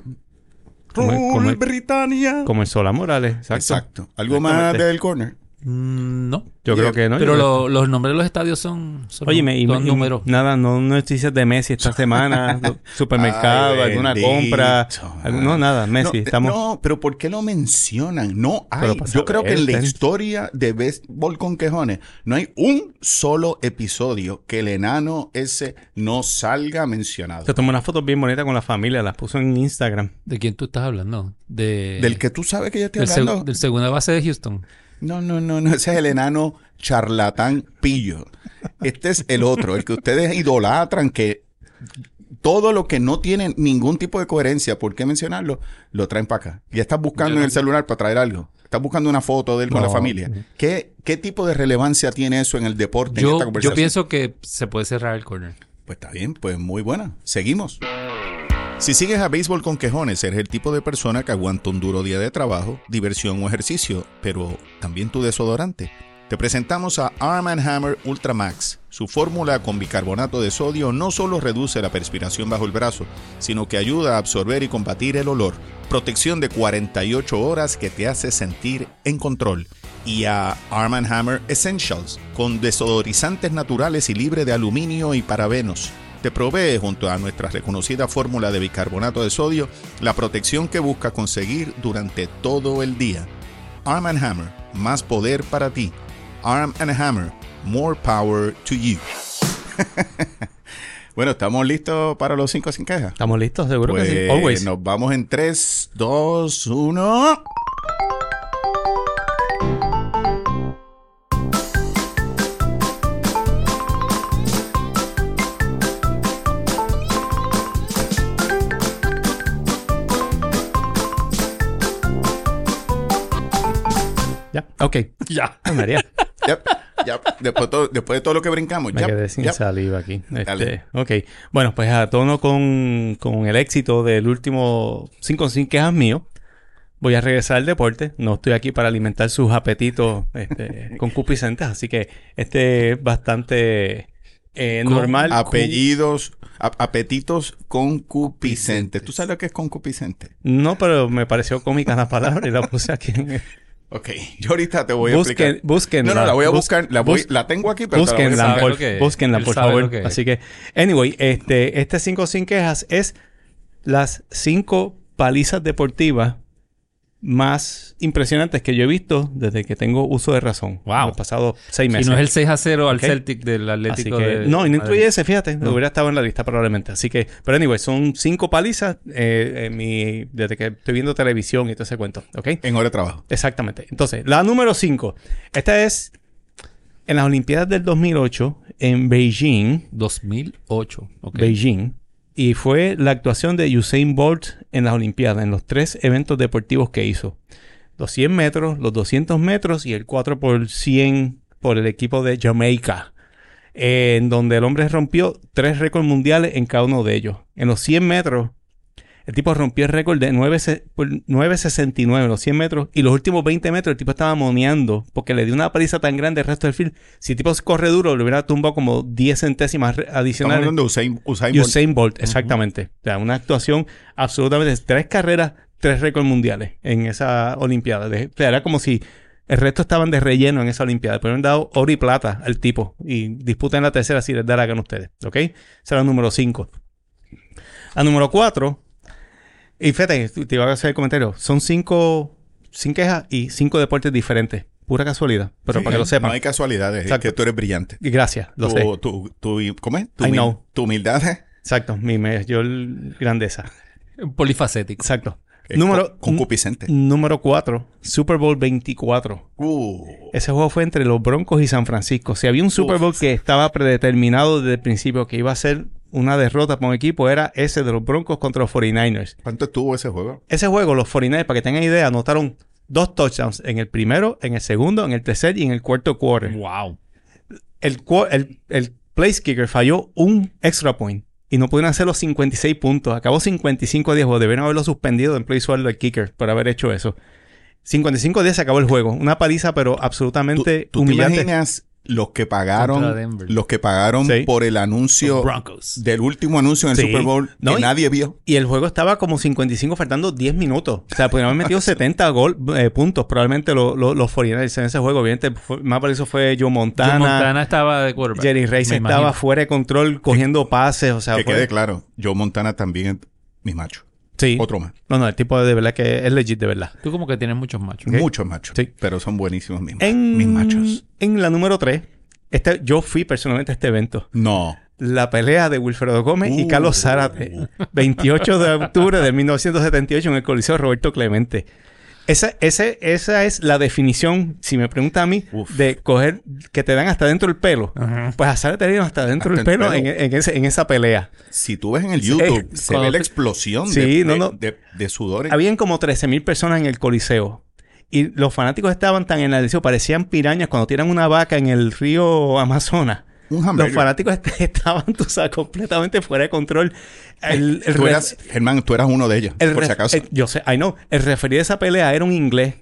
[SPEAKER 2] Como-
[SPEAKER 1] Rule
[SPEAKER 2] como-
[SPEAKER 1] Britannia.
[SPEAKER 2] Como el Sola Morales,
[SPEAKER 1] Exacto.
[SPEAKER 2] exacto.
[SPEAKER 1] Algo más
[SPEAKER 2] Exactamente.
[SPEAKER 1] del corner.
[SPEAKER 3] Mm, No.
[SPEAKER 2] Yo creo que no.
[SPEAKER 3] Pero
[SPEAKER 2] yo-
[SPEAKER 3] lo- los nombres de los estadios son, son,
[SPEAKER 2] Oye, me, y-
[SPEAKER 3] son
[SPEAKER 2] y-
[SPEAKER 3] números.
[SPEAKER 2] nada, no noticias de Messi esta
[SPEAKER 1] *laughs*
[SPEAKER 2] semana, lo- supermercado,
[SPEAKER 1] Ay,
[SPEAKER 2] alguna
[SPEAKER 1] bendito,
[SPEAKER 2] compra, algo- no nada, Messi,
[SPEAKER 1] no, eh,
[SPEAKER 2] estamos
[SPEAKER 1] no, pero ¿por qué lo mencionan? No hay.
[SPEAKER 2] Pero para
[SPEAKER 1] Yo creo que en la
[SPEAKER 2] saber.
[SPEAKER 1] historia de Béisbol con Quejones no hay un solo episodio que el enano ese no salga mencionado.
[SPEAKER 2] se tomó unas fotos bien bonitas con la familia, las puso en Instagram.
[SPEAKER 3] ¿De quién tú estás hablando? De,
[SPEAKER 1] Del que tú sabes que yo estoy
[SPEAKER 3] Eh, del seg-
[SPEAKER 1] hablando.
[SPEAKER 3] del segunda base de Houston.
[SPEAKER 1] No, no, no, no, ese es el enano charlatán pillo. Este es el otro, el que ustedes idolatran, que todo lo que no tiene ningún tipo de coherencia, ¿por qué mencionarlo? Lo traen para acá. Ya estás buscando en el celular para traer algo. Estás buscando una foto de él con
[SPEAKER 2] No.
[SPEAKER 1] la familia. ¿Qué, ¿Qué tipo de relevancia tiene eso en el deporte, en
[SPEAKER 3] Yo,
[SPEAKER 1] esta
[SPEAKER 3] yo
[SPEAKER 1] conversación?
[SPEAKER 3] pienso que se puede cerrar el corner.
[SPEAKER 1] Pues está bien, pues muy buena. Seguimos. Si sigues a Béisbol con Quejones, eres el tipo de persona que aguanta un duro día de trabajo, diversión o ejercicio, pero también tu desodorante. Te presentamos a Arm Hammer Ultramax. Su fórmula con bicarbonato de sodio no solo reduce la perspiración bajo el brazo, sino que ayuda a absorber y combatir el olor. Protección de 48 horas que te hace sentir en control. Y a Arm Hammer Essentials, con desodorizantes naturales y libre de aluminio y parabenos. Te provee, junto a nuestra reconocida fórmula de bicarbonato de sodio, la protección que busca conseguir durante todo el día. Arm Hammer, más poder para ti. Arm Hammer, more power to you. *laughs* bueno, ¿estamos listos para los 5 sin quejas?
[SPEAKER 2] ¿Estamos listos? Seguro que
[SPEAKER 1] Pues,
[SPEAKER 2] sí. Always.
[SPEAKER 1] Nos vamos en 3, 2, 1.
[SPEAKER 2] Ya, ok.
[SPEAKER 1] *laughs*
[SPEAKER 3] Ya.
[SPEAKER 2] Ah, María,
[SPEAKER 1] Yep, yep. Después, todo- después de todo lo que brincamos.
[SPEAKER 2] me
[SPEAKER 1] yep,
[SPEAKER 2] quedé sin
[SPEAKER 1] yep.
[SPEAKER 2] saliva aquí.
[SPEAKER 1] Dale.
[SPEAKER 2] Este, ok. Bueno, pues a tono con, con el éxito del último 5 sin quejas mío, voy a regresar al deporte. No estoy aquí para alimentar sus apetitos
[SPEAKER 1] *laughs*
[SPEAKER 2] este, concupiscentes, así que este es bastante eh,
[SPEAKER 3] Con
[SPEAKER 2] normal.
[SPEAKER 1] Apellidos, ap- apetitos concupiscentes. ¿Tú sabes lo que es concupiscente?
[SPEAKER 2] No, pero me pareció cómica la palabra y la puse aquí.
[SPEAKER 1] Ok, *laughs* yo ahorita te voy a
[SPEAKER 2] Busquen,
[SPEAKER 1] explicar.
[SPEAKER 2] búsquenla.
[SPEAKER 1] No, no, la voy a
[SPEAKER 2] Bus-
[SPEAKER 1] buscar. La, voy-
[SPEAKER 2] bus-
[SPEAKER 1] la tengo aquí, pero te la voy a
[SPEAKER 2] Búsquenla,
[SPEAKER 3] sabe
[SPEAKER 2] por,
[SPEAKER 3] lo que es.
[SPEAKER 2] búsquenla,
[SPEAKER 3] Él
[SPEAKER 2] por
[SPEAKER 3] sabe lo
[SPEAKER 2] favor.
[SPEAKER 3] que es.
[SPEAKER 2] Así que, anyway, este, este 5 sin quejas es las cinco palizas deportivas más impresionantes que yo he visto desde que tengo uso de razón.
[SPEAKER 3] Wow.
[SPEAKER 2] Los pasados seis meses.
[SPEAKER 3] Y no es el 6 a 0 al
[SPEAKER 2] Ok.
[SPEAKER 3] Celtic del
[SPEAKER 2] Así
[SPEAKER 3] Atlético
[SPEAKER 2] que-
[SPEAKER 3] de
[SPEAKER 2] no, y no incluye
[SPEAKER 3] Madrid.
[SPEAKER 2] ese, fíjate.
[SPEAKER 3] No.
[SPEAKER 2] Hubiera estado en la lista probablemente. Así que, pero anyway, son cinco palizas eh, en mi- desde que estoy viendo televisión y todo ese cuento. ¿Ok?
[SPEAKER 1] En hora de trabajo.
[SPEAKER 2] Exactamente. Entonces, la número 5. Esta es en las Olimpiadas del 2008 en Beijing.
[SPEAKER 3] 2008. ok.
[SPEAKER 2] Beijing. Y fue la actuación de Usain Bolt en las Olimpiadas, en los tres eventos deportivos que hizo. Los 100 metros, los 200 metros y el 4 por 100 por el equipo de Jamaica. eh, en donde el hombre rompió tres récords mundiales en cada uno de ellos. En los 100 metros, el tipo rompió el récord de 9 se- por 9.69 en los 100 metros. Y los últimos 20 metros el tipo estaba moneando porque le dio una paliza tan grande al resto del field. Si el tipo corre duro, le hubiera tumbado como 10 centésimas re-
[SPEAKER 1] Estamos
[SPEAKER 2] adicionales.
[SPEAKER 1] hablando de Usain, Usain
[SPEAKER 2] Y
[SPEAKER 1] Bolt.
[SPEAKER 2] Usain Bolt, exactamente. O sea, una actuación absolutamente. Tres carreras, tres récords mundiales en esa Olimpiada. De- o sea, era como si el resto estaban de relleno en esa Olimpiada. Pero han dado oro y plata al tipo. Y disputan la tercera si les da la gana a ustedes. ¿Ok? Esa es la número 5. La número 4. Y fíjate, te iba a hacer el comentario. Son cinco, sin quejas y cinco deportes diferentes. Pura casualidad. Pero
[SPEAKER 1] Sí,
[SPEAKER 2] para que lo sepan.
[SPEAKER 1] No hay Oh. casualidades.
[SPEAKER 2] Exacto.
[SPEAKER 1] Es que tú eres brillante.
[SPEAKER 2] Y Gracias, lo
[SPEAKER 1] tu,
[SPEAKER 2] sé.
[SPEAKER 1] tu- tu- ¿Cómo es? Tu,
[SPEAKER 2] I
[SPEAKER 1] humil-
[SPEAKER 2] know.
[SPEAKER 1] tu humildad ¿eh? es
[SPEAKER 2] Exacto, mi mayor grandeza.
[SPEAKER 3] Polifacético.
[SPEAKER 2] Exacto.
[SPEAKER 1] Eh,
[SPEAKER 2] Número,
[SPEAKER 1] co- concupiscente.
[SPEAKER 2] número 4, Super Bowl 24.
[SPEAKER 1] Uh,
[SPEAKER 2] Ese juego fue entre los Broncos y San Francisco. Si había un Super Bowl que estaba predeterminado desde el principio que iba a ser una derrota para un equipo, era ese de los Broncos contra los 49ers.
[SPEAKER 1] ¿Cuánto estuvo ese juego?
[SPEAKER 2] Ese juego, los 49ers, para que tengan idea, anotaron dos touchdowns en el primero, en el segundo, en el tercer y en el cuarto quarter.
[SPEAKER 3] Wow.
[SPEAKER 2] El, cua- el, el place kicker falló un extra point y no pudieron hacer los 56 puntos. Acabó 55 a 10 o debieron haberlo suspendido en play sueldo al kicker por haber hecho eso. 55 a 10 se acabó el juego. Una paliza, pero
[SPEAKER 1] ¿Tú,
[SPEAKER 2] absolutamente
[SPEAKER 1] tú te
[SPEAKER 2] humillante.
[SPEAKER 1] imaginas los que
[SPEAKER 3] Contra
[SPEAKER 1] pagaron,
[SPEAKER 3] Denver.
[SPEAKER 1] los que pagaron
[SPEAKER 2] Sí.
[SPEAKER 1] por el anuncio
[SPEAKER 3] Broncos.
[SPEAKER 1] del último anuncio en el
[SPEAKER 2] Sí.
[SPEAKER 1] Super Bowl
[SPEAKER 2] No,
[SPEAKER 1] que
[SPEAKER 2] y-
[SPEAKER 1] nadie vio?
[SPEAKER 2] Y el juego estaba como 55 faltando 10 minutos. O sea, pudieron haber
[SPEAKER 1] *laughs*
[SPEAKER 2] metido 70 gol, eh, puntos probablemente lo- lo- los 49ers en ese juego. Obviamente, fue- más para eso fue Joe Montana.
[SPEAKER 3] Montana, Montana estaba de quarterback.
[SPEAKER 2] Jerry Rice
[SPEAKER 3] me
[SPEAKER 2] estaba
[SPEAKER 3] imagino.
[SPEAKER 2] fuera de control cogiendo pases. O sea,
[SPEAKER 1] que
[SPEAKER 2] Ah, fue-
[SPEAKER 1] quede claro, Joe Montana también es mi macho.
[SPEAKER 2] sí.
[SPEAKER 1] Otro más.
[SPEAKER 2] No, no, el tipo de verdad que es legit de verdad.
[SPEAKER 3] Tú como que tienes muchos machos.
[SPEAKER 1] Muchos machos.
[SPEAKER 2] Sí.
[SPEAKER 1] Pero son buenísimos mis, ma-
[SPEAKER 2] En,
[SPEAKER 1] mis machos.
[SPEAKER 2] En la número 3, este, yo fui personalmente a este evento.
[SPEAKER 1] No.
[SPEAKER 2] La pelea de Wilfredo Gómez y
[SPEAKER 1] Uh.
[SPEAKER 2] Carlos Zárate. 28 de octubre de 1978 en el Coliseo Roberto Clemente. Esa, ese- esa es la definición, si me pregunta a mí,
[SPEAKER 1] Uf.
[SPEAKER 2] de coger que te dan hasta dentro el pelo. Pues a Zárate le dieron hasta dentro
[SPEAKER 1] Hasta
[SPEAKER 2] el pelo,
[SPEAKER 1] el pelo.
[SPEAKER 2] En, en ese- en esa pelea.
[SPEAKER 1] Si tú ves en el YouTube,
[SPEAKER 2] Eh,
[SPEAKER 1] se
[SPEAKER 3] cuando
[SPEAKER 1] ve la
[SPEAKER 3] te-
[SPEAKER 1] explosión
[SPEAKER 2] Sí,
[SPEAKER 1] de,
[SPEAKER 2] no,
[SPEAKER 1] de-
[SPEAKER 2] no.
[SPEAKER 1] de- de sudores.
[SPEAKER 2] Habían como 13.000 personas en el Coliseo. Y los fanáticos estaban tan enardecidos, parecían pirañas cuando tiran una vaca en el río Amazonas.
[SPEAKER 1] Un
[SPEAKER 2] Los
[SPEAKER 1] hamburger.
[SPEAKER 2] fanáticos est- *laughs* estaban tú sabes, completamente fuera de control. El, el
[SPEAKER 1] Eh, Tú
[SPEAKER 2] re-
[SPEAKER 1] eras, Germán, tú eras uno de ellos,
[SPEAKER 2] el
[SPEAKER 1] por
[SPEAKER 2] ref-
[SPEAKER 1] si acaso.
[SPEAKER 2] el- yo sé, I know. El referí de esa pelea era un inglés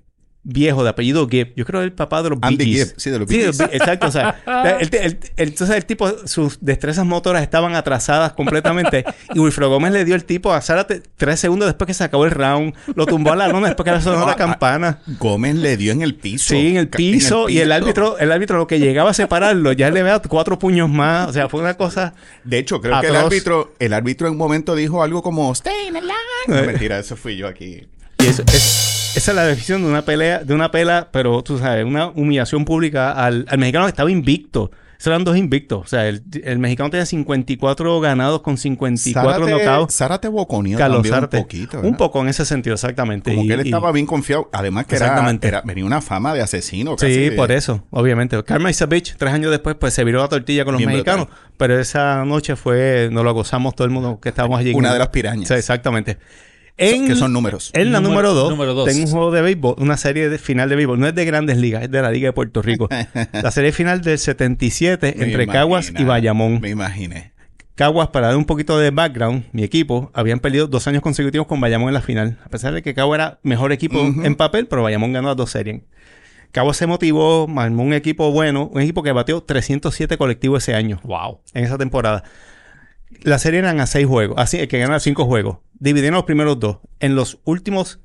[SPEAKER 2] viejo de apellido Gibb. Yo creo que era el papá de los
[SPEAKER 1] Andy
[SPEAKER 2] Bee Gees.
[SPEAKER 1] Gibb, sí, de los
[SPEAKER 2] Sí,
[SPEAKER 1] Bee
[SPEAKER 2] de los Bee- exacto. O sea, el, el- el- entonces el tipo, sus destrezas motoras estaban atrasadas
[SPEAKER 1] *laughs*
[SPEAKER 2] completamente. y Wilfredo Gómez le dio el tipo a Zárate tres segundos después que se acabó el round. Lo tumbó a la lona después que sonó
[SPEAKER 1] No,
[SPEAKER 2] la
[SPEAKER 1] a-
[SPEAKER 2] campana.
[SPEAKER 1] Gómez le dio en el piso.
[SPEAKER 2] Sí, en el
[SPEAKER 1] Ca-
[SPEAKER 2] piso. Y el árbitro, el árbitro lo que llegaba a separarlo, ya le da cuatro puños más. O sea, fue una cosa.
[SPEAKER 1] De hecho, creo que el
[SPEAKER 2] Atroz.
[SPEAKER 1] árbitro, el árbitro en un momento dijo algo como Stay in the line". No,
[SPEAKER 2] Eh.
[SPEAKER 1] mentira, eso fui yo aquí.
[SPEAKER 2] Y eso- es- esa es la definición de una pelea, de una pela, pero tú sabes, una humillación pública al, al mexicano que estaba invicto. Esos eran dos invictos. O sea, el, el mexicano tenía 54 ganados con 54
[SPEAKER 1] Zárate,
[SPEAKER 2] nocados.
[SPEAKER 1] Zárate boconeó
[SPEAKER 2] Carlos
[SPEAKER 1] también
[SPEAKER 2] Zárate.
[SPEAKER 1] un poquito. ¿verdad?
[SPEAKER 2] Un poco en ese sentido, exactamente.
[SPEAKER 1] Como
[SPEAKER 2] Y-
[SPEAKER 1] que él
[SPEAKER 2] y-
[SPEAKER 1] estaba bien confiado. Además que era,
[SPEAKER 2] Exactamente.
[SPEAKER 1] era- venía una fama de asesino.
[SPEAKER 2] Sí,
[SPEAKER 1] casi.
[SPEAKER 2] por eso, obviamente. Karma is a bitch, tres años después, pues se viró la tortilla con los
[SPEAKER 1] Bien brutal.
[SPEAKER 2] mexicanos. Pero esa noche fue, nos lo gozamos todo el mundo que estábamos allí. en-
[SPEAKER 1] Una de las pirañas.
[SPEAKER 2] Sí, exactamente. En,
[SPEAKER 1] Que son números.
[SPEAKER 2] En la
[SPEAKER 3] Número-
[SPEAKER 2] número 2,
[SPEAKER 3] número dos.
[SPEAKER 2] tengo un juego de béisbol, una serie de final de béisbol. No es de grandes ligas, es de la Liga de Puerto Rico. la serie final del 77
[SPEAKER 1] Me
[SPEAKER 2] entre Caguas y
[SPEAKER 1] imagina-
[SPEAKER 2] Bayamón.
[SPEAKER 1] Me imaginé.
[SPEAKER 2] Caguas, para dar un poquito de background, mi equipo, habían perdido dos años consecutivos con Bayamón en la final. A pesar de que Caguas era mejor equipo
[SPEAKER 1] Ujú.
[SPEAKER 2] en papel, pero Bayamón ganó las dos series. Caguas se motivó, armó un equipo bueno, un equipo que batió 307 colectivos ese año
[SPEAKER 3] Wow.
[SPEAKER 2] en esa temporada. La serie eran a seis juegos, así el que gana cinco juegos. Dividieron los primeros dos. En los últimos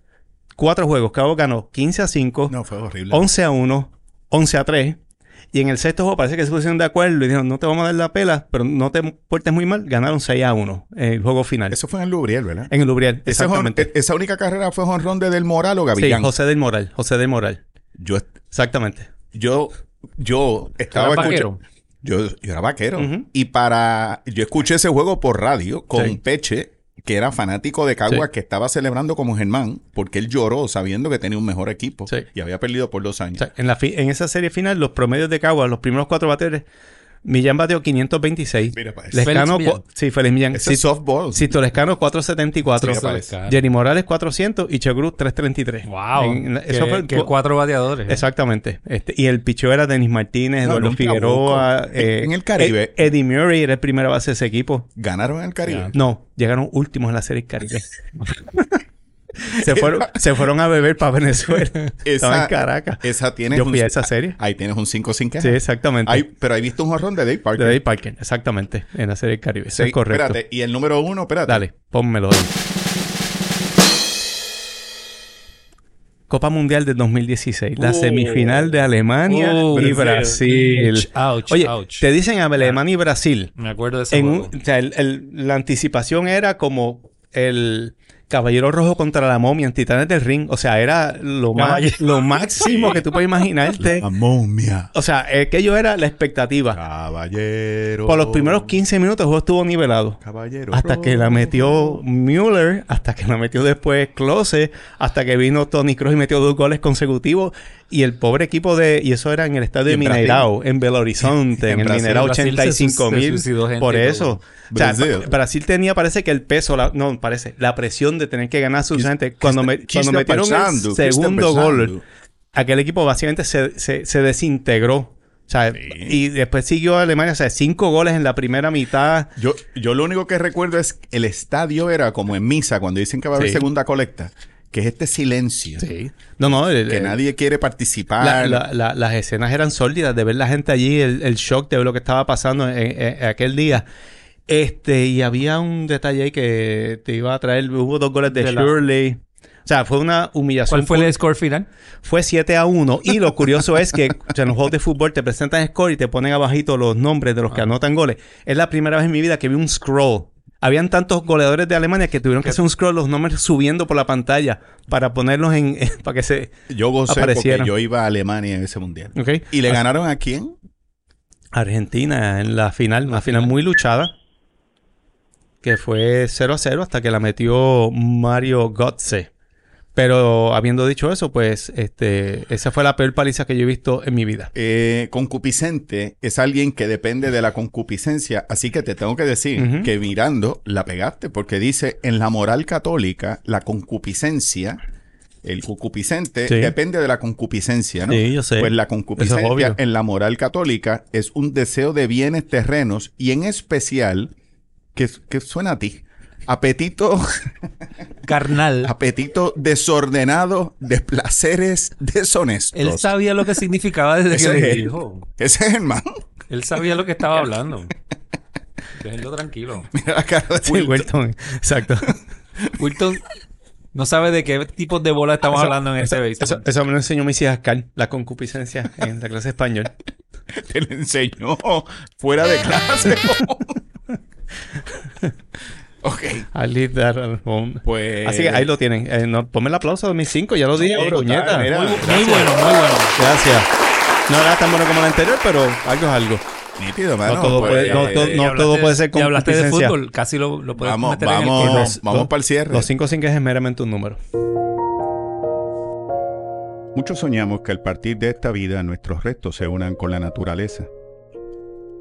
[SPEAKER 2] cuatro juegos, Cabo ganó 15 a 5,
[SPEAKER 1] No, fue horrible.
[SPEAKER 2] 11 a 1, 11 a 3. Y en el sexto juego parece que se pusieron de acuerdo y dijeron, no te vamos a dar la pela, pero no te portes muy mal. Ganaron 6 a 1 en el juego final.
[SPEAKER 1] Eso fue en el Lubriel, ¿verdad?
[SPEAKER 2] En el Lubriel,
[SPEAKER 1] Ese jon-
[SPEAKER 2] exactamente.
[SPEAKER 1] e- esa única carrera fue jonrón de Del Moral o
[SPEAKER 2] Sí,
[SPEAKER 1] Gavillán.
[SPEAKER 2] José del Moral, José del Moral.
[SPEAKER 1] yo,
[SPEAKER 2] Exactamente.
[SPEAKER 1] yo, yo estaba
[SPEAKER 3] Era
[SPEAKER 1] escuchando.
[SPEAKER 3] vaquero.
[SPEAKER 1] Yo, yo era vaquero.
[SPEAKER 2] Ujú.
[SPEAKER 1] Y para. Yo escuché ese juego por radio con
[SPEAKER 2] Sí.
[SPEAKER 1] Peche, que era fanático de Caguas,
[SPEAKER 2] Sí.
[SPEAKER 1] que estaba celebrando como Germán, porque él lloró sabiendo que tenía un mejor equipo
[SPEAKER 2] Sí.
[SPEAKER 1] y había perdido por dos años.
[SPEAKER 2] O sea, en, la fi- en esa serie final, los promedios de Caguas, los primeros cuatro bateres, Millán bateó 526.
[SPEAKER 1] Mira, parece.
[SPEAKER 2] Les
[SPEAKER 3] Félix
[SPEAKER 2] ganó
[SPEAKER 3] Millán.
[SPEAKER 2] cua- Sí, Félix Millán.
[SPEAKER 1] Ese es softball.
[SPEAKER 2] Sisto Lescano 474.
[SPEAKER 1] Sí, me parece.
[SPEAKER 3] Claro.
[SPEAKER 2] Jenny Morales 400 y Chegruz 333.
[SPEAKER 3] Wow.
[SPEAKER 2] En- en- eso
[SPEAKER 3] que,
[SPEAKER 2] fue el
[SPEAKER 3] que
[SPEAKER 2] cu-
[SPEAKER 3] cuatro bateadores.
[SPEAKER 2] Exactamente. Este, y el picheo era Denis Martínez,
[SPEAKER 1] No,
[SPEAKER 2] Eduardo
[SPEAKER 1] nunca
[SPEAKER 2] Figueroa. eh,
[SPEAKER 1] busco. En- en el Caribe. Ah.
[SPEAKER 2] Ed- Eddie Murray era el primera base de ese equipo.
[SPEAKER 1] Ganaron en el Caribe.
[SPEAKER 2] No, llegaron últimos a la serie
[SPEAKER 1] *laughs*
[SPEAKER 2] Caribe. se, fueron, se fueron a beber para Venezuela. Estaban en Caracas.
[SPEAKER 1] Esa tiene ah,
[SPEAKER 2] Yo fui a esa serie.
[SPEAKER 1] Ahí tienes un 5 sin queja.
[SPEAKER 2] Sí, exactamente.
[SPEAKER 1] Ahí- pero ahí viste un jorrón de Dave
[SPEAKER 2] de
[SPEAKER 1] Parker.
[SPEAKER 2] Dave Parker, exactamente. En la serie Caribe. Eso es
[SPEAKER 1] Sí,
[SPEAKER 2] correcto.
[SPEAKER 1] Espérate, y el número uno, espérate.
[SPEAKER 2] Dale, pónmelo. ahí. Copa Mundial de 2016, la
[SPEAKER 1] Oh.
[SPEAKER 2] semifinal de Alemania
[SPEAKER 3] Oh,
[SPEAKER 2] y
[SPEAKER 3] Uh. Brasil.
[SPEAKER 2] Brasil.
[SPEAKER 3] Ouch,
[SPEAKER 2] Oye,
[SPEAKER 3] ouch.
[SPEAKER 2] te dicen Alemania y Brasil.
[SPEAKER 3] Me acuerdo de ese
[SPEAKER 2] En
[SPEAKER 3] juego.
[SPEAKER 2] un- o sea, el- el- la anticipación era como el Caballero Rojo contra la momia en Titanes del Ring. O sea, era lo, ma-
[SPEAKER 3] Caballero.
[SPEAKER 2] lo máximo que tú puedes imaginarte.
[SPEAKER 1] *laughs* La momia.
[SPEAKER 2] O sea, aquello era la expectativa.
[SPEAKER 1] Caballero.
[SPEAKER 2] Por los primeros 15 minutos el juego estuvo nivelado.
[SPEAKER 1] Caballero.
[SPEAKER 2] Hasta que la metió Mueller, hasta que la metió después Close, hasta que vino Tony Kroos y metió dos goles consecutivos. Y el pobre equipo de. Y eso era en el estadio
[SPEAKER 1] Y
[SPEAKER 2] de
[SPEAKER 1] en Brasil.
[SPEAKER 2] Mineirao, en Belo
[SPEAKER 3] *laughs*
[SPEAKER 2] Horizonte, en,
[SPEAKER 1] En
[SPEAKER 2] el
[SPEAKER 1] Brasil,
[SPEAKER 2] Mineirao
[SPEAKER 3] Brasil se
[SPEAKER 2] 85
[SPEAKER 3] sus- se
[SPEAKER 2] mil.
[SPEAKER 3] suicidó gente
[SPEAKER 2] Por
[SPEAKER 3] y todo.
[SPEAKER 2] eso. O sea,
[SPEAKER 1] Brasil.
[SPEAKER 2] pa- Brasil tenía, parece que el peso, la- no, parece, la presión de tener que ganar a sus gente. Cuando, me-
[SPEAKER 1] Cristian
[SPEAKER 2] cuando metieron
[SPEAKER 1] Pensando,
[SPEAKER 2] el
[SPEAKER 1] Cristian
[SPEAKER 2] segundo
[SPEAKER 1] Pensando.
[SPEAKER 2] gol, aquel equipo básicamente se, se- se desintegró. O sea, y después siguió Alemania, o sea, cinco goles en la primera mitad.
[SPEAKER 1] Yo, yo lo único que recuerdo es que el estadio era como en misa, cuando dicen que va a haber
[SPEAKER 2] Sí.
[SPEAKER 1] segunda colecta, que es este silencio.
[SPEAKER 2] Sí. No, no, el-
[SPEAKER 1] Que
[SPEAKER 2] el-
[SPEAKER 1] nadie quiere participar.
[SPEAKER 2] la- la- la- las escenas eran sórdidas de ver la gente allí, el, el shock de ver lo que estaba pasando en, en- en aquel día. Este, y había un detalle ahí que te iba a traer, hubo dos goles de,
[SPEAKER 3] De la-
[SPEAKER 2] Shirley. O sea, fue una humillación.
[SPEAKER 3] ¿Cuál fue el score final?
[SPEAKER 2] Fue 7 a 1. Y lo curioso es que o sea, en los juegos de fútbol te presentan score y te ponen abajito los nombres de los
[SPEAKER 1] Ah.
[SPEAKER 2] que anotan goles. Es la primera vez en mi vida que vi un scroll. Habían tantos goleadores de Alemania que tuvieron que hacer un scroll, los nombres subiendo por la pantalla para ponerlos en... *laughs* para que se...
[SPEAKER 1] yo gocé
[SPEAKER 2] Aparecieron.
[SPEAKER 1] porque yo iba a Alemania en ese mundial.
[SPEAKER 2] ¿ok?
[SPEAKER 1] ¿Y le ganaron a quién?
[SPEAKER 2] Argentina en la final, una final muy luchada. Que fue 0 a 0 hasta que la metió Mario Götze. Pero habiendo dicho eso, pues este, esa fue la peor paliza que yo he visto en mi vida.
[SPEAKER 1] Eh, concupiscente es alguien que depende de la concupiscencia, así que te tengo que decir
[SPEAKER 2] Ujú.
[SPEAKER 1] que mirando la pegaste, porque dice en la moral católica la concupiscencia, el concupiscente
[SPEAKER 2] Sí.
[SPEAKER 1] depende de la concupiscencia, ¿no?
[SPEAKER 2] Sí, yo sé.
[SPEAKER 1] Pues la
[SPEAKER 2] Eso es
[SPEAKER 1] concupiscencia
[SPEAKER 2] obvio.
[SPEAKER 1] en la moral católica es un deseo de bienes terrenos y en especial que, que suena a ti. Apetito,
[SPEAKER 2] *laughs*
[SPEAKER 3] Carnal.
[SPEAKER 2] Ah,
[SPEAKER 1] apetito desordenado de placeres deshonestos.
[SPEAKER 3] Él sabía lo que significaba desde
[SPEAKER 1] Ese
[SPEAKER 3] que le
[SPEAKER 1] es él.
[SPEAKER 3] dijo.
[SPEAKER 1] Ese es el man.
[SPEAKER 3] Él sabía lo
[SPEAKER 2] *laughs*
[SPEAKER 3] que estaba hablando. Déjenlo tranquilo.
[SPEAKER 1] Mira la cara de
[SPEAKER 2] Sí,
[SPEAKER 1] Wilton.
[SPEAKER 2] Wilton, Exacto.
[SPEAKER 3] Wilton no sabe de qué tipos de bola estamos hablando en este
[SPEAKER 2] Eso,
[SPEAKER 3] béisbol.
[SPEAKER 2] eso me lo enseñó mi hija Ascal, la concupiscencia en la clase de *laughs* español.
[SPEAKER 1] *laughs* te lo enseñó fuera de
[SPEAKER 2] *laughs*
[SPEAKER 1] clase. ok.
[SPEAKER 2] I'll leave that at home.
[SPEAKER 1] Pues-
[SPEAKER 2] Así que ahí lo tienen. Eh, no, ponme el aplauso a 2005, ya lo dije,
[SPEAKER 1] brutal,
[SPEAKER 2] puñeta.
[SPEAKER 1] mira.
[SPEAKER 2] Muy bu-
[SPEAKER 3] Muy bueno, muy bueno.
[SPEAKER 2] Gracias. No era tan bueno como la anterior, pero algo es algo.
[SPEAKER 1] Nítido,
[SPEAKER 2] No,
[SPEAKER 1] mano.
[SPEAKER 2] todo
[SPEAKER 1] pues,
[SPEAKER 2] puede, no,
[SPEAKER 1] eh,
[SPEAKER 2] to- no
[SPEAKER 3] Y hablaste-
[SPEAKER 2] todo puede ser
[SPEAKER 3] Y hablaste de
[SPEAKER 2] concupiscencia.
[SPEAKER 3] fútbol, casi lo, lo puedes
[SPEAKER 1] Vamos,
[SPEAKER 3] meter en el
[SPEAKER 1] vamos.
[SPEAKER 3] kit.
[SPEAKER 1] Vamos, vamos para el cierre.
[SPEAKER 2] Los 5 sin que es meramente un número.
[SPEAKER 1] Muchos soñamos que al partir de esta vida nuestros restos se unan con la naturaleza.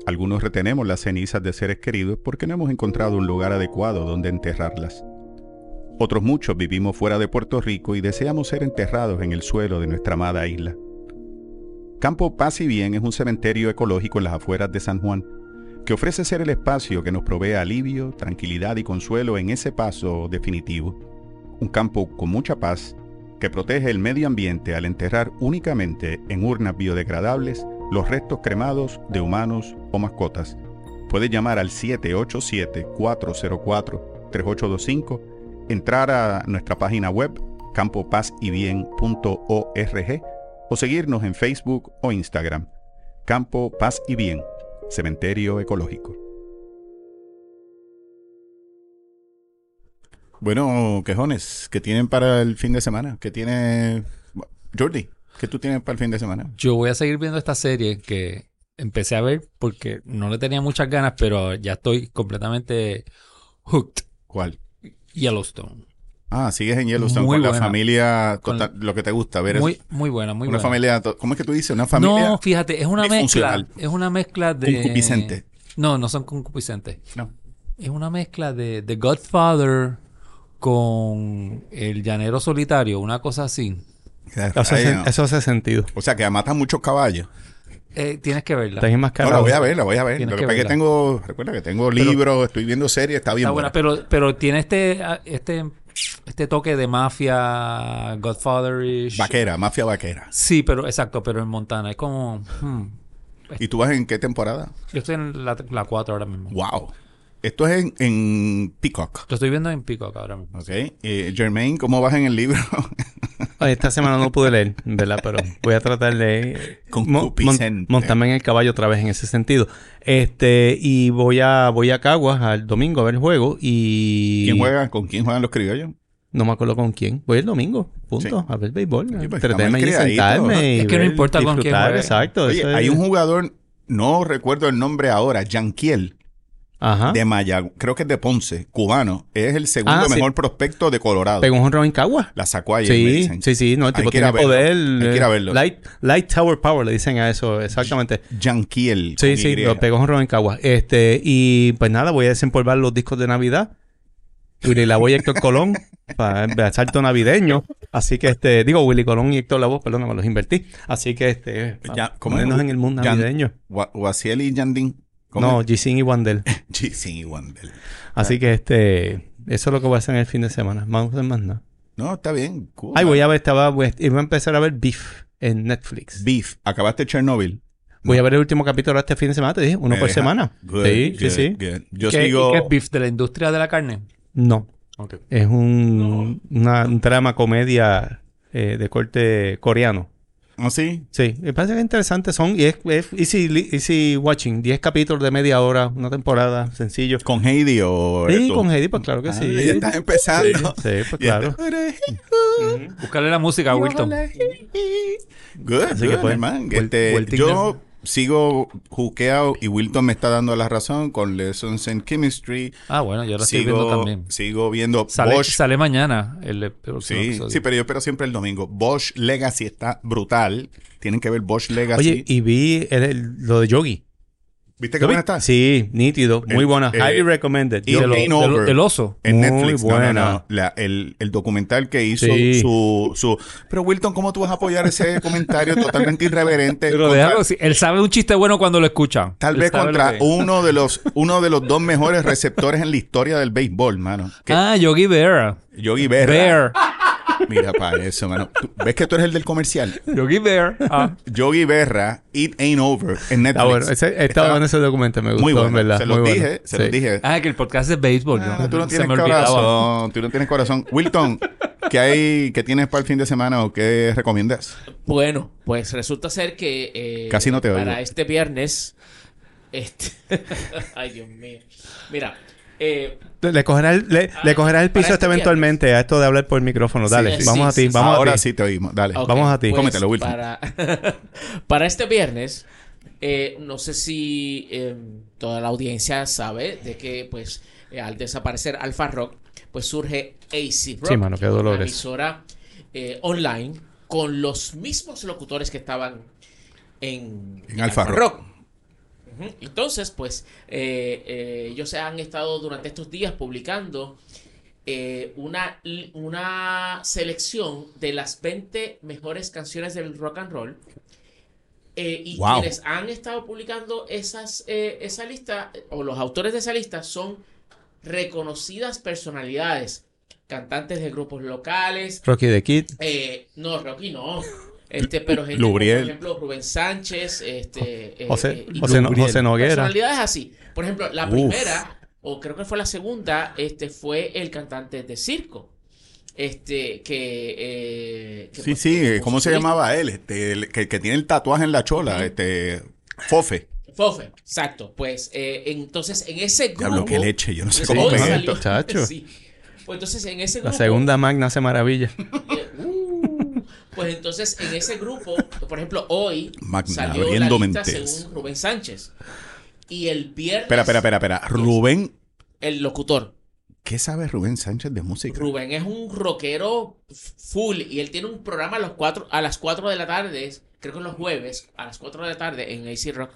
[SPEAKER 1] Algunos retenemos las cenizas de seres queridos porque no hemos encontrado un lugar adecuado donde enterrarlas. Otros muchos vivimos fuera de Puerto Rico y deseamos ser enterrados en el suelo de nuestra amada isla. Campo Paz y Bien es un cementerio ecológico en las afueras de San Juan, que ofrece ser el espacio que nos provee alivio, tranquilidad y consuelo en ese paso definitivo. Un campo con mucha paz que protege el medio ambiente al enterrar únicamente en urnas biodegradables los restos cremados de humanos o mascotas. Puede llamar al 787-404-3825, entrar a nuestra página web campopazybien.org o seguirnos en Facebook o Instagram. Campo Paz y Bien, Cementerio Ecológico. Bueno, quejones, ¿qué tienen para el fin de semana? ¿Qué tiene Jordi? ¿Qué tú tienes para el fin de semana?
[SPEAKER 3] Yo voy a seguir viendo esta serie que empecé a ver porque no le tenía muchas ganas, pero ya estoy completamente hooked.
[SPEAKER 1] ¿Cuál?
[SPEAKER 3] Yellowstone.
[SPEAKER 1] Ah, sigues en Yellowstone muy con buena. la familia, total,
[SPEAKER 3] Con-
[SPEAKER 1] lo que te gusta ver. es
[SPEAKER 3] Muy, muy buena, muy
[SPEAKER 1] una
[SPEAKER 3] buena.
[SPEAKER 1] familia, to- ¿cómo es que tú dices? Una familia
[SPEAKER 3] no, fíjate, es una mezcla.
[SPEAKER 1] disfuncional.
[SPEAKER 3] Es una mezcla de.
[SPEAKER 1] Concupiscente.
[SPEAKER 3] No, no son concupiscentes.
[SPEAKER 1] No.
[SPEAKER 3] Es una mezcla de The Godfather con El Llanero Solitario, una cosa así.
[SPEAKER 2] Eso,
[SPEAKER 1] Ahí,
[SPEAKER 2] hace,
[SPEAKER 1] no.
[SPEAKER 2] eso hace sentido.
[SPEAKER 1] O sea, que matan muchos caballos.
[SPEAKER 3] Eh, tienes que verla.
[SPEAKER 2] Está bien más
[SPEAKER 1] No, la voy a ver, la voy a ver.
[SPEAKER 3] Tienes
[SPEAKER 1] Lo que
[SPEAKER 3] que
[SPEAKER 1] pasa es que
[SPEAKER 3] verla.
[SPEAKER 1] tengo, recuerda que tengo libros, estoy viendo series, está bien
[SPEAKER 3] Está buena,
[SPEAKER 1] buena.
[SPEAKER 3] pero, pero tiene este, ah, este, este toque de mafia, Godfatherish.
[SPEAKER 1] Vaquera, mafia vaquera.
[SPEAKER 3] Sí, pero exacto, pero en Montana. Es como. hmm,
[SPEAKER 1] ¿Y tú vas en qué temporada?
[SPEAKER 3] Yo estoy en la, la 4 ahora mismo.
[SPEAKER 1] Wow. Esto es en, en Peacock.
[SPEAKER 3] Lo estoy viendo en Peacock ahora mismo.
[SPEAKER 1] Ok. Eh, Germain, ¿cómo vas en el libro? *laughs*
[SPEAKER 2] Esta semana no pude leer, ¿verdad? Pero voy a tratar de mon- mon-
[SPEAKER 1] Concupiscente.
[SPEAKER 2] montarme en el caballo otra vez en ese sentido. Este, y voy a voy a Caguas al domingo a ver el juego y
[SPEAKER 1] ¿Quién juega? ¿Con quién juegan los criollos?
[SPEAKER 2] no me acuerdo con quién. Voy el domingo, punto,
[SPEAKER 1] Sí.
[SPEAKER 2] a ver béisbol,
[SPEAKER 1] pues, está
[SPEAKER 2] entretenerme
[SPEAKER 1] mal
[SPEAKER 2] y
[SPEAKER 1] criadito.
[SPEAKER 2] sentarme y
[SPEAKER 3] Es que no
[SPEAKER 2] ver-
[SPEAKER 3] importa con quién
[SPEAKER 2] disfrutar,
[SPEAKER 3] juegue.
[SPEAKER 2] Exacto,
[SPEAKER 1] Oye,
[SPEAKER 2] eso es-
[SPEAKER 1] hay un jugador, no recuerdo el nombre ahora, Yanquiel,
[SPEAKER 2] Ajá.
[SPEAKER 1] de Mayagüez, creo que es de Ponce, cubano. Es el segundo
[SPEAKER 2] Ah, sí.
[SPEAKER 1] mejor prospecto de Colorado.
[SPEAKER 2] Pegó un jonrón en Caguas.
[SPEAKER 1] La sacó ayer. me
[SPEAKER 2] Sí,
[SPEAKER 1] dicen.
[SPEAKER 2] sí, sí, no, el
[SPEAKER 1] Hay
[SPEAKER 2] tipo
[SPEAKER 1] que ir a
[SPEAKER 2] tiene
[SPEAKER 1] verlo.
[SPEAKER 2] poder.
[SPEAKER 1] Hay que ir a verlo.
[SPEAKER 2] Light, light Tower Power le dicen a eso, exactamente.
[SPEAKER 1] Yanquiel.
[SPEAKER 2] Sí,
[SPEAKER 1] con
[SPEAKER 2] sí,
[SPEAKER 1] Y.
[SPEAKER 2] lo pegó en Rubén Caguas. Este, y pues nada, voy a desempolvar los discos de Navidad. Willy La Voz y Héctor Colón *laughs* para el asalto navideño. Así que este, digo Willy Colón y Héctor La Voz, perdón, me los invertí. Así que este,
[SPEAKER 1] Ya, ¿cómo
[SPEAKER 2] como
[SPEAKER 1] es?
[SPEAKER 2] en el mundo
[SPEAKER 1] Yan-
[SPEAKER 2] navideño.
[SPEAKER 1] Wa- Wasiel y Yandin.
[SPEAKER 2] No, Gisin y Wandel.
[SPEAKER 1] *laughs* Sí, sí, Wandel.
[SPEAKER 2] Así que este, eso es lo que voy a hacer en el fin de semana. Más, más nada.
[SPEAKER 1] No, está bien. cool.
[SPEAKER 2] Ay, voy a ver, estaba, voy a- iba a empezar a ver Beef en Netflix.
[SPEAKER 1] Beef. Acabaste Chernobyl.
[SPEAKER 2] Voy a ver el último capítulo este fin de semana, te dije, uno
[SPEAKER 1] Me
[SPEAKER 2] por
[SPEAKER 1] deja.
[SPEAKER 2] semana.
[SPEAKER 1] Good,
[SPEAKER 2] sí,
[SPEAKER 1] good,
[SPEAKER 2] sí, sí.
[SPEAKER 1] good. Yo
[SPEAKER 2] ¿Qué-
[SPEAKER 1] sigo.
[SPEAKER 3] ¿Qué es beef de la industria de la carne?
[SPEAKER 2] No.
[SPEAKER 3] Ok.
[SPEAKER 2] Es un, una, un drama, comedia eh, de corte coreano.
[SPEAKER 1] ¿Ah, sí?
[SPEAKER 2] Sí, me parece que es interesante. Son, y es, es easy, li- easy watching, 10 capítulos de media hora, una temporada, sencillo.
[SPEAKER 1] Con Heidi o.
[SPEAKER 2] Sí,
[SPEAKER 1] esto?
[SPEAKER 2] con Heidi, pues claro que
[SPEAKER 1] Ah,
[SPEAKER 2] sí.
[SPEAKER 1] Ya estás empezando.
[SPEAKER 2] Sí, pues
[SPEAKER 1] Ya
[SPEAKER 2] claro.
[SPEAKER 3] Buscarle la música a Wilton.
[SPEAKER 1] Good,
[SPEAKER 2] Así
[SPEAKER 1] good,
[SPEAKER 2] que, pues,
[SPEAKER 1] man.
[SPEAKER 2] vuel-
[SPEAKER 1] Este,
[SPEAKER 2] vuelta
[SPEAKER 1] yo sigo juqueado y Wilton me está dando la razón con Lessons in Chemistry.
[SPEAKER 3] Ah, bueno, yo lo estoy viendo
[SPEAKER 1] Sigo,
[SPEAKER 3] también.
[SPEAKER 1] sigo viendo
[SPEAKER 3] Sale,
[SPEAKER 1] Bosch.
[SPEAKER 3] sale mañana el el próximo
[SPEAKER 1] Sí,
[SPEAKER 3] episodio.
[SPEAKER 1] sí, pero yo espero siempre el domingo. Bosch Legacy está brutal. Tienen que ver Bosch Legacy.
[SPEAKER 2] Oye, y vi el- el- lo de Yogi.
[SPEAKER 1] ¿Viste qué
[SPEAKER 2] ¿Lo vi?
[SPEAKER 1] buena está?
[SPEAKER 2] Sí, nítido, muy
[SPEAKER 1] El-
[SPEAKER 2] buena.
[SPEAKER 1] eh,
[SPEAKER 2] Highly recommended.
[SPEAKER 1] y
[SPEAKER 2] Yo
[SPEAKER 1] el-
[SPEAKER 2] lo-
[SPEAKER 1] Jane
[SPEAKER 3] Del-
[SPEAKER 1] Over.
[SPEAKER 3] del oso.
[SPEAKER 1] En
[SPEAKER 2] Muy
[SPEAKER 1] Netflix, no,
[SPEAKER 2] buena.
[SPEAKER 1] no, no. La- el, el documental que hizo
[SPEAKER 2] Sí.
[SPEAKER 1] su, su... Pero Wilton, ¿cómo tú vas a apoyar
[SPEAKER 2] *laughs*
[SPEAKER 1] ese comentario totalmente irreverente?
[SPEAKER 3] Pero
[SPEAKER 1] Contra-
[SPEAKER 3] déjalo, sí, él sabe un chiste bueno cuando lo escucha.
[SPEAKER 1] Tal
[SPEAKER 3] Él
[SPEAKER 1] vez
[SPEAKER 3] sabe
[SPEAKER 1] contra
[SPEAKER 3] lo que-
[SPEAKER 1] uno de los uno de los dos mejores receptores en la historia del béisbol, mano. Que
[SPEAKER 3] Ah, Yogi Bear.
[SPEAKER 1] Yogi Berra. *laughs*
[SPEAKER 3] Bear.
[SPEAKER 1] Mira para eso, mano. Tú- ¿Ves que tú eres el del comercial?
[SPEAKER 3] Yogi Bear. Ah.
[SPEAKER 1] Yogi Berra, It Ain't Over en Netflix.
[SPEAKER 2] Ah, bueno, ese- estaba
[SPEAKER 1] Estaba
[SPEAKER 2] dando ese documento, me gustó,
[SPEAKER 1] muy bueno.
[SPEAKER 2] en verdad.
[SPEAKER 1] se los
[SPEAKER 2] muy bueno.
[SPEAKER 1] dije, se los
[SPEAKER 2] Sí.
[SPEAKER 1] dije.
[SPEAKER 3] Ah, que el podcast es béisbol.
[SPEAKER 1] Ah,
[SPEAKER 3] yo-
[SPEAKER 1] tú no
[SPEAKER 3] se
[SPEAKER 1] tienes
[SPEAKER 3] me olvidaba.
[SPEAKER 1] corazón, tú no tienes corazón. Wilton, ¿qué hay, qué tienes para el fin de semana o qué recomiendas?
[SPEAKER 4] Bueno, pues resulta ser que eh,
[SPEAKER 1] Casi no te oigo.
[SPEAKER 4] para este viernes. Este... *laughs* Ay, Dios mío. Mira, eh,
[SPEAKER 2] Le cogerá el, le, le cogerá el
[SPEAKER 4] Para
[SPEAKER 2] piso
[SPEAKER 4] este
[SPEAKER 2] hasta eventualmente a esto de hablar por el micrófono. Dale,
[SPEAKER 4] sí,
[SPEAKER 2] vamos
[SPEAKER 4] sí,
[SPEAKER 2] a ti,
[SPEAKER 4] sí.
[SPEAKER 2] vamos
[SPEAKER 1] Ahora
[SPEAKER 2] a ti.
[SPEAKER 1] sí te oímos, dale.
[SPEAKER 4] ok, pues
[SPEAKER 2] vamos a ti.
[SPEAKER 1] Cómetelo, Wilson.
[SPEAKER 4] Para, *laughs* para este viernes, eh, no sé si eh, toda la audiencia sabe de que, pues, eh, al desaparecer Alfa Rock, pues surge AC Rock.
[SPEAKER 2] Sí, mano, qué
[SPEAKER 4] una
[SPEAKER 2] dolores.
[SPEAKER 4] emisora eh, online con los mismos locutores que estaban en,
[SPEAKER 1] En Alfa Rock.
[SPEAKER 4] Ujú. Entonces, pues, eh, eh, ellos se han estado durante estos días publicando eh, una, li- una selección de las 20 mejores canciones del rock and roll. Eh, y
[SPEAKER 1] Wow.
[SPEAKER 4] quienes han estado publicando esas, eh, esa lista, eh, o los autores de esa lista, son reconocidas personalidades, cantantes de grupos locales,
[SPEAKER 2] Rocky the Kid.
[SPEAKER 4] eh, no, Rocky no. Este, pero gente
[SPEAKER 1] Lubriel.
[SPEAKER 4] como, por ejemplo, Rubén Sánchez, este, eh,
[SPEAKER 2] José,
[SPEAKER 4] eh, y
[SPEAKER 2] José, No-
[SPEAKER 1] Lubriel.
[SPEAKER 2] José Noguera.
[SPEAKER 4] personalidades así. Por ejemplo, la
[SPEAKER 1] Uf.
[SPEAKER 4] primera, o creo que fue la segunda, este, fue el cantante de circo. Este, que, eh, que
[SPEAKER 1] Sí,
[SPEAKER 4] pues,
[SPEAKER 1] sí, eh,
[SPEAKER 4] como
[SPEAKER 1] ¿cómo se
[SPEAKER 4] solista.
[SPEAKER 1] llamaba él? Este, el que, que tiene el tatuaje en la chola, este Fofe.
[SPEAKER 4] Fofe, exacto. Pues eh, entonces en ese grupo. pues,
[SPEAKER 1] Diablo, qué leche. Yo no sé
[SPEAKER 4] Sí,
[SPEAKER 1] cómo
[SPEAKER 4] hoy
[SPEAKER 1] pegué
[SPEAKER 4] salió-
[SPEAKER 1] esto.
[SPEAKER 2] chacho.
[SPEAKER 4] *laughs* sí. Pues entonces en ese grupo.
[SPEAKER 2] La segunda magna hace maravilla.
[SPEAKER 4] eh, uh, pues entonces en ese grupo, por ejemplo, hoy
[SPEAKER 1] Magna,
[SPEAKER 4] salió
[SPEAKER 1] abriendo
[SPEAKER 4] la lista
[SPEAKER 1] mentes.
[SPEAKER 4] según Rubén Sánchez. Y el viernes.
[SPEAKER 1] Espera, espera, espera, espera. Rubén.
[SPEAKER 4] El locutor.
[SPEAKER 1] ¿Qué sabe Rubén Sánchez de música?
[SPEAKER 4] Rubén es un rockero f- full y él tiene un programa a, los cuatro, a las 4 de la tarde, creo que los jueves, a las 4 de la tarde en AC Rock.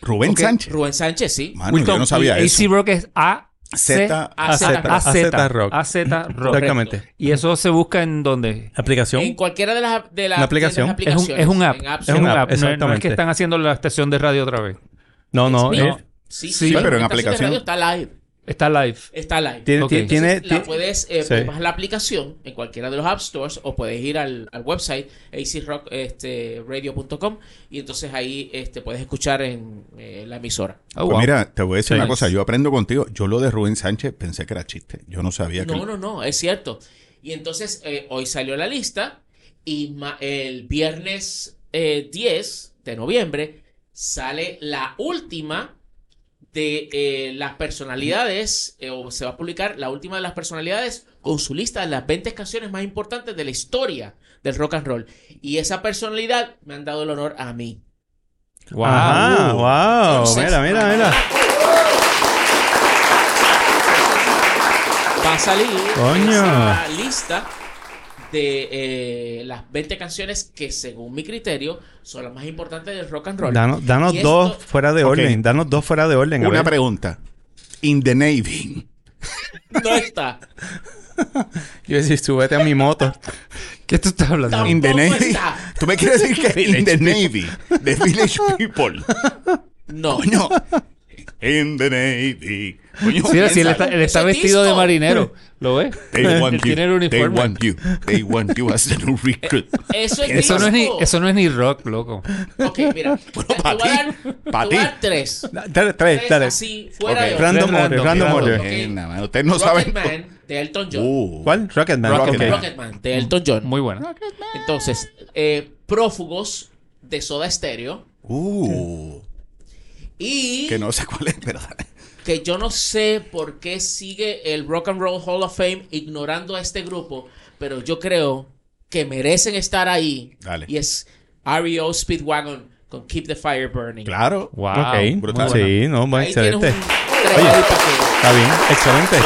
[SPEAKER 1] Rubén
[SPEAKER 3] Ok,
[SPEAKER 1] Sánchez.
[SPEAKER 4] Rubén Sánchez, sí.
[SPEAKER 1] Mano, yo Ah, no sabía
[SPEAKER 3] y
[SPEAKER 1] eso.
[SPEAKER 3] AC Rock es A.
[SPEAKER 1] Z.
[SPEAKER 4] A-
[SPEAKER 3] C-
[SPEAKER 4] AZ.
[SPEAKER 3] AZ,
[SPEAKER 2] AZ Rock.
[SPEAKER 3] AZ Rock.
[SPEAKER 2] Exactamente.
[SPEAKER 3] Y eso se busca en dónde?
[SPEAKER 2] Aplicación.
[SPEAKER 4] En cualquiera de las, de las-
[SPEAKER 2] Una aplicación.
[SPEAKER 4] de las
[SPEAKER 3] Es un,
[SPEAKER 4] aplicaciones,
[SPEAKER 3] es un app.
[SPEAKER 4] en apps,
[SPEAKER 3] Es un
[SPEAKER 4] en
[SPEAKER 2] app,
[SPEAKER 3] app. No, es- no es
[SPEAKER 2] exactamente.
[SPEAKER 3] que están haciendo la estación de radio otra vez.
[SPEAKER 2] No, no.
[SPEAKER 4] Mix.
[SPEAKER 2] eh,
[SPEAKER 4] Sí,
[SPEAKER 3] Sí,
[SPEAKER 4] sí,
[SPEAKER 1] pero en
[SPEAKER 4] estación de
[SPEAKER 1] aplicación.
[SPEAKER 4] radio está live.
[SPEAKER 3] Está live.
[SPEAKER 1] Pues
[SPEAKER 4] Está live.
[SPEAKER 2] tiene,
[SPEAKER 3] Ok.
[SPEAKER 2] tiene- tiene-
[SPEAKER 4] Entonces, la puedes, eh,
[SPEAKER 2] sí.
[SPEAKER 4] bajas la aplicación en cualquiera de los app stores o puedes ir al, al website este, acrockradio.com y entonces ahí este, puedes escuchar en eh, la emisora.
[SPEAKER 3] Oh,
[SPEAKER 1] Pues
[SPEAKER 3] wow.
[SPEAKER 1] mira, te voy a decir
[SPEAKER 3] Sí.
[SPEAKER 1] una cosa. Yo aprendo contigo. Yo lo de Rubén Sánchez pensé que era chiste. Yo no sabía que.
[SPEAKER 4] No, no, no, es cierto. Y entonces eh, hoy salió la lista y ma- el viernes eh, 10 de noviembre sale la última de eh, las personalidades, eh, o se va a publicar la última de las personalidades con su lista de las 20 canciones más importantes de la historia del rock and roll. Y esa personalidad me han dado el honor a mí.
[SPEAKER 3] Wow.
[SPEAKER 2] Ajá, wow.
[SPEAKER 4] Entonces,
[SPEAKER 2] Oh, mira, mira, mira.
[SPEAKER 4] Va a salir
[SPEAKER 2] Coño.
[SPEAKER 4] esa lista de eh, las 20 canciones que según mi criterio son las más importantes del rock and roll.
[SPEAKER 2] Danos, danos
[SPEAKER 4] Y esto-
[SPEAKER 2] dos fuera de
[SPEAKER 1] Ok.
[SPEAKER 2] orden. Danos dos fuera de orden. a
[SPEAKER 1] Una
[SPEAKER 2] ver.
[SPEAKER 1] pregunta. In the Navy.
[SPEAKER 4] No está.
[SPEAKER 2] Yo decía, súbete a mi
[SPEAKER 4] *laughs*
[SPEAKER 2] moto.
[SPEAKER 3] ¿Qué tú estás hablando?
[SPEAKER 1] In the
[SPEAKER 4] Tampoco
[SPEAKER 1] Navy.
[SPEAKER 4] está.
[SPEAKER 1] *laughs* ¿Tú me quieres decir que In the Navy? The Village
[SPEAKER 3] *laughs*
[SPEAKER 1] People.
[SPEAKER 4] No.
[SPEAKER 1] Coño. In the Navy. Coño.
[SPEAKER 3] Sí, sí, él está, él está
[SPEAKER 4] Ese
[SPEAKER 3] vestido de
[SPEAKER 4] disco.
[SPEAKER 3] marinerito. ¿Lo ves?
[SPEAKER 1] They
[SPEAKER 3] él
[SPEAKER 1] want you.
[SPEAKER 3] tiene el
[SPEAKER 1] They
[SPEAKER 3] uniforme.
[SPEAKER 1] want you. They want you as a new recruit.
[SPEAKER 4] *laughs* Eso es
[SPEAKER 3] Eso no, es ni,
[SPEAKER 4] disco.
[SPEAKER 3] eso no es ni rock, loco.
[SPEAKER 4] Ok,
[SPEAKER 2] *laughs*
[SPEAKER 4] mira. te
[SPEAKER 1] pa'
[SPEAKER 4] voy a
[SPEAKER 1] ti,
[SPEAKER 4] dar- te
[SPEAKER 1] pa'
[SPEAKER 4] voy a
[SPEAKER 1] ti.
[SPEAKER 4] dar tres.
[SPEAKER 2] Da- Dale, tres,
[SPEAKER 4] Tres
[SPEAKER 2] dale.
[SPEAKER 4] así, fuera
[SPEAKER 1] Ok.
[SPEAKER 4] de orden.
[SPEAKER 2] Random
[SPEAKER 3] Random,
[SPEAKER 2] order, random
[SPEAKER 3] random.
[SPEAKER 2] order.
[SPEAKER 1] Ajena, mano. Ustedes no saben.
[SPEAKER 4] Rocketman de Elton John.
[SPEAKER 1] Uh.
[SPEAKER 2] ¿Cuál? Rocketman.
[SPEAKER 1] Rocketman.
[SPEAKER 2] ok.
[SPEAKER 4] Rocketman de Elton John.
[SPEAKER 3] Muy buena.
[SPEAKER 4] Entonces, eh, prófugos de Soda Stereo
[SPEAKER 1] Uh.
[SPEAKER 4] y
[SPEAKER 1] Que no sé cuál es, pero dale.
[SPEAKER 4] que yo no sé por qué sigue el Rock and Roll Hall of Fame ignorando a este grupo, pero yo creo que merecen estar ahí.
[SPEAKER 1] Dale.
[SPEAKER 4] Y es REO Speedwagon con Keep the Fire Burning.
[SPEAKER 1] Claro.
[SPEAKER 3] Wow.
[SPEAKER 2] Ok.
[SPEAKER 1] brutal.
[SPEAKER 2] Sí, no, bueno,
[SPEAKER 4] Ahí tienes
[SPEAKER 2] excelente.
[SPEAKER 4] un tres ahí pa'
[SPEAKER 2] Está bien, excelente.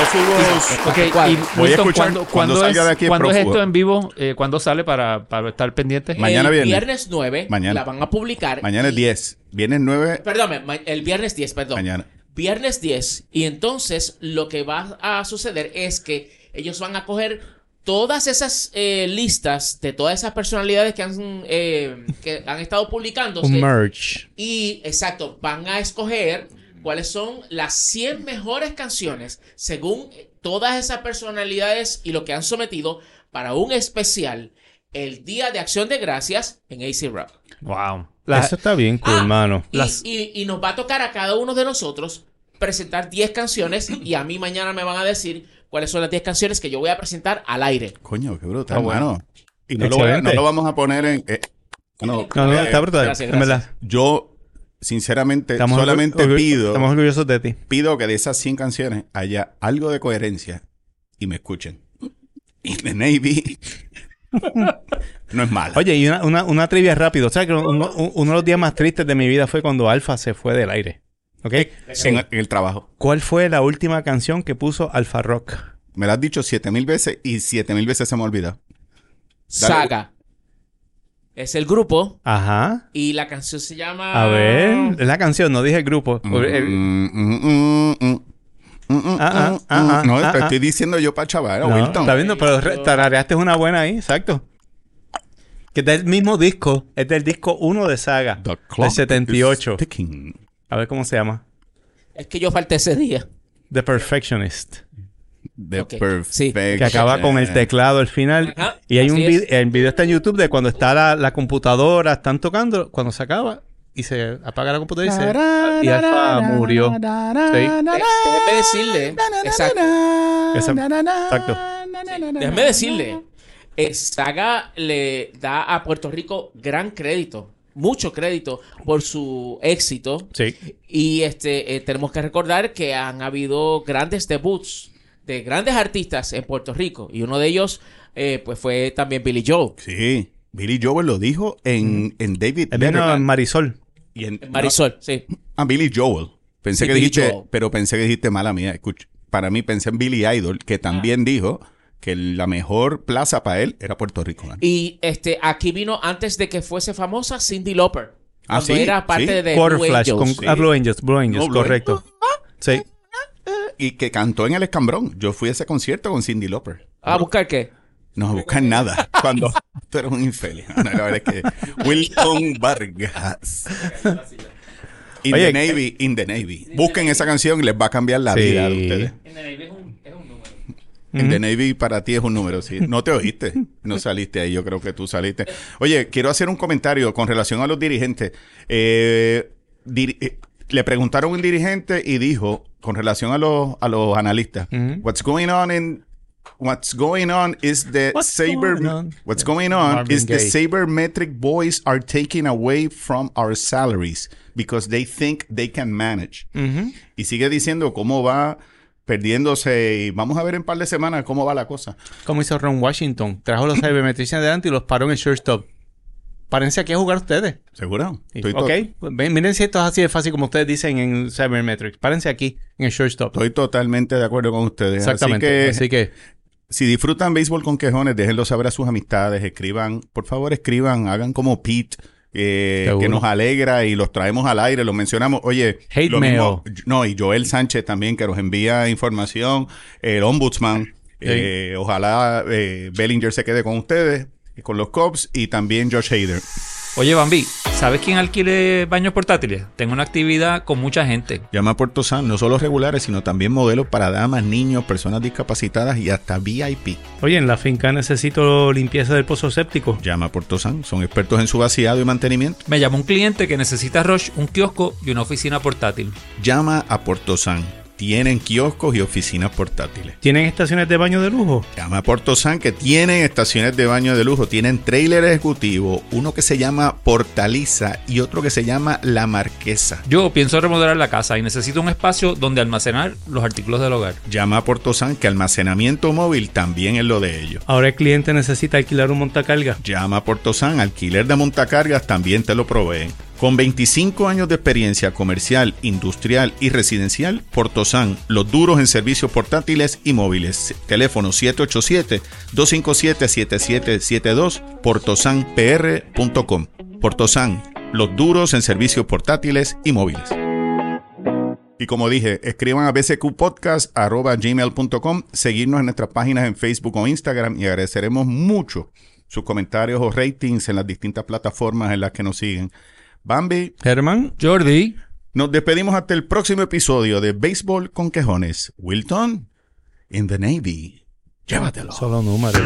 [SPEAKER 3] Ok, y
[SPEAKER 4] ¿Cuál?
[SPEAKER 3] Milton,
[SPEAKER 1] Voy a escuchar
[SPEAKER 3] ¿cuándo,
[SPEAKER 1] cuando
[SPEAKER 3] cuándo
[SPEAKER 1] salga
[SPEAKER 3] es,
[SPEAKER 1] de aquí el
[SPEAKER 3] cuándo es
[SPEAKER 1] prófugo.
[SPEAKER 3] esto en vivo? Eh, ¿Cuándo sale para, para estar pendiente?
[SPEAKER 4] que-
[SPEAKER 1] Ma- Mañana
[SPEAKER 4] el
[SPEAKER 1] viernes.
[SPEAKER 4] 9
[SPEAKER 1] Mañana.
[SPEAKER 4] la van a publicar.
[SPEAKER 1] Mañana es
[SPEAKER 4] y-
[SPEAKER 1] 10. Viernes 9.
[SPEAKER 4] Perdón, ma- el viernes 10, perdón.
[SPEAKER 1] Mañana.
[SPEAKER 4] Viernes 10. Y entonces lo que va a suceder es que ellos van a coger todas esas eh, listas de todas esas personalidades que han, eh, que han estado publicando.
[SPEAKER 2] Un merch.
[SPEAKER 4] Y exacto, van a escoger cuáles son las 100 mejores canciones según todas esas personalidades y lo que han sometido para un especial el Día de Acción de Gracias en AC Rock.
[SPEAKER 3] Wow. La-
[SPEAKER 2] Eso está bien cool,
[SPEAKER 4] Ah,
[SPEAKER 2] mano.
[SPEAKER 4] Y,
[SPEAKER 3] Las-
[SPEAKER 4] y- y nos va a tocar a cada uno de nosotros presentar 10 canciones y a mí mañana me van a decir cuáles son las 10 canciones que yo voy a presentar al aire.
[SPEAKER 1] Coño, qué brutal,
[SPEAKER 2] Ah, bueno.
[SPEAKER 1] mano. Y no lo, voy a- no
[SPEAKER 2] Excelente.
[SPEAKER 1] lo vamos a poner en. eh, no,
[SPEAKER 2] No, no,
[SPEAKER 1] eh,
[SPEAKER 2] está brutal.
[SPEAKER 4] gracias,
[SPEAKER 2] En verdad.
[SPEAKER 1] Yo, sinceramente,
[SPEAKER 2] Estamos
[SPEAKER 1] solamente
[SPEAKER 2] orgu- orgu-
[SPEAKER 1] pido,
[SPEAKER 2] Estamos orgullosos de ti.
[SPEAKER 1] pido que de esas 100 canciones haya algo de coherencia y me escuchen. Y the Navy *laughs* no es mala.
[SPEAKER 2] Oye, y una, una, una trivia rápido. ¿Sabes que uno, un- uno de los días más tristes de mi vida fue cuando Alfa se fue del aire? ¿Ok?
[SPEAKER 1] en, el- en el trabajo.
[SPEAKER 2] ¿Cuál fue la última canción que puso Alfa Rock?
[SPEAKER 1] Me lo has dicho siete mil veces y siete mil veces se me ha olvidado.
[SPEAKER 4] Saga. Es el grupo
[SPEAKER 2] Ajá.
[SPEAKER 4] y la canción se llama...
[SPEAKER 2] A ver. La canción, no dije el grupo. Eh, El-
[SPEAKER 1] Mm, mm, mm, mm. Mm, mm,
[SPEAKER 2] Ah, ah,
[SPEAKER 1] mm,
[SPEAKER 2] ah,
[SPEAKER 1] mm. No,
[SPEAKER 2] ah,
[SPEAKER 1] te
[SPEAKER 2] ah.
[SPEAKER 1] estoy diciendo yo para chaval,
[SPEAKER 2] No,
[SPEAKER 1] Wilton.
[SPEAKER 2] está viendo, pero re- tarareaste una buena ahí, exacto. Que es del mismo disco, es del disco 1 de Saga,
[SPEAKER 1] The clock
[SPEAKER 2] del
[SPEAKER 1] is
[SPEAKER 2] 78.
[SPEAKER 1] ticking.
[SPEAKER 2] A ver cómo se llama.
[SPEAKER 4] Es que yo falté ese día.
[SPEAKER 2] The Perfectionist.
[SPEAKER 1] The
[SPEAKER 4] Ok,
[SPEAKER 1] perfect.
[SPEAKER 4] sí.
[SPEAKER 2] Que acaba con el teclado al final.
[SPEAKER 4] Ajá,
[SPEAKER 2] y hay un
[SPEAKER 4] así
[SPEAKER 2] video,
[SPEAKER 4] es.
[SPEAKER 2] el video está en YouTube de cuando está la, la computadora, están tocando, cuando se acaba y se apaga la computadora y se... Y Alfa murió. Sí.
[SPEAKER 4] Eh, Déjeme decirle. Exacto.
[SPEAKER 2] Esa- exacto.
[SPEAKER 4] Déjeme decirle. eh, Saga le da a Puerto Rico gran crédito mucho crédito por su éxito.
[SPEAKER 2] Sí.
[SPEAKER 4] Y este eh, tenemos que recordar que han habido grandes debuts de grandes artistas en Puerto Rico. Y uno de ellos, eh, pues, fue también Billy Joe.
[SPEAKER 1] Sí. Billy Joel lo dijo en, en David
[SPEAKER 2] Él vino
[SPEAKER 1] Letterman
[SPEAKER 2] en Marisol.
[SPEAKER 1] y en-
[SPEAKER 4] Marisol, sí.
[SPEAKER 1] Ah, Billy Joel. Pensé
[SPEAKER 4] Sí,
[SPEAKER 1] que
[SPEAKER 4] Billy
[SPEAKER 1] dijiste,
[SPEAKER 4] Joel.
[SPEAKER 1] pero pensé que dijiste mala mía. Escucha, para mí pensé en Billy Idol,
[SPEAKER 4] Ah.
[SPEAKER 1] que también dijo que la mejor plaza para él era Puerto Rico. man.
[SPEAKER 4] Y este, aquí vino antes de que fuese famosa Cindy Lauper.
[SPEAKER 1] Ah,
[SPEAKER 4] cuando
[SPEAKER 1] sí,
[SPEAKER 4] era parte
[SPEAKER 1] sí.
[SPEAKER 4] de Blue
[SPEAKER 2] Quarterflash con
[SPEAKER 4] Angels.
[SPEAKER 1] sí.
[SPEAKER 2] ah, Blue Angels, Blue Angels,
[SPEAKER 1] No, Blue
[SPEAKER 2] correcto. Sí.
[SPEAKER 1] Y que cantó en el escambrón. Yo fui a ese concierto con Cindy Lauper.
[SPEAKER 4] ¿A buscar qué?
[SPEAKER 1] No buscan nada. Cuando *laughs* tú eres un infeliz. No, la verdad es que Wilton Vargas. In
[SPEAKER 2] Oye,
[SPEAKER 1] the Navy, in the Navy. Busquen esa canción y les va a cambiar la
[SPEAKER 2] Sí.
[SPEAKER 1] vida a ustedes. En The Navy para ti es un número, sí. No te oíste, no saliste ahí, yo creo que tú saliste. Oye, quiero hacer un comentario con relación a los dirigentes. Eh, diri- eh, le preguntaron a un dirigente y dijo, con relación a los, a los analistas,
[SPEAKER 2] Ujú.
[SPEAKER 1] what's going on in... What's going on is the
[SPEAKER 2] What's
[SPEAKER 1] saber.
[SPEAKER 2] going on?
[SPEAKER 1] What's going on
[SPEAKER 3] Marvin
[SPEAKER 1] is the
[SPEAKER 3] Gaye.
[SPEAKER 1] sabermetric boys are taking away from our salaries because they think they can manage.
[SPEAKER 2] Ujú.
[SPEAKER 1] Y sigue diciendo cómo va perdiéndose y vamos a ver en par de semanas cómo va la cosa.
[SPEAKER 2] Como hizo Ron Washington. Trajo *laughs* los cybermetricians adelante y los paró en el shortstop. Párense aquí a jugar ustedes.
[SPEAKER 1] ¿Seguro?
[SPEAKER 2] Sí.
[SPEAKER 1] Estoy, to-
[SPEAKER 2] ok. Pues ven- miren si esto es así de fácil como ustedes dicen en Cybermetrics. Párense aquí en el shortstop.
[SPEAKER 1] estoy totalmente de acuerdo con ustedes.
[SPEAKER 2] Exactamente.
[SPEAKER 1] Así que,
[SPEAKER 2] Así que,
[SPEAKER 1] si disfrutan béisbol con quejones, déjenlo saber a sus amistades, escriban, por favor escriban, hagan como Pete. eh,
[SPEAKER 2] Seguro.
[SPEAKER 1] que nos alegra y los traemos al aire, los mencionamos. Oye,
[SPEAKER 2] Hate
[SPEAKER 1] lo mismo-
[SPEAKER 2] mail.
[SPEAKER 1] no, y Joel Sánchez también que nos envía información, el ombudsman. eh, ojalá eh, Bellinger se quede con ustedes, con los cops y también Josh Hader.
[SPEAKER 3] Oye, Bambi, ¿sabes quién alquile baños portátiles? Tengo una actividad con mucha gente.
[SPEAKER 1] Llama a Puerto San, no solo regulares, sino también modelos para damas, niños, personas discapacitadas y hasta VIP.
[SPEAKER 2] oye, en la finca necesito limpieza del pozo séptico.
[SPEAKER 1] Llama a Puerto San, son expertos en su vaciado y mantenimiento.
[SPEAKER 3] Me llamó un cliente que necesita Roche, un kiosco y una oficina portátil.
[SPEAKER 1] Llama a Puerto San, tienen kioscos y oficinas portátiles.
[SPEAKER 2] ¿Tienen estaciones de baño de lujo?
[SPEAKER 1] Llama a Puerto San que tienen estaciones de baño de lujo, tienen trailer ejecutivo, uno que se llama Portaliza y otro que se llama La Marquesa.
[SPEAKER 3] Yo pienso remodelar la casa y necesito un espacio donde almacenar los artículos del hogar.
[SPEAKER 1] Llama a Puerto San que almacenamiento móvil también es lo de ellos.
[SPEAKER 2] Ahora el cliente necesita alquilar un montacarga.
[SPEAKER 1] Llama a Portosan, alquiler de montacargas también te lo proveen. Con 25 años de experiencia comercial, industrial y residencial, Portosan, los duros en servicios portátiles y móviles. Teléfono 787-257-7772, portosanpr.com. Portosan, los duros en servicios portátiles y móviles. Y como dije, escriban a bcqpodcast.gmail.com, seguirnos en nuestras páginas en Facebook o Instagram y agradeceremos mucho sus comentarios o ratings en las distintas plataformas en las que nos siguen. Bambi,
[SPEAKER 2] Germán.
[SPEAKER 3] Jordi,
[SPEAKER 1] nos despedimos hasta el próximo episodio de Béisbol con Quejones. Wilton, in the Navy. Llévatelo.
[SPEAKER 2] Solo números.